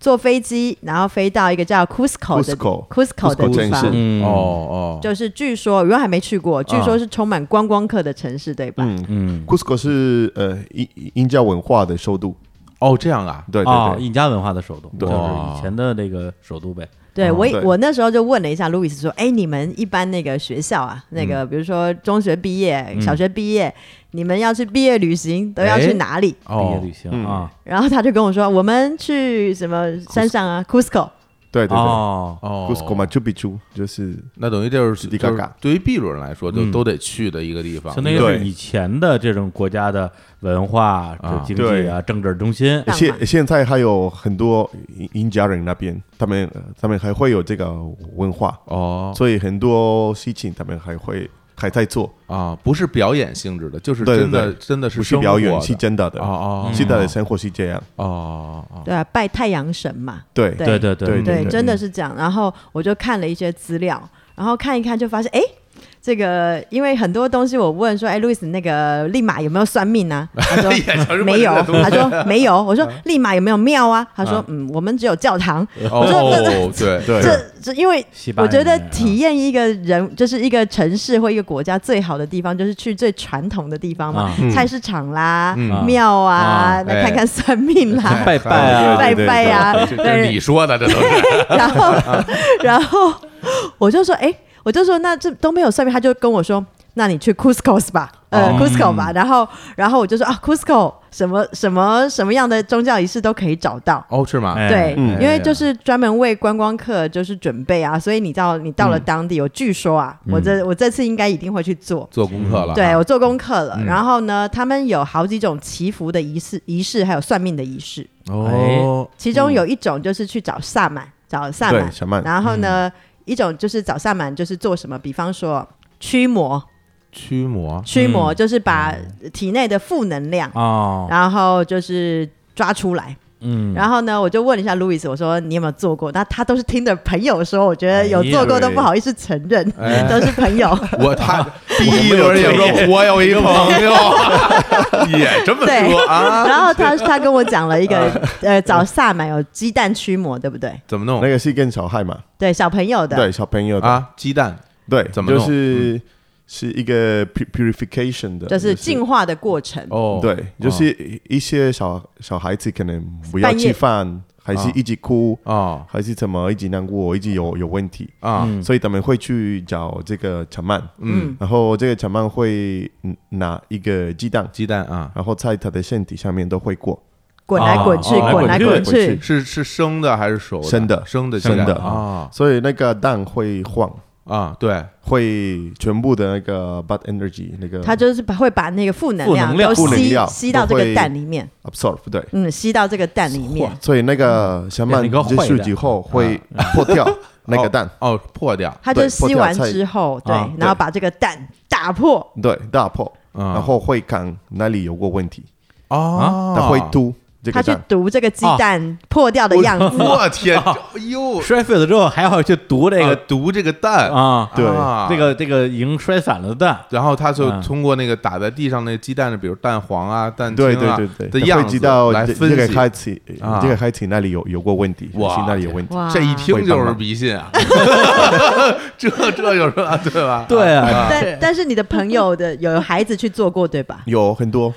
[SPEAKER 6] 坐飞机，然后飞到一个叫 Cusco 的
[SPEAKER 7] Cusco
[SPEAKER 6] Cusco 的
[SPEAKER 7] Cusco
[SPEAKER 6] 地
[SPEAKER 7] 城
[SPEAKER 6] 方
[SPEAKER 7] 市，
[SPEAKER 5] 嗯，
[SPEAKER 4] 哦，哦，
[SPEAKER 6] 就是据说，如果还没去过，据说是充满观光客的城市，对吧？
[SPEAKER 7] 嗯
[SPEAKER 5] 嗯，
[SPEAKER 7] ，Cusco 是呃印印加文化的首都，
[SPEAKER 4] 哦，这样啊，
[SPEAKER 7] 对
[SPEAKER 5] 啊
[SPEAKER 7] 对，对，
[SPEAKER 5] 印加文化的首都，
[SPEAKER 7] 对
[SPEAKER 5] 就是以前的那个首都呗，
[SPEAKER 6] 对我
[SPEAKER 7] 嗯对
[SPEAKER 6] 我那时候就问了一下路易斯说，哎，你们一般那个学校啊，那
[SPEAKER 7] 嗯
[SPEAKER 6] 个比如说中学毕业、小学毕业，你们要去毕业旅行都要
[SPEAKER 5] 哎
[SPEAKER 6] 去哪里？
[SPEAKER 5] 毕业
[SPEAKER 4] 哦
[SPEAKER 5] 旅，行啊，
[SPEAKER 6] 然后他就跟我说，我们去什么山上啊，Cusco。
[SPEAKER 7] 对对对
[SPEAKER 5] 哦，
[SPEAKER 4] 哦
[SPEAKER 7] ，Cusco 嘛，丘比丘就是
[SPEAKER 4] 那等于这是
[SPEAKER 7] 迪
[SPEAKER 4] 就
[SPEAKER 7] 嘎
[SPEAKER 4] 是
[SPEAKER 7] 嘎
[SPEAKER 4] 对于秘鲁人来说，就
[SPEAKER 5] 嗯
[SPEAKER 4] 都得去的一个地方，
[SPEAKER 5] 相当于
[SPEAKER 7] 对
[SPEAKER 5] 是以前的这种国家的文化、
[SPEAKER 4] 啊
[SPEAKER 5] 经济啊、政治中心，
[SPEAKER 6] 干嘛
[SPEAKER 7] 现现在还有很多印印加人那边，他们呃他们还会有这个文化，
[SPEAKER 4] 哦
[SPEAKER 7] 所以很多事情他们还会还在做，
[SPEAKER 4] 啊，不是表演性质的，就是
[SPEAKER 7] 对对
[SPEAKER 4] 真的
[SPEAKER 7] 对
[SPEAKER 4] 真的
[SPEAKER 7] 不是
[SPEAKER 4] 生活
[SPEAKER 7] 表演，
[SPEAKER 4] 的
[SPEAKER 7] 是真的的
[SPEAKER 4] 哦。哦
[SPEAKER 7] 现在的生活是这样，
[SPEAKER 4] 哦哦哦，
[SPEAKER 6] 对啊，拜太阳神嘛。
[SPEAKER 7] 对
[SPEAKER 5] 对对对
[SPEAKER 7] 对
[SPEAKER 6] 对，
[SPEAKER 7] 对
[SPEAKER 6] 真的是这样。然后我就看了一些资料，然后看一看就发现，哎。这个，因为很多东西我问说，哎，路易斯，那个立马有没有算命啊？他说没有，他说没有。我说立马有没有庙啊？他说
[SPEAKER 4] 啊
[SPEAKER 6] 嗯，我们只有教堂。我说那
[SPEAKER 4] 哦， (laughs) 对
[SPEAKER 7] 对
[SPEAKER 6] 这这，因为
[SPEAKER 5] 西班
[SPEAKER 6] 我
[SPEAKER 5] 牙人
[SPEAKER 6] 觉得
[SPEAKER 5] 啊
[SPEAKER 6] 体验一个人，就是一个城市或一个国家最好的地方，就是去最传统的地方嘛
[SPEAKER 5] 啊，
[SPEAKER 6] 菜市场啦、
[SPEAKER 5] 嗯
[SPEAKER 6] 庙
[SPEAKER 5] 啊
[SPEAKER 6] 啊，
[SPEAKER 4] 哎
[SPEAKER 6] 来看看算命
[SPEAKER 4] (laughs)
[SPEAKER 6] 啦、
[SPEAKER 5] 拜拜啊，
[SPEAKER 6] 拜拜呀，
[SPEAKER 4] 这这是你说的，这都是
[SPEAKER 6] (laughs) 然后，
[SPEAKER 5] (laughs)
[SPEAKER 6] 然后我就说，哎、我就说那这都没有算命，他就跟我说，那你去 Cusco 吧，呃、
[SPEAKER 5] 哦
[SPEAKER 6] Cusco 吧。然后，然后我就说啊，Cusco 什么什么什么样的宗教仪式都可以找到。
[SPEAKER 4] 哦，是吗？
[SPEAKER 5] 哎
[SPEAKER 6] 对，
[SPEAKER 7] 嗯
[SPEAKER 6] 因为就是专门为观光客就是准备啊，所以你到你
[SPEAKER 5] 嗯
[SPEAKER 6] 到了当地，我据说啊，我这我这次应该一定会去做。
[SPEAKER 4] 做功课了啊，
[SPEAKER 6] 对我做功课
[SPEAKER 5] 嗯
[SPEAKER 6] 了，然后呢，他们有好几种祈福的仪式，仪式还有算命的仪式。
[SPEAKER 4] 哦，
[SPEAKER 5] 嗯
[SPEAKER 6] 其中有一种就是去找萨满，找萨
[SPEAKER 7] 对
[SPEAKER 6] 满，
[SPEAKER 7] 萨满
[SPEAKER 6] 然后呢，一种就是找萨满，就是做什么，比方说驱魔，
[SPEAKER 4] 驱魔
[SPEAKER 6] 驱魔就是把体内的负能量，
[SPEAKER 5] 哦，
[SPEAKER 6] 然后就是抓出来。
[SPEAKER 5] 嗯，
[SPEAKER 6] 然后呢，我就问了一下路易斯，我说你有没有做过？那他都是听的朋友说，我觉得有做过都不好意思承认，
[SPEAKER 4] 哎
[SPEAKER 6] (laughs) 都是朋友。
[SPEAKER 4] 我
[SPEAKER 7] (laughs)
[SPEAKER 4] 他第一轮也说，我有一朋友也这么
[SPEAKER 6] 对
[SPEAKER 4] 说啊，
[SPEAKER 6] 然后他他跟我讲了一个，呃，找萨满有鸡蛋驱魔，对不对？
[SPEAKER 4] 怎么弄
[SPEAKER 7] 那个是跟小孩嘛，
[SPEAKER 6] 对，小朋友的。
[SPEAKER 7] 对小朋友的，
[SPEAKER 4] 啊？鸡蛋
[SPEAKER 7] 对，
[SPEAKER 4] 怎么
[SPEAKER 7] 就
[SPEAKER 4] 弄嗯
[SPEAKER 7] 是是一个 pu- purification 的，
[SPEAKER 6] 就是进化的过程，
[SPEAKER 4] 哦，
[SPEAKER 7] 对，就是一些小小孩子可能不要
[SPEAKER 6] 半夜
[SPEAKER 7] 吃饭，还是一直哭，
[SPEAKER 4] 啊
[SPEAKER 7] 还是怎么一直难过，一直有有问题，
[SPEAKER 4] 啊
[SPEAKER 5] 嗯
[SPEAKER 7] 所以他们会去找这个长曼，
[SPEAKER 6] 嗯，
[SPEAKER 7] 然后这个长曼会嗯拿一个鸡蛋，
[SPEAKER 4] 鸡蛋啊，
[SPEAKER 7] 然后在他的身体上面都会过，
[SPEAKER 6] 滚来滚去，
[SPEAKER 5] 哦哦
[SPEAKER 6] 滚来滚
[SPEAKER 7] 滚来滚
[SPEAKER 6] 去
[SPEAKER 7] 去，
[SPEAKER 4] 是是生的还是熟的？
[SPEAKER 7] 生的
[SPEAKER 4] 生的鸡
[SPEAKER 7] 生
[SPEAKER 4] 蛋，
[SPEAKER 7] 的
[SPEAKER 4] 啊
[SPEAKER 7] 所以那个蛋会晃，
[SPEAKER 4] 啊，对，
[SPEAKER 7] 会全部的那个 bad energy 那个
[SPEAKER 6] 他就是把会把那个负能
[SPEAKER 5] 负
[SPEAKER 6] 量
[SPEAKER 5] 能量
[SPEAKER 6] 都
[SPEAKER 7] 嗯负能
[SPEAKER 6] 吸
[SPEAKER 7] 量
[SPEAKER 6] 吸到这
[SPEAKER 7] 都
[SPEAKER 6] 个
[SPEAKER 7] 会
[SPEAKER 6] 蛋里面，
[SPEAKER 7] absorb 对。
[SPEAKER 6] 嗯，吸到这个蛋里面，
[SPEAKER 7] 所以那个小曼
[SPEAKER 5] 变成一个
[SPEAKER 7] 结
[SPEAKER 5] 坏
[SPEAKER 7] 束
[SPEAKER 5] 蛋
[SPEAKER 7] 之后会破掉那个蛋，
[SPEAKER 4] 哦，哦破掉，
[SPEAKER 6] 他就
[SPEAKER 7] 对破
[SPEAKER 6] 吸
[SPEAKER 7] 掉
[SPEAKER 6] 完
[SPEAKER 7] 菜
[SPEAKER 6] 之后，对
[SPEAKER 5] 啊，
[SPEAKER 6] 然后把这个蛋打破，
[SPEAKER 7] 对，大破，
[SPEAKER 4] 然
[SPEAKER 7] 然后会看哪里有过问题，
[SPEAKER 4] 哦，
[SPEAKER 7] 啊他会嘟这
[SPEAKER 6] 他
[SPEAKER 7] 个
[SPEAKER 6] 去
[SPEAKER 7] 蛋，啊
[SPEAKER 6] 读这个鸡蛋破掉的样
[SPEAKER 7] (laughs)
[SPEAKER 6] 子，
[SPEAKER 4] 我天，哎呦，
[SPEAKER 5] 摔碎了之后还要去读这
[SPEAKER 4] 这个
[SPEAKER 5] 个
[SPEAKER 4] 毒这个蛋
[SPEAKER 5] 啊，
[SPEAKER 7] 对
[SPEAKER 4] 啊
[SPEAKER 5] 这。个这个已经摔散了的蛋，
[SPEAKER 4] 然后他就
[SPEAKER 5] 嗯
[SPEAKER 4] 通过那个打在地上那个鸡蛋的，比如蛋黄啊、蛋清
[SPEAKER 7] 对对
[SPEAKER 4] 啊
[SPEAKER 7] 对对，
[SPEAKER 4] 的
[SPEAKER 7] 他
[SPEAKER 4] 样
[SPEAKER 7] 会知
[SPEAKER 4] 子
[SPEAKER 7] 道
[SPEAKER 4] 来
[SPEAKER 7] 这
[SPEAKER 4] 分
[SPEAKER 7] 这个
[SPEAKER 4] 析
[SPEAKER 7] 开启，
[SPEAKER 4] 啊
[SPEAKER 7] 这个开启那里有有过问题，
[SPEAKER 4] 哇
[SPEAKER 7] 还是那里有问题，
[SPEAKER 6] 哇
[SPEAKER 4] 这一听就是迷信啊， (laughs) 这这有什么对吧？
[SPEAKER 5] 对啊，
[SPEAKER 6] 但但是你的朋友的 (laughs) 有孩子去做过对吧？
[SPEAKER 7] 有很
[SPEAKER 6] (laughs)
[SPEAKER 7] 多，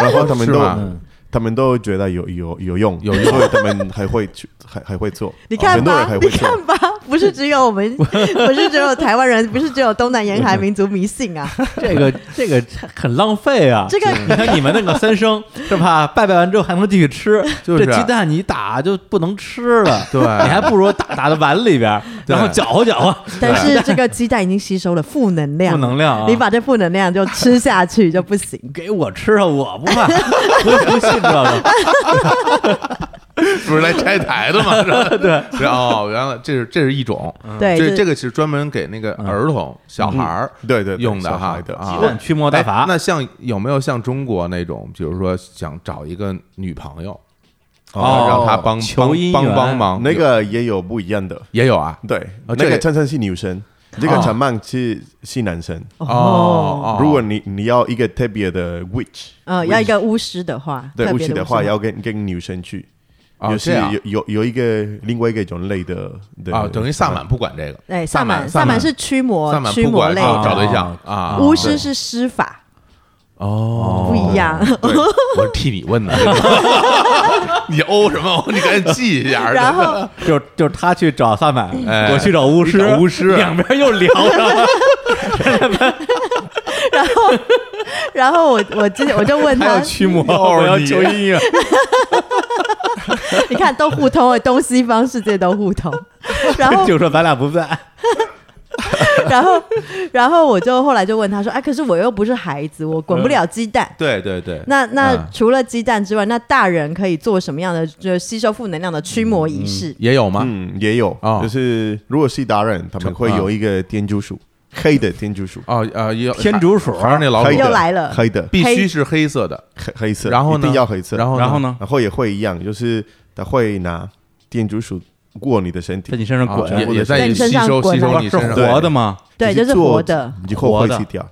[SPEAKER 7] 然后他们
[SPEAKER 4] 是
[SPEAKER 7] 都
[SPEAKER 4] 吗
[SPEAKER 5] 嗯
[SPEAKER 7] 他们都觉得有有有用，
[SPEAKER 4] 有
[SPEAKER 7] 用，所以他们还会去还还会做，
[SPEAKER 6] 你看
[SPEAKER 7] 哦很多人
[SPEAKER 6] 吧
[SPEAKER 7] 还，
[SPEAKER 6] 你
[SPEAKER 7] 会做，
[SPEAKER 6] 看吧，不是只有我
[SPEAKER 7] (laughs)
[SPEAKER 6] 们，不是只有台湾人，不是只有东南沿海民族迷信
[SPEAKER 7] (laughs)
[SPEAKER 6] 啊，
[SPEAKER 5] 这个这个很浪费啊。
[SPEAKER 6] 这个
[SPEAKER 5] 你看你们那个三牲是吧？拜拜完之后还能继续吃，
[SPEAKER 4] 就是
[SPEAKER 5] 这鸡蛋你打就不能吃了，
[SPEAKER 4] 对
[SPEAKER 5] (laughs) 你还不如打打到碗里边儿，
[SPEAKER 4] 对
[SPEAKER 5] 然后搅和搅和，
[SPEAKER 6] 但是这个鸡蛋已经吸收了负能量，
[SPEAKER 5] 负能量啊。
[SPEAKER 6] (laughs) 你把这负能量就吃下去就不行
[SPEAKER 5] 给我吃啊，我不怕，我不信这个。
[SPEAKER 4] 不是来拆台
[SPEAKER 7] (laughs)
[SPEAKER 4] 的吗？是吧对，是哦，原来这是这是一种，
[SPEAKER 7] 嗯
[SPEAKER 6] 对，
[SPEAKER 4] 这
[SPEAKER 6] 就
[SPEAKER 4] 这个是专门给那个儿童小孩儿
[SPEAKER 7] 对对对
[SPEAKER 4] 用的
[SPEAKER 7] 小
[SPEAKER 4] 哈
[SPEAKER 7] 孩的
[SPEAKER 4] 啊
[SPEAKER 5] 鸡蛋驱魔大
[SPEAKER 4] 哎
[SPEAKER 5] 法，
[SPEAKER 4] 那像有没有像中国那种，比如说想找一个女朋友，
[SPEAKER 5] 哦
[SPEAKER 4] 让她帮
[SPEAKER 5] 求
[SPEAKER 4] 帮
[SPEAKER 5] 姻
[SPEAKER 4] 帮
[SPEAKER 5] 缘
[SPEAKER 4] 帮忙，
[SPEAKER 7] 那个也有不一样的，
[SPEAKER 4] 也有啊。
[SPEAKER 7] 对，
[SPEAKER 4] 啊
[SPEAKER 7] 那
[SPEAKER 4] 这
[SPEAKER 7] 个
[SPEAKER 4] 个
[SPEAKER 7] 真正是女生，这个
[SPEAKER 4] 哦
[SPEAKER 7] 长曼是是男生，
[SPEAKER 4] 哦，哦
[SPEAKER 7] 如果你你要一个特别的 witch，
[SPEAKER 6] 呃，要一个巫师的话，
[SPEAKER 7] 对
[SPEAKER 6] 特
[SPEAKER 7] witch
[SPEAKER 6] 别
[SPEAKER 7] 的
[SPEAKER 6] 的
[SPEAKER 7] 话，
[SPEAKER 6] 巫师
[SPEAKER 7] 要跟跟女生去，
[SPEAKER 4] 哦
[SPEAKER 7] 有
[SPEAKER 4] 这
[SPEAKER 7] 些
[SPEAKER 4] 样
[SPEAKER 7] 有有有一个另外一个种类的的
[SPEAKER 4] 啊，等于萨满不管这个，
[SPEAKER 6] 对
[SPEAKER 4] 萨
[SPEAKER 6] 哎萨
[SPEAKER 4] 满
[SPEAKER 6] 满，萨
[SPEAKER 4] 萨
[SPEAKER 6] 满
[SPEAKER 4] 满
[SPEAKER 6] 是驱
[SPEAKER 4] 萨
[SPEAKER 6] 魔
[SPEAKER 4] 满
[SPEAKER 6] 驱
[SPEAKER 4] 不
[SPEAKER 6] 魔
[SPEAKER 4] 管
[SPEAKER 6] 类
[SPEAKER 4] 啊找
[SPEAKER 6] 的，
[SPEAKER 4] 对象啊，
[SPEAKER 6] 巫师是施法，
[SPEAKER 4] 哦，
[SPEAKER 6] 不一样。 (laughs)
[SPEAKER 4] 对，我是替你问的， (laughs) 你欧什么？你赶紧记一下。
[SPEAKER 6] 然
[SPEAKER 4] (laughs)
[SPEAKER 6] 后
[SPEAKER 5] 就就是他去找萨满，
[SPEAKER 4] 哎
[SPEAKER 5] 我去找巫
[SPEAKER 4] 你
[SPEAKER 5] 师，
[SPEAKER 4] 找巫师
[SPEAKER 5] 两边又聊上了。
[SPEAKER 6] 然后我我之前我就问
[SPEAKER 5] 还要
[SPEAKER 6] 他，
[SPEAKER 5] 驱魔，
[SPEAKER 4] 哦
[SPEAKER 5] 我要求姻缘。
[SPEAKER 6] 你看都互通哎，东西方世界都互通。然后
[SPEAKER 5] 就说咱俩不在，
[SPEAKER 6] (laughs) 然后然后我就后来就问他说，哎，可是我又不是孩子，我滚不了鸡蛋。
[SPEAKER 4] (laughs) 对对对，
[SPEAKER 6] 那那
[SPEAKER 4] 嗯
[SPEAKER 6] 除了鸡蛋之外，那大人可以做什么样的就是吸收负能量的驱魔仪式？
[SPEAKER 4] 也有吗？
[SPEAKER 7] 嗯也有
[SPEAKER 4] 哦，
[SPEAKER 7] 就是如果是达人，他们会
[SPEAKER 4] 啊
[SPEAKER 7] 有一个天竺鼠，黑的天竺鼠，
[SPEAKER 4] 哦啊，也有
[SPEAKER 5] 天竺 (laughs) 鼠
[SPEAKER 4] 还是那老鼠
[SPEAKER 7] 黑，的
[SPEAKER 6] 又来了
[SPEAKER 7] 黑的
[SPEAKER 4] 必须是黑色的。
[SPEAKER 7] 黑黑色，
[SPEAKER 4] 然后
[SPEAKER 7] 一
[SPEAKER 4] 呢？
[SPEAKER 7] 定要黑色，
[SPEAKER 4] 然后
[SPEAKER 5] 然后？呢，
[SPEAKER 7] 然后也会一样，就是他会拿天竺鼠过你的身
[SPEAKER 5] 在
[SPEAKER 7] 体，
[SPEAKER 5] 你身上滚，
[SPEAKER 4] 啊也
[SPEAKER 7] 对
[SPEAKER 4] 也在
[SPEAKER 6] 在
[SPEAKER 4] 你
[SPEAKER 6] 你
[SPEAKER 4] 吸
[SPEAKER 6] 身上
[SPEAKER 4] 收吸
[SPEAKER 6] 滚
[SPEAKER 4] 收
[SPEAKER 6] 啊
[SPEAKER 4] 你
[SPEAKER 5] 是
[SPEAKER 4] 身 (laughs) 上
[SPEAKER 5] 活的吗？
[SPEAKER 6] 对，就是
[SPEAKER 7] 做
[SPEAKER 6] 活的。
[SPEAKER 7] 以后
[SPEAKER 5] 活
[SPEAKER 7] 会
[SPEAKER 5] 的
[SPEAKER 7] 死掉，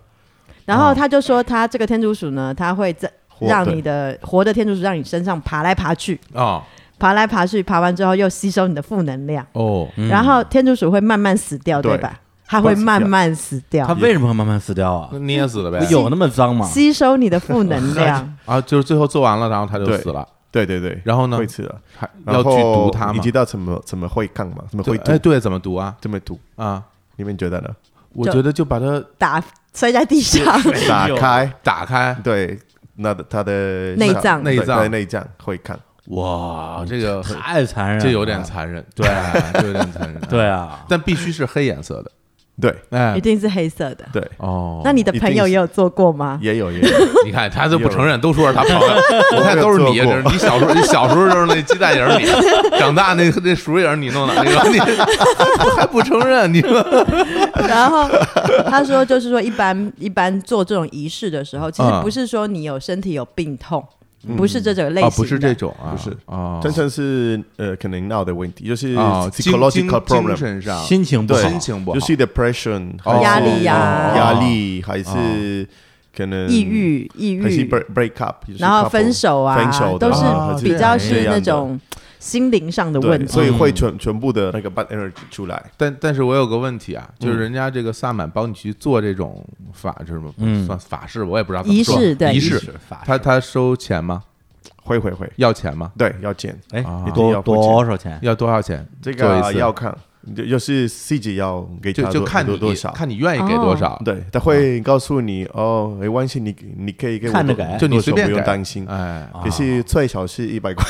[SPEAKER 6] 然后他就说，他这个天竺鼠呢，它会在
[SPEAKER 7] 活
[SPEAKER 6] 让
[SPEAKER 7] 对
[SPEAKER 6] 你的活的天竺鼠让你身上爬来爬去，
[SPEAKER 4] 啊
[SPEAKER 6] 爬来爬去，爬完之后又吸收你的负能量，
[SPEAKER 4] 哦，
[SPEAKER 6] 然后天竺鼠会慢慢死掉，
[SPEAKER 7] 对
[SPEAKER 6] 对吧？它会慢慢死掉
[SPEAKER 5] 他，为什么会慢慢死掉啊？
[SPEAKER 4] 捏死了呗。
[SPEAKER 5] 有那么脏吗？
[SPEAKER 6] 吸收你的负能量。
[SPEAKER 4] 啊，就是最后做完了，然后他就
[SPEAKER 7] 对
[SPEAKER 4] 死了。
[SPEAKER 7] 对对对，
[SPEAKER 4] 然后呢
[SPEAKER 7] 会死的，
[SPEAKER 4] 还
[SPEAKER 7] 然
[SPEAKER 4] 要去毒
[SPEAKER 7] 后
[SPEAKER 4] 它
[SPEAKER 7] 你
[SPEAKER 4] 吗
[SPEAKER 7] 知？道怎么怎么会看吗？怎么
[SPEAKER 4] 对
[SPEAKER 7] 会毒
[SPEAKER 4] 哎，？对，怎么毒啊？
[SPEAKER 7] 怎么毒？
[SPEAKER 4] 啊，
[SPEAKER 7] 你们觉得呢？
[SPEAKER 4] 我觉得就把它
[SPEAKER 6] 打摔在地上，
[SPEAKER 7] 打开。
[SPEAKER 4] 打开。
[SPEAKER 7] 对，那的他的
[SPEAKER 6] 内
[SPEAKER 7] 小
[SPEAKER 6] 脏
[SPEAKER 4] 内
[SPEAKER 7] 对
[SPEAKER 4] 脏
[SPEAKER 7] 对内脏会看，
[SPEAKER 4] 哇，哦这个
[SPEAKER 5] 太残忍
[SPEAKER 4] (laughs)
[SPEAKER 5] 了，
[SPEAKER 4] 这有点残忍，对，这有点残忍。
[SPEAKER 5] 对，啊，
[SPEAKER 4] 但必须是黑颜色的。
[SPEAKER 7] 对
[SPEAKER 4] 哎
[SPEAKER 6] 一，定是黑色的。
[SPEAKER 7] 对，
[SPEAKER 4] 哦，
[SPEAKER 6] 那你的朋友也有做过吗？
[SPEAKER 7] 也有也有，
[SPEAKER 4] 你看他都不承认，都说是他朋友，我看都是你，
[SPEAKER 7] 我没
[SPEAKER 4] 这
[SPEAKER 7] 有做
[SPEAKER 4] 是你小时候，你小时候就是那鸡蛋也
[SPEAKER 6] (laughs)
[SPEAKER 4] 是你，长大那那鼠也是你弄的，那个你还不承认，你说
[SPEAKER 6] (laughs) 然后他说，就是说一般 (laughs) 一般做这种仪式的时候，其实
[SPEAKER 4] 啊
[SPEAKER 6] 不是说你有身体有病痛，不是这种类
[SPEAKER 4] 啊
[SPEAKER 6] 型，
[SPEAKER 4] 不是
[SPEAKER 6] 的
[SPEAKER 4] 这种啊，
[SPEAKER 7] 不是
[SPEAKER 4] 啊，
[SPEAKER 7] (laughs) 真正是呃可能闹的问题，就是
[SPEAKER 4] 啊，精
[SPEAKER 7] psychological
[SPEAKER 4] 精精
[SPEAKER 7] problem，
[SPEAKER 4] 神上
[SPEAKER 1] 心情不好
[SPEAKER 7] 对，
[SPEAKER 4] 心情不好
[SPEAKER 7] 就是 depression，
[SPEAKER 4] 哦
[SPEAKER 7] 还
[SPEAKER 6] 压
[SPEAKER 7] 是嗯
[SPEAKER 6] 力呀、啊
[SPEAKER 7] 压力还是可能
[SPEAKER 6] 抑，郁、抑郁
[SPEAKER 7] 还是 break break up，就是
[SPEAKER 6] 然后
[SPEAKER 7] couple，
[SPEAKER 6] 分手啊，
[SPEAKER 7] 分手的
[SPEAKER 6] 都是
[SPEAKER 7] 啊
[SPEAKER 6] 比较
[SPEAKER 7] 这
[SPEAKER 6] 是
[SPEAKER 7] 样
[SPEAKER 6] 那
[SPEAKER 7] 的
[SPEAKER 6] 种心灵上的
[SPEAKER 7] 对
[SPEAKER 6] 问题。
[SPEAKER 7] 所以会全全部的那个 bad energy 出来。
[SPEAKER 4] 但但是我有个问题啊，
[SPEAKER 7] 嗯
[SPEAKER 4] 就是人家这个萨满帮你去做这种法，就是什么
[SPEAKER 1] 嗯
[SPEAKER 4] 算法事，我也不知道怎么
[SPEAKER 6] 仪
[SPEAKER 4] 说
[SPEAKER 6] 式对
[SPEAKER 4] 仪
[SPEAKER 6] 仪
[SPEAKER 4] 式，他他收钱吗？
[SPEAKER 7] 会会会，
[SPEAKER 4] 要钱吗？
[SPEAKER 7] 对，要见
[SPEAKER 1] 哎
[SPEAKER 4] 啊，
[SPEAKER 7] 一定
[SPEAKER 1] 多
[SPEAKER 7] 要付钱
[SPEAKER 1] 多少钱？
[SPEAKER 4] 要多少钱？
[SPEAKER 7] 这
[SPEAKER 4] 做一
[SPEAKER 7] 个
[SPEAKER 4] 次
[SPEAKER 7] 要看，就就是自己要给
[SPEAKER 4] 就
[SPEAKER 7] 他
[SPEAKER 4] 就
[SPEAKER 7] 多
[SPEAKER 4] 看你
[SPEAKER 7] 多多少，
[SPEAKER 4] 看你愿意给多少，
[SPEAKER 7] 对，他会告诉你哦，没关系，你你可以给我
[SPEAKER 1] 看着
[SPEAKER 7] 多
[SPEAKER 1] 给
[SPEAKER 4] 就你
[SPEAKER 7] 多
[SPEAKER 4] 随
[SPEAKER 7] 少
[SPEAKER 4] 便
[SPEAKER 7] 不用
[SPEAKER 4] 给
[SPEAKER 7] 担心。
[SPEAKER 4] 哎，
[SPEAKER 7] 可是最少是一百块，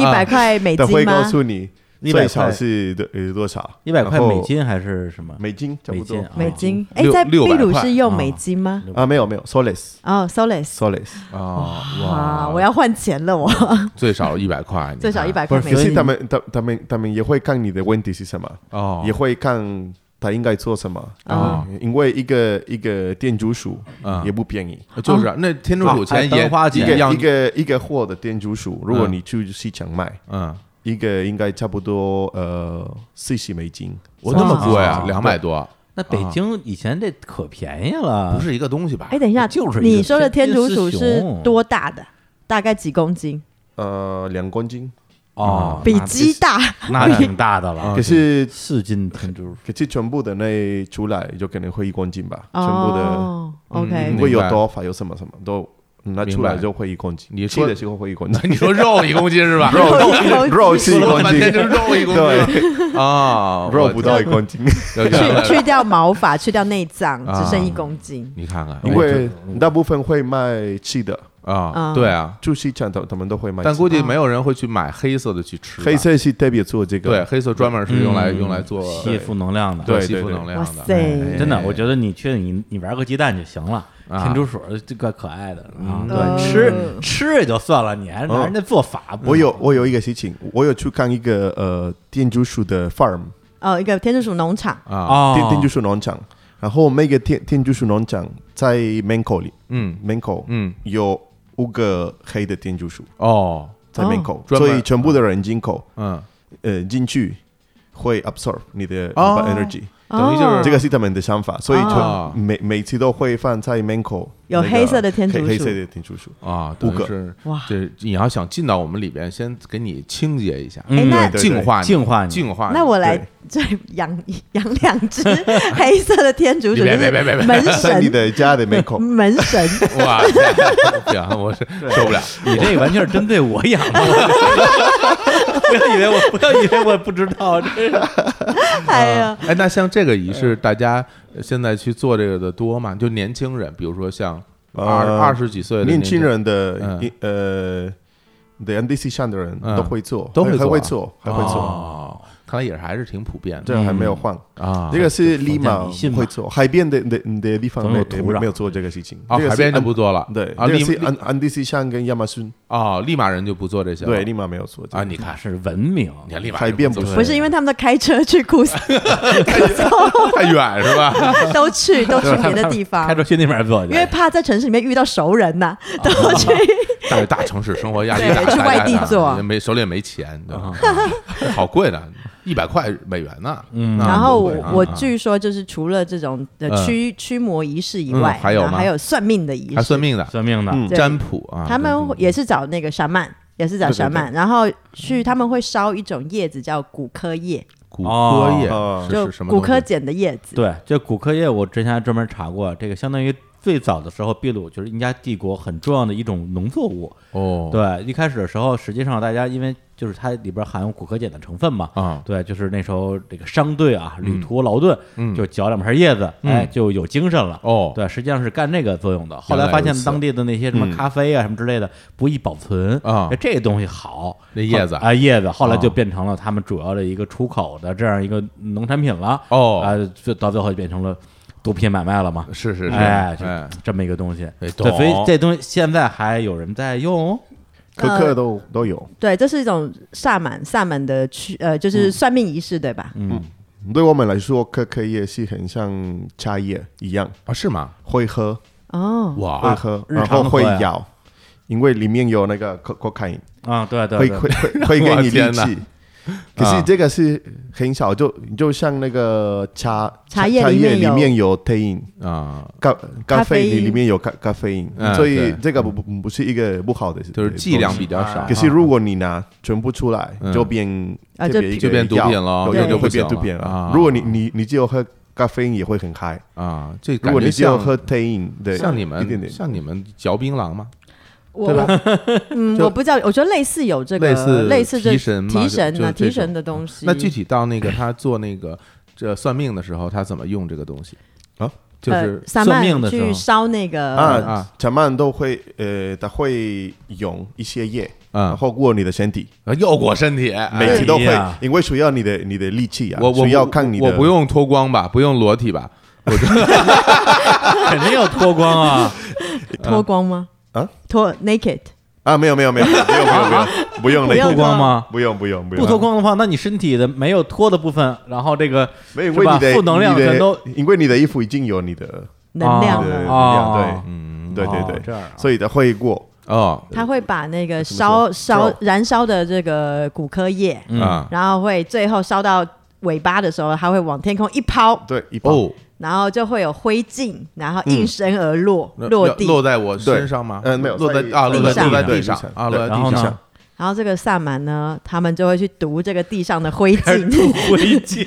[SPEAKER 6] 一
[SPEAKER 7] 啊
[SPEAKER 6] 百块美
[SPEAKER 7] 他
[SPEAKER 6] 金
[SPEAKER 7] 会告
[SPEAKER 6] 吗？
[SPEAKER 7] 诉你
[SPEAKER 1] 100
[SPEAKER 7] 最少
[SPEAKER 1] 块
[SPEAKER 7] 是多呃多少，
[SPEAKER 1] 一百块
[SPEAKER 7] 然后
[SPEAKER 1] 美金还是什么？
[SPEAKER 7] 美金差
[SPEAKER 1] 美
[SPEAKER 7] 不多
[SPEAKER 1] 金啊
[SPEAKER 6] 美金？
[SPEAKER 7] 哦
[SPEAKER 6] 哎
[SPEAKER 4] 六，
[SPEAKER 6] 在秘
[SPEAKER 4] 六百
[SPEAKER 6] 鲁
[SPEAKER 4] 块
[SPEAKER 6] 是用美金吗？
[SPEAKER 7] 啊，没有没有，soles
[SPEAKER 6] 哦，soles。
[SPEAKER 7] soles，
[SPEAKER 4] 啊
[SPEAKER 7] 哦
[SPEAKER 6] 哇，我要换钱了，我
[SPEAKER 4] 最少一百块，你
[SPEAKER 6] 最少
[SPEAKER 4] 看
[SPEAKER 6] 一百
[SPEAKER 1] 不
[SPEAKER 6] 块
[SPEAKER 1] 是
[SPEAKER 6] 美
[SPEAKER 7] 可
[SPEAKER 1] 所以
[SPEAKER 6] 金。
[SPEAKER 7] 啊是他们他他们他们也会看你的问题是什么，
[SPEAKER 4] 哦，
[SPEAKER 7] 也会看他应该做什么
[SPEAKER 4] 哦，
[SPEAKER 7] 因为一个一个店主鼠
[SPEAKER 4] 嗯
[SPEAKER 7] 也不便宜，
[SPEAKER 4] 就是那天竺鼠
[SPEAKER 1] 啊还
[SPEAKER 4] 钱
[SPEAKER 1] 单
[SPEAKER 4] 也
[SPEAKER 1] 花钱
[SPEAKER 7] 一
[SPEAKER 4] 一
[SPEAKER 7] 个
[SPEAKER 4] 样
[SPEAKER 7] 一个一个货的店主鼠，如果
[SPEAKER 4] 嗯
[SPEAKER 7] 你去市场卖，
[SPEAKER 4] 嗯，
[SPEAKER 7] 一个应该差不多呃四十美金，
[SPEAKER 4] 我那么
[SPEAKER 6] 啊
[SPEAKER 4] 贵啊，两百多，
[SPEAKER 1] 那北
[SPEAKER 5] 啊
[SPEAKER 1] 京以前这可便宜了，
[SPEAKER 4] 不是一个东西吧？
[SPEAKER 6] 哎，等一下，
[SPEAKER 1] 就是一个
[SPEAKER 6] 你说的天
[SPEAKER 1] 天
[SPEAKER 6] 竺
[SPEAKER 1] 丝
[SPEAKER 6] 鼠是
[SPEAKER 1] 熊
[SPEAKER 6] 多大的？大概几公斤？
[SPEAKER 7] 呃两公斤，
[SPEAKER 1] 哦，
[SPEAKER 6] 比
[SPEAKER 1] 那
[SPEAKER 6] 鸡大。
[SPEAKER 5] 那挺大的
[SPEAKER 4] 啊
[SPEAKER 5] 了。
[SPEAKER 7] 可是
[SPEAKER 1] 四斤天珠，
[SPEAKER 7] 可是全部的那出来就可能会一公斤吧，全部的
[SPEAKER 6] 哦，OK
[SPEAKER 4] 嗯。
[SPEAKER 7] 如果有
[SPEAKER 4] 明白
[SPEAKER 7] 多法有什么什么都拿出来就会一公斤，
[SPEAKER 4] 明白你
[SPEAKER 7] 吃
[SPEAKER 4] 说，
[SPEAKER 7] 的时候会一公斤
[SPEAKER 4] 你说肉一公斤是吧？
[SPEAKER 7] 肉肉肉吃一
[SPEAKER 4] 说了
[SPEAKER 7] 公
[SPEAKER 4] 半
[SPEAKER 7] 斤
[SPEAKER 4] 天，就是肉 (laughs) 一公斤啊，
[SPEAKER 7] (laughs) 肉不到一公斤，
[SPEAKER 4] 去
[SPEAKER 6] 去去掉毛发，去掉内脏，
[SPEAKER 4] 啊
[SPEAKER 6] 只剩一公斤。
[SPEAKER 4] 你看看，
[SPEAKER 7] 因为大部分会卖吃的，
[SPEAKER 4] 啊，
[SPEAKER 6] 嗯
[SPEAKER 4] 对啊，
[SPEAKER 7] 就市场他他们都会卖吃的，
[SPEAKER 4] 但估计没有人会去买黑色的去吃吧，
[SPEAKER 7] 黑色是特别做这
[SPEAKER 4] 对
[SPEAKER 7] 个，
[SPEAKER 4] 黑色专门是用来
[SPEAKER 1] 嗯
[SPEAKER 4] 用来做
[SPEAKER 1] 吸负能量的。
[SPEAKER 7] 对
[SPEAKER 4] 吸
[SPEAKER 7] 对
[SPEAKER 4] 附
[SPEAKER 7] 对
[SPEAKER 4] 能量
[SPEAKER 6] 哇
[SPEAKER 4] 的，
[SPEAKER 6] 塞
[SPEAKER 4] 哎
[SPEAKER 1] 真的，我觉得你去你你玩个鸡蛋就行了，
[SPEAKER 4] 啊
[SPEAKER 1] 天竺鼠这怪可爱的啊，
[SPEAKER 6] 嗯
[SPEAKER 1] 对，吃
[SPEAKER 6] 嗯
[SPEAKER 1] 吃也就算了，你
[SPEAKER 5] 嗯
[SPEAKER 1] 还拿人家做法，不
[SPEAKER 7] 我有我有一个事情，我有去看一个呃天竺鼠的 farm，
[SPEAKER 6] 哦，一个天竺鼠农场，
[SPEAKER 4] 啊，
[SPEAKER 1] 哦，
[SPEAKER 7] 天天竺鼠农场，然后每个天天竺鼠农场在门口里
[SPEAKER 4] 嗯
[SPEAKER 7] 门口
[SPEAKER 4] 嗯，
[SPEAKER 7] 有五个黑的天竺鼠
[SPEAKER 4] 哦，
[SPEAKER 7] 在门口，
[SPEAKER 4] 专门
[SPEAKER 7] 所以全部的人进口
[SPEAKER 4] 嗯，
[SPEAKER 7] 呃进去会 absorb 你的
[SPEAKER 4] 哦
[SPEAKER 7] bad energy，、
[SPEAKER 4] 等于就是
[SPEAKER 6] 哦
[SPEAKER 7] 这个是他们的想法，所以
[SPEAKER 4] 哦
[SPEAKER 7] 就每每次都会放在门口
[SPEAKER 6] 有
[SPEAKER 7] 那个
[SPEAKER 6] 黑色的天竺鼠
[SPEAKER 7] 黑黑色的天竺鼠。
[SPEAKER 4] 啊，
[SPEAKER 7] 五
[SPEAKER 4] 等于
[SPEAKER 7] 个
[SPEAKER 4] 是
[SPEAKER 6] 哇
[SPEAKER 4] 这你要想进到我们里边，先给你清洁一下，
[SPEAKER 6] 哎
[SPEAKER 1] 嗯，
[SPEAKER 6] 那
[SPEAKER 7] 对
[SPEAKER 4] 净化你
[SPEAKER 1] 净化你
[SPEAKER 4] 净化你。
[SPEAKER 6] 那我来再养 (laughs) 养两只黑色的天竺鼠，
[SPEAKER 4] 别
[SPEAKER 6] 就
[SPEAKER 4] 别
[SPEAKER 6] 是
[SPEAKER 4] 别别别别 (laughs)
[SPEAKER 6] 门
[SPEAKER 7] 在你
[SPEAKER 6] 神，
[SPEAKER 7] 的家的门口，
[SPEAKER 6] 门神，
[SPEAKER 4] 哇， (laughs) 行，我是受不了。
[SPEAKER 1] 你这完全是针对我养的，不要以为我不要以为我不知道，
[SPEAKER 5] (laughs)
[SPEAKER 1] 这是
[SPEAKER 6] 哎呀，
[SPEAKER 4] 哎，那像这个仪式，大家现在去做这个的多吗？就年轻人，比如说像二
[SPEAKER 7] 呃
[SPEAKER 4] 二十几岁的
[SPEAKER 7] 年轻人
[SPEAKER 4] 嗯
[SPEAKER 7] 的一呃的 NDC 上的人
[SPEAKER 4] 嗯
[SPEAKER 7] 都会做，
[SPEAKER 4] 都
[SPEAKER 7] 还
[SPEAKER 4] 会
[SPEAKER 7] 还
[SPEAKER 4] 做
[SPEAKER 7] 会
[SPEAKER 4] 啊
[SPEAKER 7] 做，还
[SPEAKER 4] 还
[SPEAKER 7] 会做，
[SPEAKER 4] 哦，看来也是还是挺普遍
[SPEAKER 7] 这
[SPEAKER 4] 的
[SPEAKER 7] 还没有换。
[SPEAKER 4] 啊。
[SPEAKER 7] 这个是立马
[SPEAKER 1] 封建迷信嘛
[SPEAKER 7] 会做，海边的的的地方
[SPEAKER 1] 总有
[SPEAKER 7] 没
[SPEAKER 1] 土壤
[SPEAKER 7] 没有做这个事情。
[SPEAKER 4] 啊，
[SPEAKER 7] 这个
[SPEAKER 4] 海
[SPEAKER 7] 是
[SPEAKER 4] 边就
[SPEAKER 7] 安
[SPEAKER 4] 不做了，
[SPEAKER 7] 对，
[SPEAKER 4] 啊，
[SPEAKER 7] 这个
[SPEAKER 4] 利
[SPEAKER 7] 是
[SPEAKER 4] 利
[SPEAKER 7] 安安第斯山跟亚马逊，
[SPEAKER 4] 啊，利马人就不做这些了，
[SPEAKER 7] 对，立马没有做这个
[SPEAKER 4] 啊，你看，
[SPEAKER 1] 是文
[SPEAKER 5] (laughs)
[SPEAKER 1] 明，
[SPEAKER 4] 你看利马
[SPEAKER 7] 海
[SPEAKER 4] 人
[SPEAKER 7] 边
[SPEAKER 4] 不
[SPEAKER 7] 不
[SPEAKER 4] 做
[SPEAKER 6] 不是因为他们都开车去库
[SPEAKER 4] (laughs)
[SPEAKER 6] 斯，
[SPEAKER 4] 太远是吧？
[SPEAKER 6] 都去都去别的地
[SPEAKER 1] 开
[SPEAKER 6] 方，
[SPEAKER 1] 车去那边做去，
[SPEAKER 6] 因为怕在城市里面遇到熟人呐，
[SPEAKER 4] 哦
[SPEAKER 6] 都去
[SPEAKER 4] 大大城市生活压力
[SPEAKER 6] 对
[SPEAKER 4] 大，
[SPEAKER 6] 去
[SPEAKER 4] 大
[SPEAKER 6] 外
[SPEAKER 4] 家
[SPEAKER 6] 地
[SPEAKER 4] 大
[SPEAKER 6] 做
[SPEAKER 4] 也没手里也没钱，对吧？
[SPEAKER 5] 嗯
[SPEAKER 4] 哎好贵呢，一百块美元呢。嗯
[SPEAKER 6] 然后我我
[SPEAKER 4] 去
[SPEAKER 6] 据说就是除了这种的
[SPEAKER 4] 嗯
[SPEAKER 6] 驱驱魔仪式以外
[SPEAKER 4] 嗯，还有吗
[SPEAKER 6] 然后还有算命的仪
[SPEAKER 4] 还
[SPEAKER 6] 式，
[SPEAKER 4] 算命的
[SPEAKER 1] 算命的，
[SPEAKER 7] 嗯
[SPEAKER 6] 对
[SPEAKER 4] 占卜啊，
[SPEAKER 6] 他们
[SPEAKER 4] 对
[SPEAKER 6] 也是找那个沙曼，也是找沙曼，然后去他们会烧一种叶子叫骨科叶，
[SPEAKER 4] 骨科
[SPEAKER 7] 哦
[SPEAKER 4] 业
[SPEAKER 6] 就是
[SPEAKER 4] 什么
[SPEAKER 6] 骨
[SPEAKER 4] 东
[SPEAKER 6] 科
[SPEAKER 4] 西？
[SPEAKER 6] 碱的叶子。
[SPEAKER 1] 对，这骨科业我之前还专门查过，这个相当于
[SPEAKER 5] 最早的时候，秘鲁就是印加帝国很重要的一种农作物。
[SPEAKER 4] 哦，
[SPEAKER 5] 对，一开始的时候，实际上大家因为就是它里边含有骨科碱的成分嘛，
[SPEAKER 4] 啊
[SPEAKER 5] 对，就是那时候这个商队啊，
[SPEAKER 4] 嗯
[SPEAKER 5] 旅途劳顿，就嚼两片叶子，哎，就有精神了。
[SPEAKER 4] 哦
[SPEAKER 5] 对，实际上是干这个作用的。后
[SPEAKER 4] 原来
[SPEAKER 5] 来发现
[SPEAKER 4] 如此嗯
[SPEAKER 5] 当地的那些什么咖啡啊、什么之类的不易保存
[SPEAKER 4] 啊
[SPEAKER 5] 哎这东西好，
[SPEAKER 4] 那叶子
[SPEAKER 5] 后啊叶子，后来就
[SPEAKER 4] 啊
[SPEAKER 5] 变成了他们主要的一个出口的这样一个农产品了。
[SPEAKER 4] 哦
[SPEAKER 5] 啊，就到最后就变成了毒品买卖了嘛。
[SPEAKER 4] 是是是，
[SPEAKER 5] 哎，就
[SPEAKER 4] 哎，
[SPEAKER 5] 这么一个东西，
[SPEAKER 4] 哎
[SPEAKER 5] 对，
[SPEAKER 4] 懂哦
[SPEAKER 5] 所以这东西现在还有人在用，
[SPEAKER 7] 各
[SPEAKER 6] 呃
[SPEAKER 7] 个都都有。
[SPEAKER 6] 对，这是一种萨满萨满的去呃，就是算命仪式，对吧？
[SPEAKER 7] 对我们来说，可可也是很像茶叶一样，
[SPEAKER 4] 啊是吗？
[SPEAKER 7] 会喝，
[SPEAKER 6] 哦，
[SPEAKER 7] 会
[SPEAKER 4] 哇，
[SPEAKER 7] 喝，
[SPEAKER 5] 日
[SPEAKER 7] 然
[SPEAKER 5] 常
[SPEAKER 7] 后
[SPEAKER 5] 地
[SPEAKER 7] 会
[SPEAKER 4] 啊
[SPEAKER 5] 喝呀
[SPEAKER 7] 咬，因为里面有那个 co cocaine，
[SPEAKER 5] 啊，对对
[SPEAKER 7] 会
[SPEAKER 5] 对
[SPEAKER 7] 会会会
[SPEAKER 4] (laughs)
[SPEAKER 7] 给
[SPEAKER 4] 我
[SPEAKER 7] 你
[SPEAKER 4] 天
[SPEAKER 7] 力
[SPEAKER 4] 哪
[SPEAKER 7] 气。可
[SPEAKER 4] 啊
[SPEAKER 7] 是这个是很少，就就像那个茶
[SPEAKER 6] 茶叶
[SPEAKER 7] 叶
[SPEAKER 6] 里面
[SPEAKER 7] 里
[SPEAKER 6] 有
[SPEAKER 7] 面有 tein，
[SPEAKER 4] 啊，
[SPEAKER 7] 咖
[SPEAKER 6] 咖
[SPEAKER 7] 咖
[SPEAKER 6] 啡
[SPEAKER 7] 啡
[SPEAKER 6] 因
[SPEAKER 7] 里里面有咖咖啡因
[SPEAKER 4] 嗯，
[SPEAKER 7] 所以
[SPEAKER 4] 对
[SPEAKER 7] 这个不不不是一个不好的，
[SPEAKER 4] 就是剂量比较少
[SPEAKER 7] 可，是如果你拿全部出来
[SPEAKER 4] 嗯，
[SPEAKER 7] 就变
[SPEAKER 6] 啊
[SPEAKER 7] 特别
[SPEAKER 6] 就
[SPEAKER 7] 一个
[SPEAKER 4] 就变毒品
[SPEAKER 7] 药
[SPEAKER 4] 了
[SPEAKER 7] 有
[SPEAKER 6] 这
[SPEAKER 7] 有
[SPEAKER 6] 就
[SPEAKER 7] 就
[SPEAKER 6] 不
[SPEAKER 7] 会变
[SPEAKER 4] 行
[SPEAKER 7] 毒品
[SPEAKER 4] 了啊
[SPEAKER 7] 了。如果你你你只有喝咖啡因也会很嗨，
[SPEAKER 4] 啊，这
[SPEAKER 7] 如
[SPEAKER 4] 感
[SPEAKER 7] 果
[SPEAKER 4] 觉
[SPEAKER 7] 你只有
[SPEAKER 4] 像
[SPEAKER 7] 喝 tein，对，
[SPEAKER 4] 像你
[SPEAKER 7] 一点
[SPEAKER 4] 们
[SPEAKER 7] 点
[SPEAKER 4] 像你们嚼槟榔吗？
[SPEAKER 6] 我 (laughs) 嗯，我不知道，我觉得类似有这个
[SPEAKER 4] 类似
[SPEAKER 6] 类似这
[SPEAKER 4] 提神嘛
[SPEAKER 6] 提神
[SPEAKER 4] 就
[SPEAKER 6] 啊
[SPEAKER 4] 就这
[SPEAKER 6] 提
[SPEAKER 4] 种
[SPEAKER 6] 神的东西。
[SPEAKER 4] 那具体到那个他做那个这算命的时候，他怎么用这个东西
[SPEAKER 7] 啊？
[SPEAKER 4] 就
[SPEAKER 6] 呃 (laughs)
[SPEAKER 4] 是
[SPEAKER 6] 萨
[SPEAKER 5] 算
[SPEAKER 6] 满
[SPEAKER 5] 命的时候
[SPEAKER 6] 去烧那个
[SPEAKER 7] 啊
[SPEAKER 4] 啊
[SPEAKER 7] 咱们都会呃，他会用一些液，
[SPEAKER 4] 嗯
[SPEAKER 7] 然后过你的身体，
[SPEAKER 4] 诱果身体，
[SPEAKER 7] 每
[SPEAKER 4] 哎
[SPEAKER 7] 次都会
[SPEAKER 5] 哎呀，
[SPEAKER 7] 因为需要你的你的力气啊，
[SPEAKER 4] 我我
[SPEAKER 7] 需要看你的，
[SPEAKER 4] 我不用脱光吧，不用裸体吧？
[SPEAKER 5] 肯定要脱光啊，
[SPEAKER 6] 脱光吗？
[SPEAKER 7] 啊，
[SPEAKER 6] 脱 naked
[SPEAKER 7] 啊，没有没有没有，不用不用不
[SPEAKER 4] (laughs)
[SPEAKER 7] 用，不用
[SPEAKER 6] 不
[SPEAKER 7] 那
[SPEAKER 6] 用
[SPEAKER 5] 脱
[SPEAKER 7] 个
[SPEAKER 5] 光吗？
[SPEAKER 7] 不用不用不
[SPEAKER 5] (laughs)
[SPEAKER 7] 用，
[SPEAKER 5] 不脱光的话，那你身体的没有脱的部分，然后这个
[SPEAKER 7] 没有，因
[SPEAKER 5] 是
[SPEAKER 7] 为
[SPEAKER 5] 吧
[SPEAKER 7] 你的
[SPEAKER 5] 负能量
[SPEAKER 7] 你的
[SPEAKER 5] 全都
[SPEAKER 7] 因为你的衣服已经有你的
[SPEAKER 6] 能量
[SPEAKER 7] 对
[SPEAKER 6] 了，
[SPEAKER 5] 啊
[SPEAKER 7] 啊，
[SPEAKER 4] 嗯，
[SPEAKER 7] 对对
[SPEAKER 5] 哦
[SPEAKER 7] 对，
[SPEAKER 5] 这样啊
[SPEAKER 7] 所以它会过。
[SPEAKER 4] 哦
[SPEAKER 6] 他会把那个烧烧燃烧的这个骨科液，
[SPEAKER 4] 啊
[SPEAKER 6] 然后会最后烧到尾巴的时候，他会往天空一抛，
[SPEAKER 7] 对，一包
[SPEAKER 4] 哦，
[SPEAKER 6] 然后就会有灰烬，然后应声而落
[SPEAKER 4] 嗯那
[SPEAKER 6] 落
[SPEAKER 4] 要
[SPEAKER 6] 地。
[SPEAKER 4] 落在我身上吗？
[SPEAKER 7] 呃没有
[SPEAKER 4] 落在
[SPEAKER 7] 在
[SPEAKER 4] 啊，
[SPEAKER 7] 地
[SPEAKER 4] 落在
[SPEAKER 6] 上
[SPEAKER 4] 落在
[SPEAKER 7] 对
[SPEAKER 4] 地
[SPEAKER 7] 地
[SPEAKER 4] 上
[SPEAKER 7] 上
[SPEAKER 4] 啊，落
[SPEAKER 7] 对
[SPEAKER 4] 在
[SPEAKER 5] 然
[SPEAKER 4] 地
[SPEAKER 5] 后
[SPEAKER 4] 上
[SPEAKER 5] 呢，
[SPEAKER 6] 然后这个萨满呢，他们就会去读这个地上的灰
[SPEAKER 4] (laughs)
[SPEAKER 6] 烬，
[SPEAKER 5] 灰烬，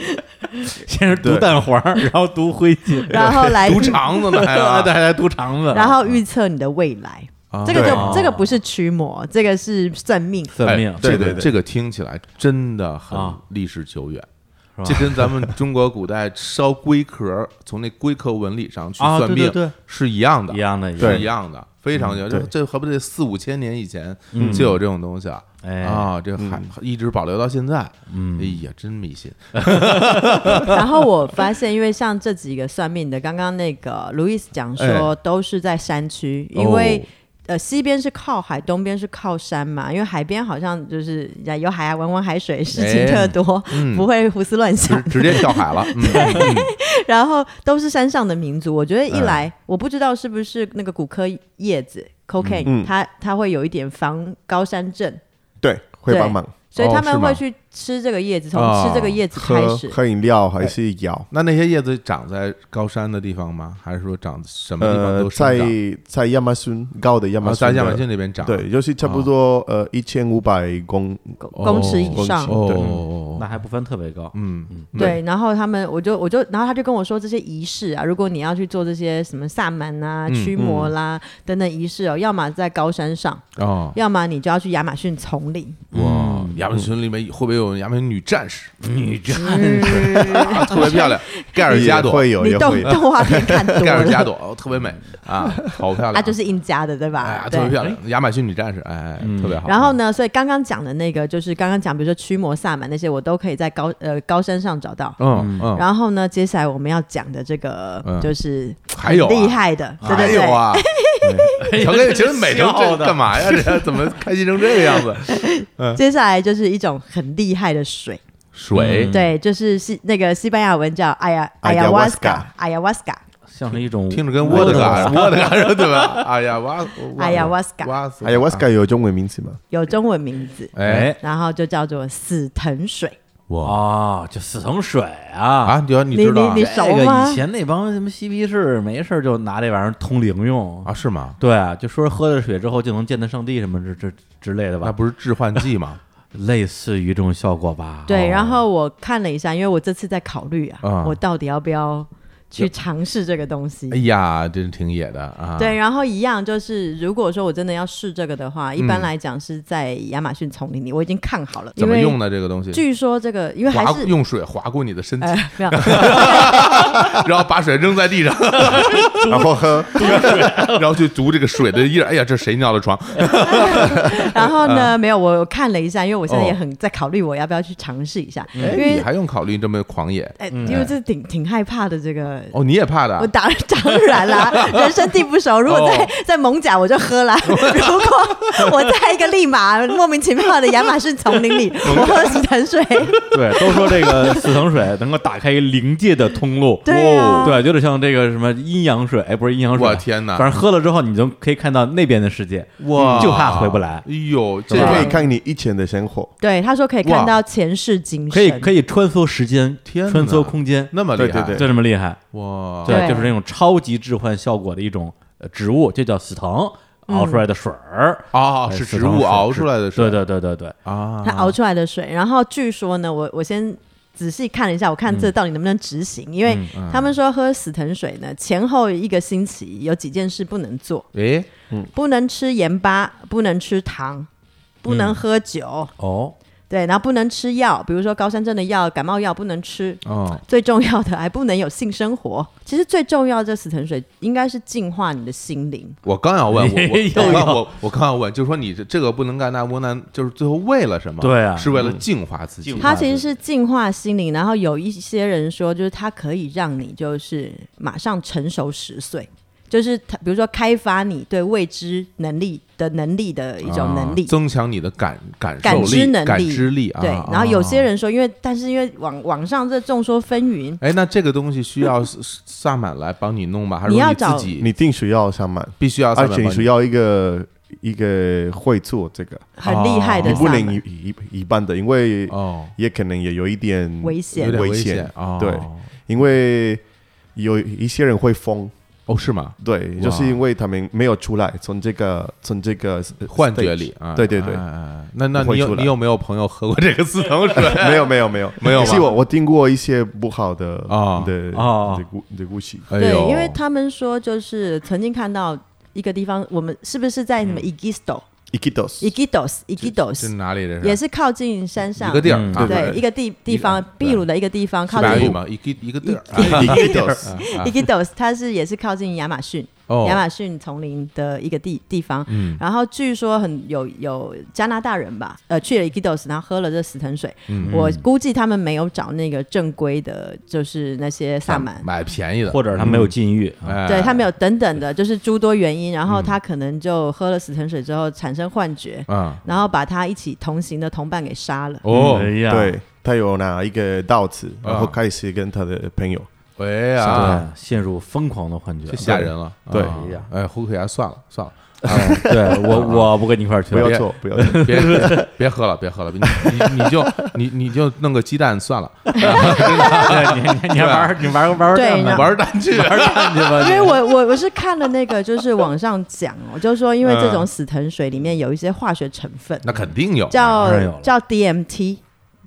[SPEAKER 5] 先是毒
[SPEAKER 7] 对
[SPEAKER 5] 蛋黄，然后毒灰烬，
[SPEAKER 6] 然后来
[SPEAKER 4] 毒肠子
[SPEAKER 5] (laughs)
[SPEAKER 4] 呢？还有啊
[SPEAKER 5] 对，还毒肠子，
[SPEAKER 6] 然后预测你的未来。
[SPEAKER 4] 啊
[SPEAKER 6] 这个
[SPEAKER 7] 对
[SPEAKER 6] 就这个不是驱魔，这个是算
[SPEAKER 4] (laughs)
[SPEAKER 6] 命。
[SPEAKER 5] 算命
[SPEAKER 4] 哎，
[SPEAKER 7] 对
[SPEAKER 4] 这个
[SPEAKER 7] 对对
[SPEAKER 4] 这个听起来真的很
[SPEAKER 5] 啊
[SPEAKER 4] 历史久远。
[SPEAKER 5] 是吧
[SPEAKER 4] 这跟咱们中国古代烧龟壳，从那龟壳纹理上去
[SPEAKER 5] 啊
[SPEAKER 4] 算
[SPEAKER 5] 对对
[SPEAKER 4] 命
[SPEAKER 5] 对
[SPEAKER 4] 是一样的，
[SPEAKER 5] 一样的，一样
[SPEAKER 4] 是
[SPEAKER 5] 的
[SPEAKER 4] 一样的，非常久。这
[SPEAKER 7] 嗯对嗯
[SPEAKER 4] 这何不得四五千年以前就有这种东西啊？
[SPEAKER 5] 哎
[SPEAKER 4] 啊，这还一直保留到现在。嗯，哎呀，真迷信。
[SPEAKER 6] 然后我发现，因为像这几个算命的，刚刚那个路易斯讲说，都是在山区，因为
[SPEAKER 4] 哎哦。
[SPEAKER 6] 呃，西边是靠海，东边是靠山嘛。因为海边好像就是人家有海啊，玩玩海水，事情特多，
[SPEAKER 4] 哎嗯
[SPEAKER 6] 不会胡思乱想
[SPEAKER 4] 直。 (laughs) 直接跳海了，嗯，
[SPEAKER 6] (laughs) 然后都是山上的民族，我觉得一来，
[SPEAKER 4] 嗯
[SPEAKER 6] 我不知道是不是那个骨科叶子 cocaine，、它
[SPEAKER 4] 嗯
[SPEAKER 6] 它会有一点防高山症，
[SPEAKER 7] 对，会帮忙
[SPEAKER 6] 所以
[SPEAKER 4] 哦
[SPEAKER 6] 他
[SPEAKER 4] 是
[SPEAKER 6] 们
[SPEAKER 4] 吗
[SPEAKER 6] 会去吃这个叶子，从
[SPEAKER 4] 哦
[SPEAKER 6] 吃这个叶子开
[SPEAKER 7] 喝
[SPEAKER 6] 始。
[SPEAKER 7] 喝饮料还是咬？
[SPEAKER 4] 那那些叶子长在高山的地方吗？还是说长什么地方
[SPEAKER 7] 呃
[SPEAKER 4] 都，生
[SPEAKER 7] 在
[SPEAKER 4] 长？
[SPEAKER 7] 在亚马逊高的亚
[SPEAKER 4] 然后
[SPEAKER 7] 马
[SPEAKER 4] 在
[SPEAKER 7] 逊
[SPEAKER 4] 亚马
[SPEAKER 7] 的，
[SPEAKER 4] 逊那边长，
[SPEAKER 7] 对，就是差不多呃一千五百公
[SPEAKER 6] 公公尺以上。
[SPEAKER 4] 哦，
[SPEAKER 5] 那还不分特别高，
[SPEAKER 4] 嗯嗯，
[SPEAKER 6] 对，然后他们，我就我就，然后他就跟我说这些仪式啊，如果你要去做这些什么萨满啊、
[SPEAKER 4] 嗯
[SPEAKER 6] 驱魔啦、等等仪式哦，要么在高山上，
[SPEAKER 4] 哦，
[SPEAKER 6] 要么你就要去亚马逊丛
[SPEAKER 4] (laughs)
[SPEAKER 6] 林。
[SPEAKER 7] 嗯
[SPEAKER 4] 哇，亚马逊里面会不会有亚马逊女战
[SPEAKER 7] (laughs)
[SPEAKER 4] 士？
[SPEAKER 5] 女战
[SPEAKER 4] 啊，特别漂亮，盖尔加
[SPEAKER 7] 也
[SPEAKER 4] 朵，
[SPEAKER 7] 会有，
[SPEAKER 6] 你
[SPEAKER 7] 也
[SPEAKER 6] 动
[SPEAKER 7] 会有。
[SPEAKER 6] 动画片看
[SPEAKER 4] (laughs)
[SPEAKER 6] 多
[SPEAKER 4] 盖尔加
[SPEAKER 6] 了，
[SPEAKER 4] 朵哦特别美啊，好漂亮，
[SPEAKER 6] 啊，就是印加的对
[SPEAKER 4] 哎呀
[SPEAKER 6] 吧？
[SPEAKER 4] 特别
[SPEAKER 6] 啊对。
[SPEAKER 4] 漂亮，亚马逊女战士，哎，特别好。
[SPEAKER 6] 然后呢，所以刚刚讲的那个，就是刚刚讲，比如说驱魔萨满那些，我都可以在高呃高山上找到。
[SPEAKER 4] 嗯嗯，
[SPEAKER 6] 然后呢，接下来我们要讲的这个
[SPEAKER 4] 嗯
[SPEAKER 6] 就是
[SPEAKER 4] 还有啊
[SPEAKER 6] 很厉害的，对
[SPEAKER 4] 还
[SPEAKER 6] 对
[SPEAKER 4] 有
[SPEAKER 6] 对， (laughs)
[SPEAKER 4] 啊，乔哥，其实美成
[SPEAKER 5] 笑
[SPEAKER 4] 这
[SPEAKER 5] 的
[SPEAKER 4] 干嘛呀？这怎么开心成这个样子？
[SPEAKER 6] 接下来就是一种很厉害的水。
[SPEAKER 4] (laughs) 水
[SPEAKER 6] 对，就是西那个西班牙文叫哎呀哎呀
[SPEAKER 7] Ayahuasca
[SPEAKER 6] 哎呀 a 斯卡，
[SPEAKER 5] 像是一种
[SPEAKER 4] 听着跟沃德嘎沃德嘎似的，对吧？ (laughs) 哎呀，哇，
[SPEAKER 6] 哎呀 a 斯卡
[SPEAKER 4] 哇塞，
[SPEAKER 7] 哎呀 w a s c a 有中文名字吗？
[SPEAKER 6] 有中文名字，
[SPEAKER 4] 哎
[SPEAKER 6] 然后就叫做死藤水。
[SPEAKER 4] 哦
[SPEAKER 5] 啊，就死藤水啊。
[SPEAKER 4] 啊，你要你知道啊
[SPEAKER 6] 你
[SPEAKER 5] 这
[SPEAKER 6] 熟
[SPEAKER 5] 个
[SPEAKER 6] 吗
[SPEAKER 5] 以前那帮什么嬉皮士没事儿就拿这玩意儿通灵用
[SPEAKER 4] 啊，，是吗？
[SPEAKER 5] 对啊，就说喝了水之后就能见到上帝什么这这之类的
[SPEAKER 4] 那
[SPEAKER 5] 吧，
[SPEAKER 4] 不是致幻剂吗？
[SPEAKER 6] (laughs)
[SPEAKER 5] 类似于这种效果吧。
[SPEAKER 6] 对，
[SPEAKER 5] 哦
[SPEAKER 6] 然后我看了一下，因为我这次在考虑啊，
[SPEAKER 4] 啊
[SPEAKER 6] 我到底要不要去尝试这个东西
[SPEAKER 4] 哎。呀，真是挺野的啊！
[SPEAKER 6] 对，，然后一样就是，如果说我真的要试这个的话，一般来讲是在亚马逊丛林里，我已经看好了。
[SPEAKER 4] 嗯怎么
[SPEAKER 6] 因为
[SPEAKER 4] 用呢？这个东西，
[SPEAKER 6] 据说这个，因为还
[SPEAKER 4] 划
[SPEAKER 6] 是
[SPEAKER 4] 用水划过你的身体，
[SPEAKER 6] 呃，没有，
[SPEAKER 4] 然后把水扔在地上，
[SPEAKER 7] (laughs) 然后喝，
[SPEAKER 4] 然后去读这个水的印儿。哎呀，这谁尿的床？
[SPEAKER 6] 然后
[SPEAKER 4] 啊
[SPEAKER 6] 呢，没有，我看了一下，因为我现
[SPEAKER 4] 哦
[SPEAKER 6] 在也很在考虑我要不要去尝试一下，因
[SPEAKER 4] 哎，
[SPEAKER 6] 为
[SPEAKER 4] 你还用考虑这么狂野？
[SPEAKER 6] 哎，因为这挺挺害怕的这个。
[SPEAKER 4] 哦，你也怕的
[SPEAKER 6] 我？当 (laughs) 然当然啦，人生地不熟。如果在、
[SPEAKER 4] 哦
[SPEAKER 6] 在蒙甲，我就喝啦； (laughs) 如果
[SPEAKER 4] (laughs)
[SPEAKER 6] 我在一个立马莫名其妙的亚马逊丛林里，我喝死藤水，
[SPEAKER 1] 对，都说这个死藤水能够打开灵界的通路。
[SPEAKER 6] 对啊
[SPEAKER 1] 对，有点像这个什么阴阳水，哎，不是阴阳水，
[SPEAKER 4] 我天啊哪
[SPEAKER 1] 反正喝了之后，你就可以看到那边的世界，
[SPEAKER 4] 哇，
[SPEAKER 1] 就怕回不来。
[SPEAKER 4] 哎呦，这
[SPEAKER 7] 这可以
[SPEAKER 4] 个
[SPEAKER 7] 看你以前的生活。
[SPEAKER 6] 对，他说可以
[SPEAKER 4] 哇
[SPEAKER 6] 看到前世今生，
[SPEAKER 1] 可以可以穿梭时间，
[SPEAKER 4] 天哪哦
[SPEAKER 1] 穿梭空间，
[SPEAKER 4] 那么
[SPEAKER 7] 对
[SPEAKER 4] 厉害，
[SPEAKER 7] 对
[SPEAKER 1] 就这么厉害。
[SPEAKER 4] 哇，
[SPEAKER 1] 对，
[SPEAKER 6] 对
[SPEAKER 1] 就是那种超级置换效果的一种呃植物，就叫死藤
[SPEAKER 6] 嗯
[SPEAKER 1] 熬出来的水儿。
[SPEAKER 4] 哦，
[SPEAKER 1] 哎
[SPEAKER 4] 是
[SPEAKER 1] 死
[SPEAKER 4] 植
[SPEAKER 1] 藤
[SPEAKER 4] 物
[SPEAKER 1] 水
[SPEAKER 4] 熬
[SPEAKER 1] 是
[SPEAKER 4] 出来的水，
[SPEAKER 1] 对对对对对，
[SPEAKER 4] 啊，
[SPEAKER 6] 他熬出来的水。然后据说呢，我我先仔细看了一下，我看这到底能不能执行，
[SPEAKER 1] 嗯
[SPEAKER 6] 因为
[SPEAKER 4] 嗯
[SPEAKER 6] 他们说喝死藤水呢，前后一个星期有几件事不能做，
[SPEAKER 4] 哎，
[SPEAKER 1] 嗯
[SPEAKER 6] 不能吃盐巴，不能吃糖，不能喝酒，
[SPEAKER 1] 哦，
[SPEAKER 6] 对，然后不能吃药，比如说高山症的药、感冒药不能吃。
[SPEAKER 4] 哦，
[SPEAKER 6] 最重要的还不能有性生活。其实最重要，这死藤水应该是净化你的心灵。
[SPEAKER 4] 我刚要问，我我
[SPEAKER 1] (laughs) 又
[SPEAKER 4] 我
[SPEAKER 1] 要
[SPEAKER 4] 刚我我刚要问，就是说你这这个不能干，那不能，就是最后为了什么？
[SPEAKER 1] 对啊
[SPEAKER 4] 是为了净化自己
[SPEAKER 1] 净。化
[SPEAKER 6] 它其实是净化心灵，然后有一些人说，就是它可以让你就是马上成熟十岁，就是它比如说开发你对未知能力的能力的一种能力
[SPEAKER 4] 啊。增强你的感感受
[SPEAKER 6] 感知
[SPEAKER 4] 力、
[SPEAKER 6] 能力
[SPEAKER 4] 感知力啊。
[SPEAKER 6] 对，
[SPEAKER 4] 啊
[SPEAKER 6] 然后有些，人说，因为但是因为网网上这众说纷纭，
[SPEAKER 4] 哎，那这个东西需要萨满来帮你弄吗？还是
[SPEAKER 6] 嗯你
[SPEAKER 4] 说
[SPEAKER 6] 要
[SPEAKER 4] 你
[SPEAKER 6] 找
[SPEAKER 4] 自己
[SPEAKER 7] 你啊定需要上满，
[SPEAKER 4] 必须要萨
[SPEAKER 7] 而
[SPEAKER 4] 满
[SPEAKER 7] 且你
[SPEAKER 4] 帮
[SPEAKER 7] 需
[SPEAKER 4] 你？
[SPEAKER 7] 要一个一个会做这个，
[SPEAKER 6] 很厉害
[SPEAKER 4] 啊
[SPEAKER 6] 的
[SPEAKER 7] 你不
[SPEAKER 6] 萨
[SPEAKER 7] 能
[SPEAKER 6] 满
[SPEAKER 7] 一一一般的，因为
[SPEAKER 4] 哦，
[SPEAKER 7] 也可能也有一点
[SPEAKER 6] 危
[SPEAKER 4] 有
[SPEAKER 6] 险。
[SPEAKER 4] 点
[SPEAKER 7] 危
[SPEAKER 4] 险
[SPEAKER 7] 险
[SPEAKER 4] 哦
[SPEAKER 7] 对因为有一些人会疯，
[SPEAKER 4] 哦，是吗？
[SPEAKER 7] 对，就是因为他们没有出来，从这个从这个
[SPEAKER 4] 幻觉里
[SPEAKER 7] stage
[SPEAKER 4] 啊，
[SPEAKER 7] 对对对
[SPEAKER 4] 哎，哎哎那那
[SPEAKER 7] 不
[SPEAKER 4] 你
[SPEAKER 7] 会
[SPEAKER 4] 有
[SPEAKER 7] 出来
[SPEAKER 4] 你有没有朋友喝过这个
[SPEAKER 6] (laughs)
[SPEAKER 4] 四藤水？
[SPEAKER 7] 没有没有没有
[SPEAKER 4] 没有吧
[SPEAKER 7] 其实我我听过一些不好的
[SPEAKER 4] 啊
[SPEAKER 7] 的
[SPEAKER 1] 啊
[SPEAKER 7] 的故的故事，
[SPEAKER 4] 哎
[SPEAKER 6] 对，
[SPEAKER 4] 呦
[SPEAKER 6] 因为他们说就是曾经看到一个地方，我们是不是在
[SPEAKER 4] 嗯
[SPEAKER 6] 什么 Igisto、
[SPEAKER 7] i k i d o s
[SPEAKER 6] Igitos、
[SPEAKER 4] 这
[SPEAKER 6] Igitos，
[SPEAKER 4] 哪里这是？
[SPEAKER 6] 也是靠近山上
[SPEAKER 4] 一个地儿
[SPEAKER 1] 嗯
[SPEAKER 4] 啊，
[SPEAKER 6] 对，一个地地方，
[SPEAKER 4] 对
[SPEAKER 6] 秘鲁的一个地方，
[SPEAKER 4] 西
[SPEAKER 6] 靠
[SPEAKER 4] 班牙语
[SPEAKER 6] 近
[SPEAKER 4] 嘛，一个一个地儿
[SPEAKER 7] i k i d o s
[SPEAKER 4] 啊
[SPEAKER 6] Iquitos，它是也是靠近亚马逊，
[SPEAKER 4] 哦
[SPEAKER 6] 亚马逊丛林的一个地地方。然后据说很有有加拿大人吧，呃，去了 Iquitos，然后喝了这死藤水。我估计他们没有找那个正规的，就是那些萨满，
[SPEAKER 4] 买便宜的，
[SPEAKER 1] 或者他没有禁欲啊，
[SPEAKER 4] 哎
[SPEAKER 6] 对他们有等等的，就是诸多原因。然后他可能就喝了死藤水之后产生幻觉，
[SPEAKER 4] 啊
[SPEAKER 6] 然后把他一起同行的同伴给杀了。
[SPEAKER 4] 哦，
[SPEAKER 1] 哎呀，
[SPEAKER 7] 对他有拿一个刀子，
[SPEAKER 4] 啊
[SPEAKER 7] 然后开始跟他的朋友，
[SPEAKER 4] 哎呀，
[SPEAKER 1] 对，陷入疯狂的幻觉
[SPEAKER 4] 这，吓人了，
[SPEAKER 7] 对
[SPEAKER 4] 啊
[SPEAKER 1] 哎呀
[SPEAKER 4] 哎，胡可牙算了算了，啊
[SPEAKER 1] 对我我不跟你一块儿去
[SPEAKER 7] 不 (laughs)
[SPEAKER 1] 了，
[SPEAKER 7] 要做不要做，
[SPEAKER 4] (laughs) 别别喝了，别喝了，你你你就你你就弄个鸡蛋算了，
[SPEAKER 1] 对你 (laughs) 你你还玩儿你玩儿玩儿
[SPEAKER 6] 对
[SPEAKER 1] 蛋吧
[SPEAKER 6] 然
[SPEAKER 4] 玩蛋去，
[SPEAKER 1] 啊玩儿蛋去吧，
[SPEAKER 6] 因为我我我是看了那个，就是网上讲，我就说因为这种死藤水里面有一些化学成分，
[SPEAKER 4] 那肯定有，
[SPEAKER 1] 当然有
[SPEAKER 6] 叫
[SPEAKER 1] 了
[SPEAKER 6] 叫 DMT。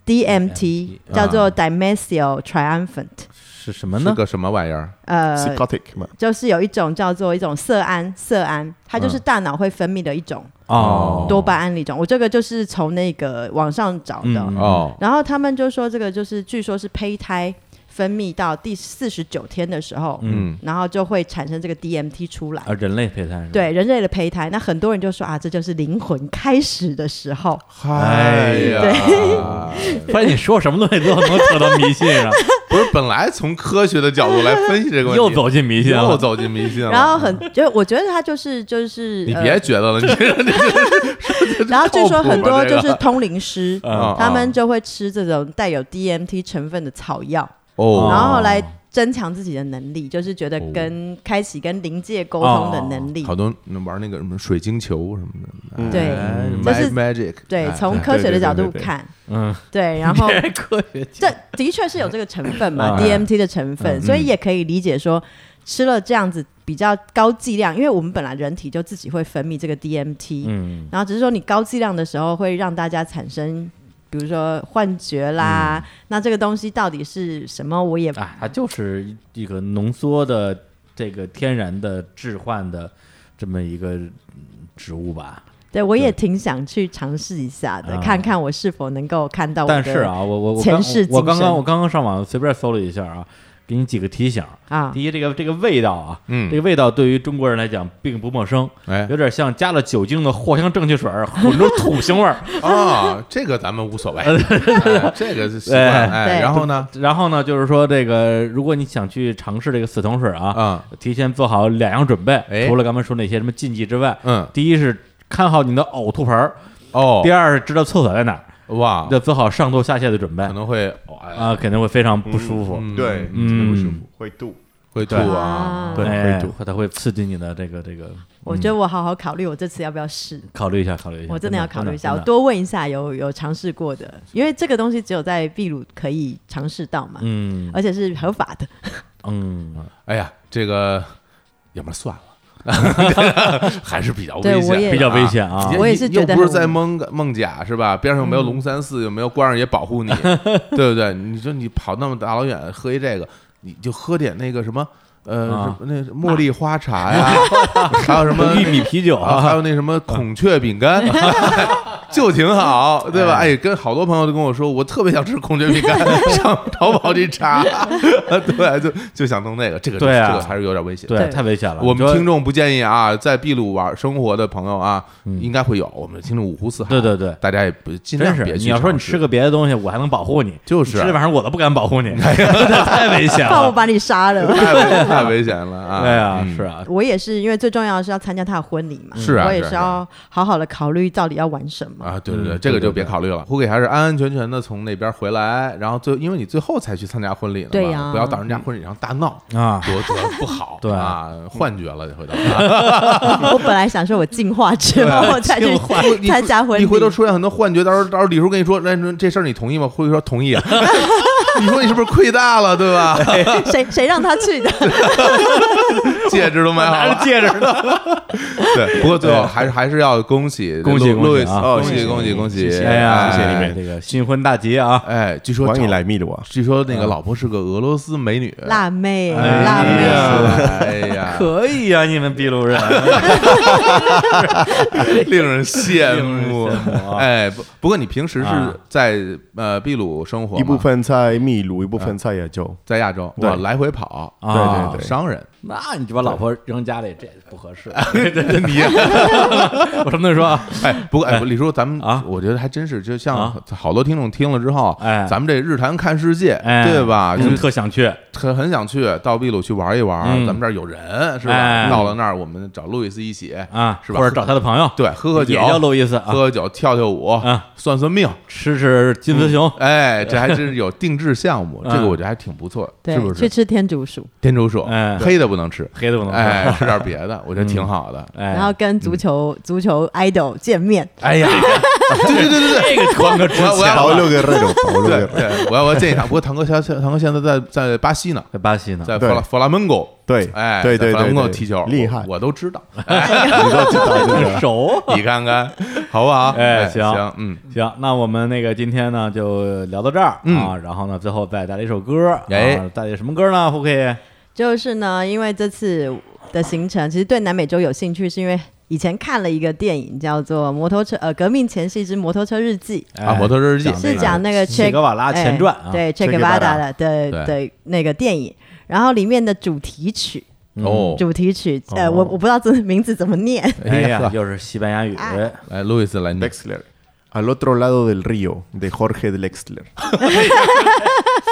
[SPEAKER 6] DMT 叫做 dimethyl triumphant，
[SPEAKER 1] 是什么
[SPEAKER 4] 是
[SPEAKER 1] 呢？
[SPEAKER 4] 个什么玩意儿？
[SPEAKER 6] 呃，
[SPEAKER 7] psychotic 嘛，
[SPEAKER 6] 就是有一种叫做一种色胺，色胺，它就是
[SPEAKER 4] 嗯
[SPEAKER 6] 大脑会分泌的一种
[SPEAKER 1] 哦，
[SPEAKER 6] 多巴胺的一种。我这个就是从那个网上找的，
[SPEAKER 1] 嗯
[SPEAKER 4] 哦，
[SPEAKER 6] 然后他们就说这个就是据说是胚胎分泌到第四十九天的时候，
[SPEAKER 4] 嗯，
[SPEAKER 6] 然后就会产生这个 DMT 出来。
[SPEAKER 1] 啊，人类胚胎是吧，
[SPEAKER 6] 对人类的胚胎，那很多人就说啊，这就是灵魂开始的时候。
[SPEAKER 1] 哎
[SPEAKER 4] 嗨呀，
[SPEAKER 1] (laughs) 发现你说什么东西都能扯到迷信
[SPEAKER 4] (laughs)
[SPEAKER 1] 上，
[SPEAKER 4] 不是本来从科学的角度来分析这个问题，
[SPEAKER 1] 又走进迷信了，
[SPEAKER 4] 又走进迷信了，
[SPEAKER 6] 然后很，就我觉得他就是就是，
[SPEAKER 4] 哦你
[SPEAKER 6] 呃
[SPEAKER 4] 别觉得了，你 (laughs) 这你
[SPEAKER 6] (laughs) 然后据
[SPEAKER 4] 靠
[SPEAKER 6] 说
[SPEAKER 4] 谱
[SPEAKER 6] 很
[SPEAKER 4] 吗
[SPEAKER 6] 多
[SPEAKER 4] 这个
[SPEAKER 6] 就是通灵师，
[SPEAKER 1] 嗯
[SPEAKER 4] 啊
[SPEAKER 6] (laughs) 他们就会吃这种带有 DMT 成分的草药，
[SPEAKER 1] 嗯
[SPEAKER 4] 哦，
[SPEAKER 6] 然后来增强自己的能力，就是觉得跟开启跟灵界沟通的能力
[SPEAKER 4] 哦好。多人玩那个什么水晶球什么的，
[SPEAKER 7] 嗯
[SPEAKER 6] 对
[SPEAKER 4] 哎
[SPEAKER 6] 这
[SPEAKER 4] Mag-
[SPEAKER 6] 是
[SPEAKER 4] magic，
[SPEAKER 6] 对，
[SPEAKER 4] 哎
[SPEAKER 6] 从科学的角
[SPEAKER 7] 对
[SPEAKER 6] 度
[SPEAKER 7] 对对对
[SPEAKER 6] 看，
[SPEAKER 1] 嗯，
[SPEAKER 6] 对，然后
[SPEAKER 1] 科学
[SPEAKER 6] 这的确是有这个成分嘛
[SPEAKER 1] 啊
[SPEAKER 6] ，DMT 的成分，
[SPEAKER 4] 嗯
[SPEAKER 6] 所以也可以理解说吃了这样子比较高剂量，因为我们本来人体就自己会分泌这个 DMT，
[SPEAKER 1] 嗯，
[SPEAKER 6] 然后只是说你高剂量的时候会让大家产生。比如说幻觉啦，那这个东西到底是什么，我也
[SPEAKER 5] 啊，它就是一一个浓缩的这个天然的置换的这么一个嗯植物吧。
[SPEAKER 6] 对我也挺想去尝试一下的，
[SPEAKER 5] 啊
[SPEAKER 6] 看看我是否能够看到我的。
[SPEAKER 5] 但是啊，我我我
[SPEAKER 6] 哦前
[SPEAKER 5] 刚
[SPEAKER 6] 世今
[SPEAKER 5] 我刚刚
[SPEAKER 6] 生
[SPEAKER 5] 我刚刚上网随便搜了一下啊，给你几个提醒。
[SPEAKER 6] 啊，
[SPEAKER 5] 第嗯一，这个这个味道啊，
[SPEAKER 4] 嗯
[SPEAKER 5] 这个味道对于中国人来讲并不陌生，
[SPEAKER 1] (laughs)
[SPEAKER 4] 哎
[SPEAKER 5] 有点像加了酒精的藿香正气水儿混出土腥味儿。
[SPEAKER 4] (laughs) 啊，这个咱们无所谓，哎这个是习惯。哎，
[SPEAKER 6] 对
[SPEAKER 4] 然后呢？
[SPEAKER 5] 然后呢，就是说这个，如果你想去尝试这个死藤水啊，
[SPEAKER 4] 啊，
[SPEAKER 5] 提前做好两样准备，
[SPEAKER 4] 哎
[SPEAKER 5] 除了刚才说那些什么禁忌之外，
[SPEAKER 4] 嗯，
[SPEAKER 5] 第一是看好你的呕吐盆儿，
[SPEAKER 4] 哦，
[SPEAKER 5] 第二是知道厕所在哪儿，
[SPEAKER 4] 哇，
[SPEAKER 5] 要做好上吐下泻的准备
[SPEAKER 4] 可能会哦哎
[SPEAKER 5] 啊，肯定会非常不舒服。
[SPEAKER 4] 嗯
[SPEAKER 7] 对，
[SPEAKER 5] 嗯
[SPEAKER 7] 不舒服，会吐。
[SPEAKER 4] 会吐啊，
[SPEAKER 6] 啊
[SPEAKER 3] 对
[SPEAKER 5] 哎
[SPEAKER 3] 会吐，
[SPEAKER 5] 它会刺激你的这个这个，
[SPEAKER 6] 我觉得我好好考虑，我这次要不要试？
[SPEAKER 5] 考虑一下，考虑一下，
[SPEAKER 6] 我真的要考虑一下，
[SPEAKER 5] 真
[SPEAKER 6] 我
[SPEAKER 5] 的
[SPEAKER 6] 多问一下有有尝试过的，因为这个东西只有在秘鲁可以尝试到嘛，
[SPEAKER 5] 嗯
[SPEAKER 6] 而且是合法的。
[SPEAKER 5] 嗯，
[SPEAKER 4] 哎呀，这个要不然算了， (laughs) 还是比较
[SPEAKER 6] 对
[SPEAKER 4] 危
[SPEAKER 6] 我
[SPEAKER 4] 险，
[SPEAKER 6] 也
[SPEAKER 5] 比较危险啊
[SPEAKER 4] 你
[SPEAKER 6] 我也
[SPEAKER 4] 你
[SPEAKER 6] 是
[SPEAKER 4] 又
[SPEAKER 6] 觉得
[SPEAKER 4] 不是
[SPEAKER 6] 很嗯
[SPEAKER 4] 在
[SPEAKER 6] 无
[SPEAKER 4] 蒙孟甲是吧？边上又没有龙三寺，又没有关二爷保护
[SPEAKER 6] (laughs)
[SPEAKER 4] 你，对不对？你说你跑那么大老远喝一这个，你就喝点那个什么。呃，
[SPEAKER 5] 啊
[SPEAKER 4] 什么那茉莉花茶呀，
[SPEAKER 5] (laughs)
[SPEAKER 4] 还有什么
[SPEAKER 5] 玉米啤酒
[SPEAKER 4] 啊，
[SPEAKER 5] 啊
[SPEAKER 4] 还，有那什么孔雀饼干， (laughs) 就挺好，对吧？哎，跟好多朋友都跟我说，我特别想吃孔雀饼
[SPEAKER 5] (laughs)
[SPEAKER 4] 干，上淘宝这查，对，就就想弄那个，这个就
[SPEAKER 5] 对啊
[SPEAKER 4] 这个还是有点危险。
[SPEAKER 5] 对，
[SPEAKER 6] 对
[SPEAKER 5] 太危险了。
[SPEAKER 4] 我们
[SPEAKER 5] 你说
[SPEAKER 4] 听众不建议啊，在秘鲁玩生活的朋友啊，应该会有。我们听众五湖四海，
[SPEAKER 5] 对对对
[SPEAKER 4] 大家也不尽
[SPEAKER 5] 真
[SPEAKER 4] 量
[SPEAKER 5] 是，
[SPEAKER 4] 别去。
[SPEAKER 5] 你要说你吃，个别的东西，我还能保护你，
[SPEAKER 4] 就是啊哎
[SPEAKER 5] 你吃这玩意儿我都不敢保护你，太危险
[SPEAKER 6] 怕我
[SPEAKER 5] 了。
[SPEAKER 6] 把你杀了。
[SPEAKER 4] (laughs) 太危太危险了啊！
[SPEAKER 5] 对啊，
[SPEAKER 4] 嗯
[SPEAKER 5] 是啊，
[SPEAKER 6] 我也是，因为最重要的是要参加他的婚礼嘛，
[SPEAKER 4] 是啊
[SPEAKER 6] 我也
[SPEAKER 4] 是啊
[SPEAKER 6] 是要好好的考虑到底要玩什么。
[SPEAKER 4] 啊，对对
[SPEAKER 5] 嗯
[SPEAKER 4] 对，这个就别考虑了。胡给还是安安全全的从那边回来，然后最因为你最后才去参加婚礼呢嘛，
[SPEAKER 6] 对呀
[SPEAKER 4] 不要到人家婚礼上大闹
[SPEAKER 5] 啊
[SPEAKER 4] 多多不好，
[SPEAKER 5] (laughs) 对
[SPEAKER 4] 啊，幻觉了就
[SPEAKER 5] (laughs)
[SPEAKER 4] 回头啊
[SPEAKER 6] (laughs) 我本来想说我进化之后我再去
[SPEAKER 4] 你
[SPEAKER 6] 参加婚礼，
[SPEAKER 4] 你回头出现很多幻觉，到时候到时候李叔跟你说，那这事儿你同意吗？胡说同意
[SPEAKER 5] (laughs)
[SPEAKER 4] 啊，你说你是不是亏大了，对吧？
[SPEAKER 5] 哎
[SPEAKER 6] 谁谁让他去的？
[SPEAKER 4] 戒指都买好了，
[SPEAKER 5] 戒指呢？
[SPEAKER 4] 对，不过最后还是还是要恭喜
[SPEAKER 5] (laughs) 恭喜
[SPEAKER 4] 路
[SPEAKER 5] 恭
[SPEAKER 4] 易
[SPEAKER 5] 喜
[SPEAKER 4] 斯，
[SPEAKER 5] 啊
[SPEAKER 4] 哦，谢谢恭喜恭喜，
[SPEAKER 5] 哎呀，
[SPEAKER 4] 哎
[SPEAKER 5] 谢谢你们。这个新婚大吉啊！
[SPEAKER 4] 哎，据说
[SPEAKER 7] 欢迎
[SPEAKER 4] 找
[SPEAKER 7] 来秘鲁啊！
[SPEAKER 4] 据说那
[SPEAKER 5] 嗯
[SPEAKER 4] 个老婆是个俄罗斯美女，
[SPEAKER 6] 辣妹，
[SPEAKER 5] 哎
[SPEAKER 6] 辣妹，
[SPEAKER 4] 呀，哎
[SPEAKER 5] (laughs)
[SPEAKER 4] 呀，
[SPEAKER 5] 可以啊，你们秘鲁人，
[SPEAKER 4] 令人羡慕
[SPEAKER 5] 令人羡慕。啊
[SPEAKER 4] 哎，不不过你平时
[SPEAKER 5] 啊
[SPEAKER 4] 是在呃秘鲁生活吗，
[SPEAKER 7] 一部分在秘鲁，一部分在亚洲。
[SPEAKER 4] 在亚洲，
[SPEAKER 7] 对
[SPEAKER 4] 哇，来回跑，
[SPEAKER 5] 对
[SPEAKER 4] 啊
[SPEAKER 7] 对对
[SPEAKER 4] 商人，
[SPEAKER 5] (laughs) 那你就把老婆扔家里，这不合 (laughs) 适。
[SPEAKER 4] 你
[SPEAKER 5] 我这么跟你说啊，
[SPEAKER 4] 哎，不过哎，李叔，咱们
[SPEAKER 5] 啊
[SPEAKER 4] 我觉得还真是，就像
[SPEAKER 5] 啊
[SPEAKER 4] 好多听众听了之后，
[SPEAKER 5] 哎
[SPEAKER 4] 咱们这日坛看世界，
[SPEAKER 5] 哎，
[SPEAKER 4] 对吧？啊就
[SPEAKER 5] 就是特想去，
[SPEAKER 4] 很很想去到秘鲁去玩一玩，
[SPEAKER 5] 嗯
[SPEAKER 4] 咱们这儿有人是吧？
[SPEAKER 5] 哎
[SPEAKER 4] 到了那儿，我们找路易斯一起
[SPEAKER 5] 啊，
[SPEAKER 4] 是吧
[SPEAKER 5] 或者找他的朋友，
[SPEAKER 4] 对喝喝酒，
[SPEAKER 5] 也叫路易斯啊，
[SPEAKER 4] 喝喝酒，跳跳舞，
[SPEAKER 5] 啊
[SPEAKER 4] 算算命。
[SPEAKER 5] 吃吃金丝熊，
[SPEAKER 4] (laughs) 哎，这还真是有定制项目，
[SPEAKER 5] 嗯
[SPEAKER 4] 这个我觉得还挺不错，
[SPEAKER 6] 对
[SPEAKER 4] 是不
[SPEAKER 6] 去
[SPEAKER 4] 是？
[SPEAKER 6] 吃天竺鼠，
[SPEAKER 4] 天竺鼠，
[SPEAKER 5] 哎
[SPEAKER 4] 黑的不能吃，
[SPEAKER 5] 黑的不能
[SPEAKER 4] 哎，
[SPEAKER 5] 吃。
[SPEAKER 4] 吃点别的，我觉得挺好的。
[SPEAKER 5] 哎，
[SPEAKER 6] 然后跟足球足球 idol 见面，
[SPEAKER 4] 哎呀， (laughs) 对对对对对，
[SPEAKER 5] 这个装个值
[SPEAKER 4] 我要我
[SPEAKER 5] 钱
[SPEAKER 4] 要
[SPEAKER 7] 保
[SPEAKER 5] 了。
[SPEAKER 7] 罗·格瑞罗，保罗·格
[SPEAKER 4] 对
[SPEAKER 7] 瑞罗，
[SPEAKER 4] 对，我要我要建议他，不过堂哥现在堂哥现在在在巴西呢，
[SPEAKER 5] 在巴西呢，
[SPEAKER 4] 在
[SPEAKER 7] 啊对
[SPEAKER 4] 弗拉弗拉门戈。
[SPEAKER 7] 对，
[SPEAKER 4] 哎，
[SPEAKER 7] 对对
[SPEAKER 4] 在弗拉
[SPEAKER 7] 对
[SPEAKER 4] 门戈
[SPEAKER 7] 对，
[SPEAKER 4] 踢球
[SPEAKER 7] 厉害，
[SPEAKER 4] 我都知道， (laughs)
[SPEAKER 7] 你都知道这个。
[SPEAKER 5] 熟。
[SPEAKER 4] 你看看，好不好？
[SPEAKER 5] 哎行
[SPEAKER 4] 行，嗯，
[SPEAKER 5] 行，那我们那个今天呢就聊到这儿啊，
[SPEAKER 4] 嗯
[SPEAKER 5] 然后呢最后再带来一首歌，啊
[SPEAKER 4] 哎
[SPEAKER 5] 带来什么歌呢？胡可以
[SPEAKER 6] 就是呢，因为这次的行程，其实对南美洲有兴趣，是因为以前看了一个电影叫做《摩托车》，呃，革命前夕之摩托车日记。
[SPEAKER 4] 啊，摩托日记
[SPEAKER 5] 哎讲那
[SPEAKER 6] 是
[SPEAKER 5] 个
[SPEAKER 6] 讲那个
[SPEAKER 5] 切
[SPEAKER 6] Che
[SPEAKER 5] 格瓦拉前传啊
[SPEAKER 6] 哎对
[SPEAKER 7] Che
[SPEAKER 6] Che
[SPEAKER 7] Guevara
[SPEAKER 6] Guevara 的的
[SPEAKER 4] 对
[SPEAKER 6] 的那个电影，然后里面的主题曲，
[SPEAKER 5] 嗯
[SPEAKER 4] 哦，
[SPEAKER 6] 主题曲，呃，
[SPEAKER 5] 哦
[SPEAKER 6] 我我不知道这个名字怎么念，
[SPEAKER 5] 哎呀
[SPEAKER 4] 呵，
[SPEAKER 5] 又是西班牙语，
[SPEAKER 6] 哎
[SPEAKER 4] 来，路易斯来你
[SPEAKER 7] Dexler. Al otro lado del río, de Jorge Dexler.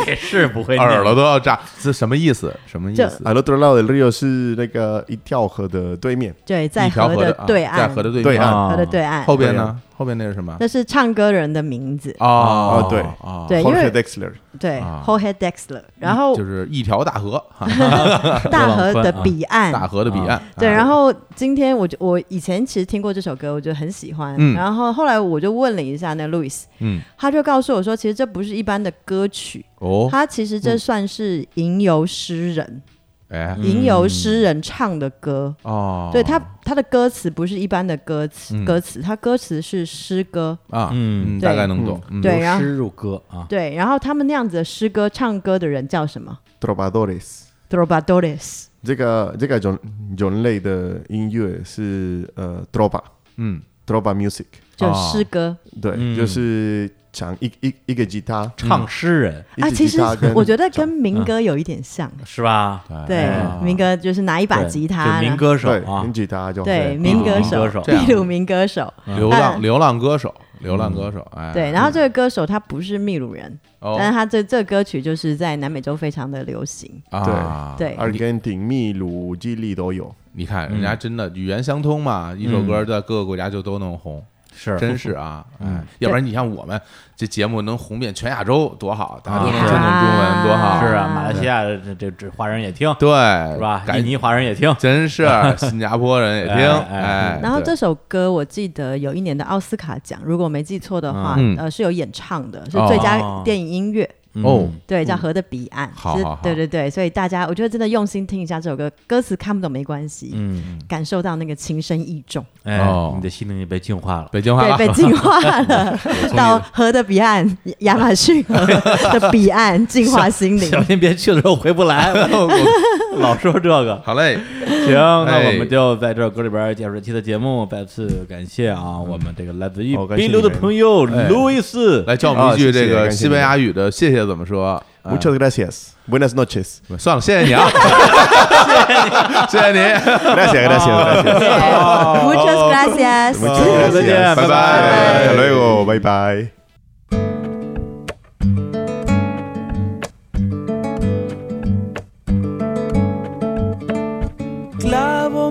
[SPEAKER 5] 也是不会
[SPEAKER 4] 耳
[SPEAKER 5] 念。
[SPEAKER 4] 朵都要炸，这什么意思？什么意
[SPEAKER 6] 这
[SPEAKER 4] 思？
[SPEAKER 7] Al otro lado del río 是那个一条河的对面。
[SPEAKER 6] 对，在
[SPEAKER 4] 一条河
[SPEAKER 6] 的
[SPEAKER 4] 啊
[SPEAKER 6] 对
[SPEAKER 4] 在
[SPEAKER 6] 岸，
[SPEAKER 4] 河的对
[SPEAKER 7] 对
[SPEAKER 4] 面
[SPEAKER 7] 岸
[SPEAKER 6] 河的对岸，
[SPEAKER 4] 后边
[SPEAKER 7] 对
[SPEAKER 4] 呢
[SPEAKER 7] 啊？
[SPEAKER 4] 后边那是什么？
[SPEAKER 6] 这是唱歌人的名字，
[SPEAKER 4] 哦
[SPEAKER 7] 哦对
[SPEAKER 4] 哦
[SPEAKER 6] 对，因
[SPEAKER 7] Jorge
[SPEAKER 6] 为
[SPEAKER 7] Dexler，
[SPEAKER 6] 对
[SPEAKER 4] 啊
[SPEAKER 6] Jorge Dexler，然后
[SPEAKER 4] 就是一条大河，
[SPEAKER 6] (laughs)
[SPEAKER 4] 哈
[SPEAKER 6] 大河的彼岸，
[SPEAKER 4] 啊大河的彼
[SPEAKER 5] 哦
[SPEAKER 4] 岸。
[SPEAKER 6] 对，
[SPEAKER 4] 啊
[SPEAKER 6] 然后今天我就我以前其实听过这首歌，我就很喜欢。
[SPEAKER 4] 嗯
[SPEAKER 6] 然后后来我就问了一下那 Louis，
[SPEAKER 4] 嗯，
[SPEAKER 6] 他就告诉我说，其实这不是一般的歌曲，
[SPEAKER 4] 哦，
[SPEAKER 6] 他其实这算是吟游诗人。
[SPEAKER 4] 哎，
[SPEAKER 6] 吟游诗人唱的歌。
[SPEAKER 4] 哦，
[SPEAKER 6] 嗯对他他的歌词不是一般的歌词，
[SPEAKER 4] 嗯
[SPEAKER 6] 歌词他歌词是诗歌。
[SPEAKER 4] 啊，
[SPEAKER 1] 嗯
[SPEAKER 4] 嗯，
[SPEAKER 6] 对
[SPEAKER 4] 大概能懂，嗯
[SPEAKER 6] 对，然
[SPEAKER 5] 由
[SPEAKER 6] 后
[SPEAKER 5] 诗入歌啊，
[SPEAKER 6] 对，然后他们那样子的诗歌唱歌的人叫什么
[SPEAKER 7] Trovadores。
[SPEAKER 6] ？Trovadores。
[SPEAKER 7] 这个这个种种类的音乐是呃 trova
[SPEAKER 4] 嗯
[SPEAKER 7] trova music，
[SPEAKER 6] 就
[SPEAKER 4] 哦
[SPEAKER 6] 诗歌
[SPEAKER 7] 对，
[SPEAKER 1] 嗯
[SPEAKER 7] 就是唱一一一个吉他，
[SPEAKER 5] 嗯
[SPEAKER 1] 唱诗人
[SPEAKER 7] 一
[SPEAKER 6] 啊，
[SPEAKER 7] 支
[SPEAKER 6] 其
[SPEAKER 7] 吉
[SPEAKER 6] 实
[SPEAKER 7] 他
[SPEAKER 6] (laughs)
[SPEAKER 7] 跟
[SPEAKER 6] 我觉得跟
[SPEAKER 4] 嗯
[SPEAKER 6] 民歌有一点像，
[SPEAKER 1] 是吧？
[SPEAKER 5] 哎
[SPEAKER 6] 对，民歌就是拿一把
[SPEAKER 1] 对
[SPEAKER 6] 吉他，
[SPEAKER 1] 就民歌手
[SPEAKER 7] 对
[SPEAKER 4] Ah.
[SPEAKER 1] 啊
[SPEAKER 7] 跟，吉他就
[SPEAKER 6] 对，
[SPEAKER 1] 秘
[SPEAKER 4] 嗯
[SPEAKER 1] 鲁
[SPEAKER 6] 民歌
[SPEAKER 1] 民歌手
[SPEAKER 6] 手，
[SPEAKER 4] 这样
[SPEAKER 6] 秘鲁民歌手，
[SPEAKER 4] 嗯流
[SPEAKER 6] 啊
[SPEAKER 4] 浪流浪歌手，流
[SPEAKER 5] 嗯
[SPEAKER 4] 浪歌手，哎，
[SPEAKER 6] 对，然后这个歌手他不是秘鲁人，
[SPEAKER 4] 哦
[SPEAKER 6] 但是他这这个歌曲就是在南美洲非常的流行，
[SPEAKER 4] 啊，
[SPEAKER 6] 对
[SPEAKER 7] 阿根廷、秘鲁、智利都有。
[SPEAKER 4] 你看
[SPEAKER 5] 嗯
[SPEAKER 4] 人家真的语言相通嘛，一首歌在各个国家就都能红，
[SPEAKER 5] 是嗯
[SPEAKER 4] 真是啊，哎，要不然你像我们这节目能红遍全亚洲多好，大家都能
[SPEAKER 5] 啊
[SPEAKER 4] 听懂中文多好，
[SPEAKER 5] 是啊，马来西亚的这这这华人也听，
[SPEAKER 4] 对，
[SPEAKER 5] 是吧？
[SPEAKER 4] 感
[SPEAKER 5] 印尼华人也听，
[SPEAKER 4] 真
[SPEAKER 5] (laughs)
[SPEAKER 4] 是新加坡人也听，
[SPEAKER 5] 哎哎
[SPEAKER 4] 哎，
[SPEAKER 6] 然后
[SPEAKER 4] 对
[SPEAKER 6] 这首歌我记得有一年的奥斯卡奖，如果我没记错的话，
[SPEAKER 4] 嗯
[SPEAKER 6] 呃，是有演唱的，是
[SPEAKER 4] 哦
[SPEAKER 6] 最佳电影音乐。
[SPEAKER 4] 哦，
[SPEAKER 6] 对，叫《河的彼岸》
[SPEAKER 4] 好
[SPEAKER 6] 是
[SPEAKER 4] 好好
[SPEAKER 6] 对对对，所以大家我觉得真的用心听一下这首歌，歌词看不懂没关系，
[SPEAKER 1] 嗯，
[SPEAKER 6] 感受到那个情深意重，
[SPEAKER 1] 哎
[SPEAKER 4] 哦，
[SPEAKER 1] 你的心灵也被净化了。
[SPEAKER 4] 北京话
[SPEAKER 6] 对，
[SPEAKER 4] (laughs)
[SPEAKER 6] 被净化了， (laughs) 到河的彼岸，亚马逊河的彼岸，净化心灵。
[SPEAKER 1] 小心别去的时候回不来，
[SPEAKER 4] (laughs)
[SPEAKER 1] 我老说这个。
[SPEAKER 4] 哦好嘞，
[SPEAKER 1] 行，那
[SPEAKER 4] 哎
[SPEAKER 1] 我们就在这歌里边结束这期的节目。再次感谢啊，我们这个来自于
[SPEAKER 7] 好感谢
[SPEAKER 1] 北流的
[SPEAKER 7] 你们
[SPEAKER 1] 朋友
[SPEAKER 4] 哎
[SPEAKER 1] 路易斯，
[SPEAKER 4] 来教我们一句
[SPEAKER 7] 哦谢谢
[SPEAKER 4] 这个
[SPEAKER 7] 感谢
[SPEAKER 4] 西班牙语的谢谢怎么说？哎
[SPEAKER 7] Muchas gracias, buenas noches.
[SPEAKER 4] 算了，谢谢你
[SPEAKER 7] (laughs)
[SPEAKER 4] 啊，谢谢你，
[SPEAKER 7] Gracias, gracias,
[SPEAKER 6] Muchas
[SPEAKER 7] (laughs) gracias.
[SPEAKER 6] gracias。
[SPEAKER 1] 好再见，
[SPEAKER 4] 拜
[SPEAKER 1] 拜
[SPEAKER 4] 拜。
[SPEAKER 7] Hasta luego, bye bye.
[SPEAKER 2] Clavo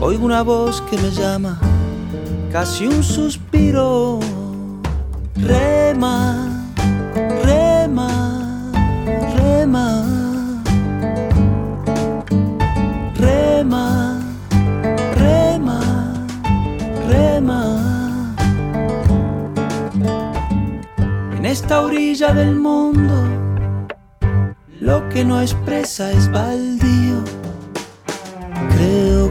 [SPEAKER 2] Oigo una voz que me llama, casi un suspiro. Rema, rema, rema. Rema, rema, rema. En esta orilla del mundo, lo que no expresa es baldío. Creo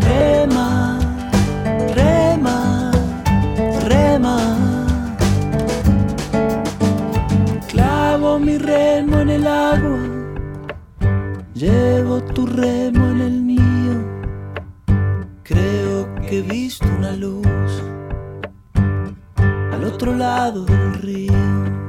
[SPEAKER 2] Rema, rema, rema. Clavo mi remo en el agua, llevo tu remo en el mío. Creo que he visto una luz al otro lado del río.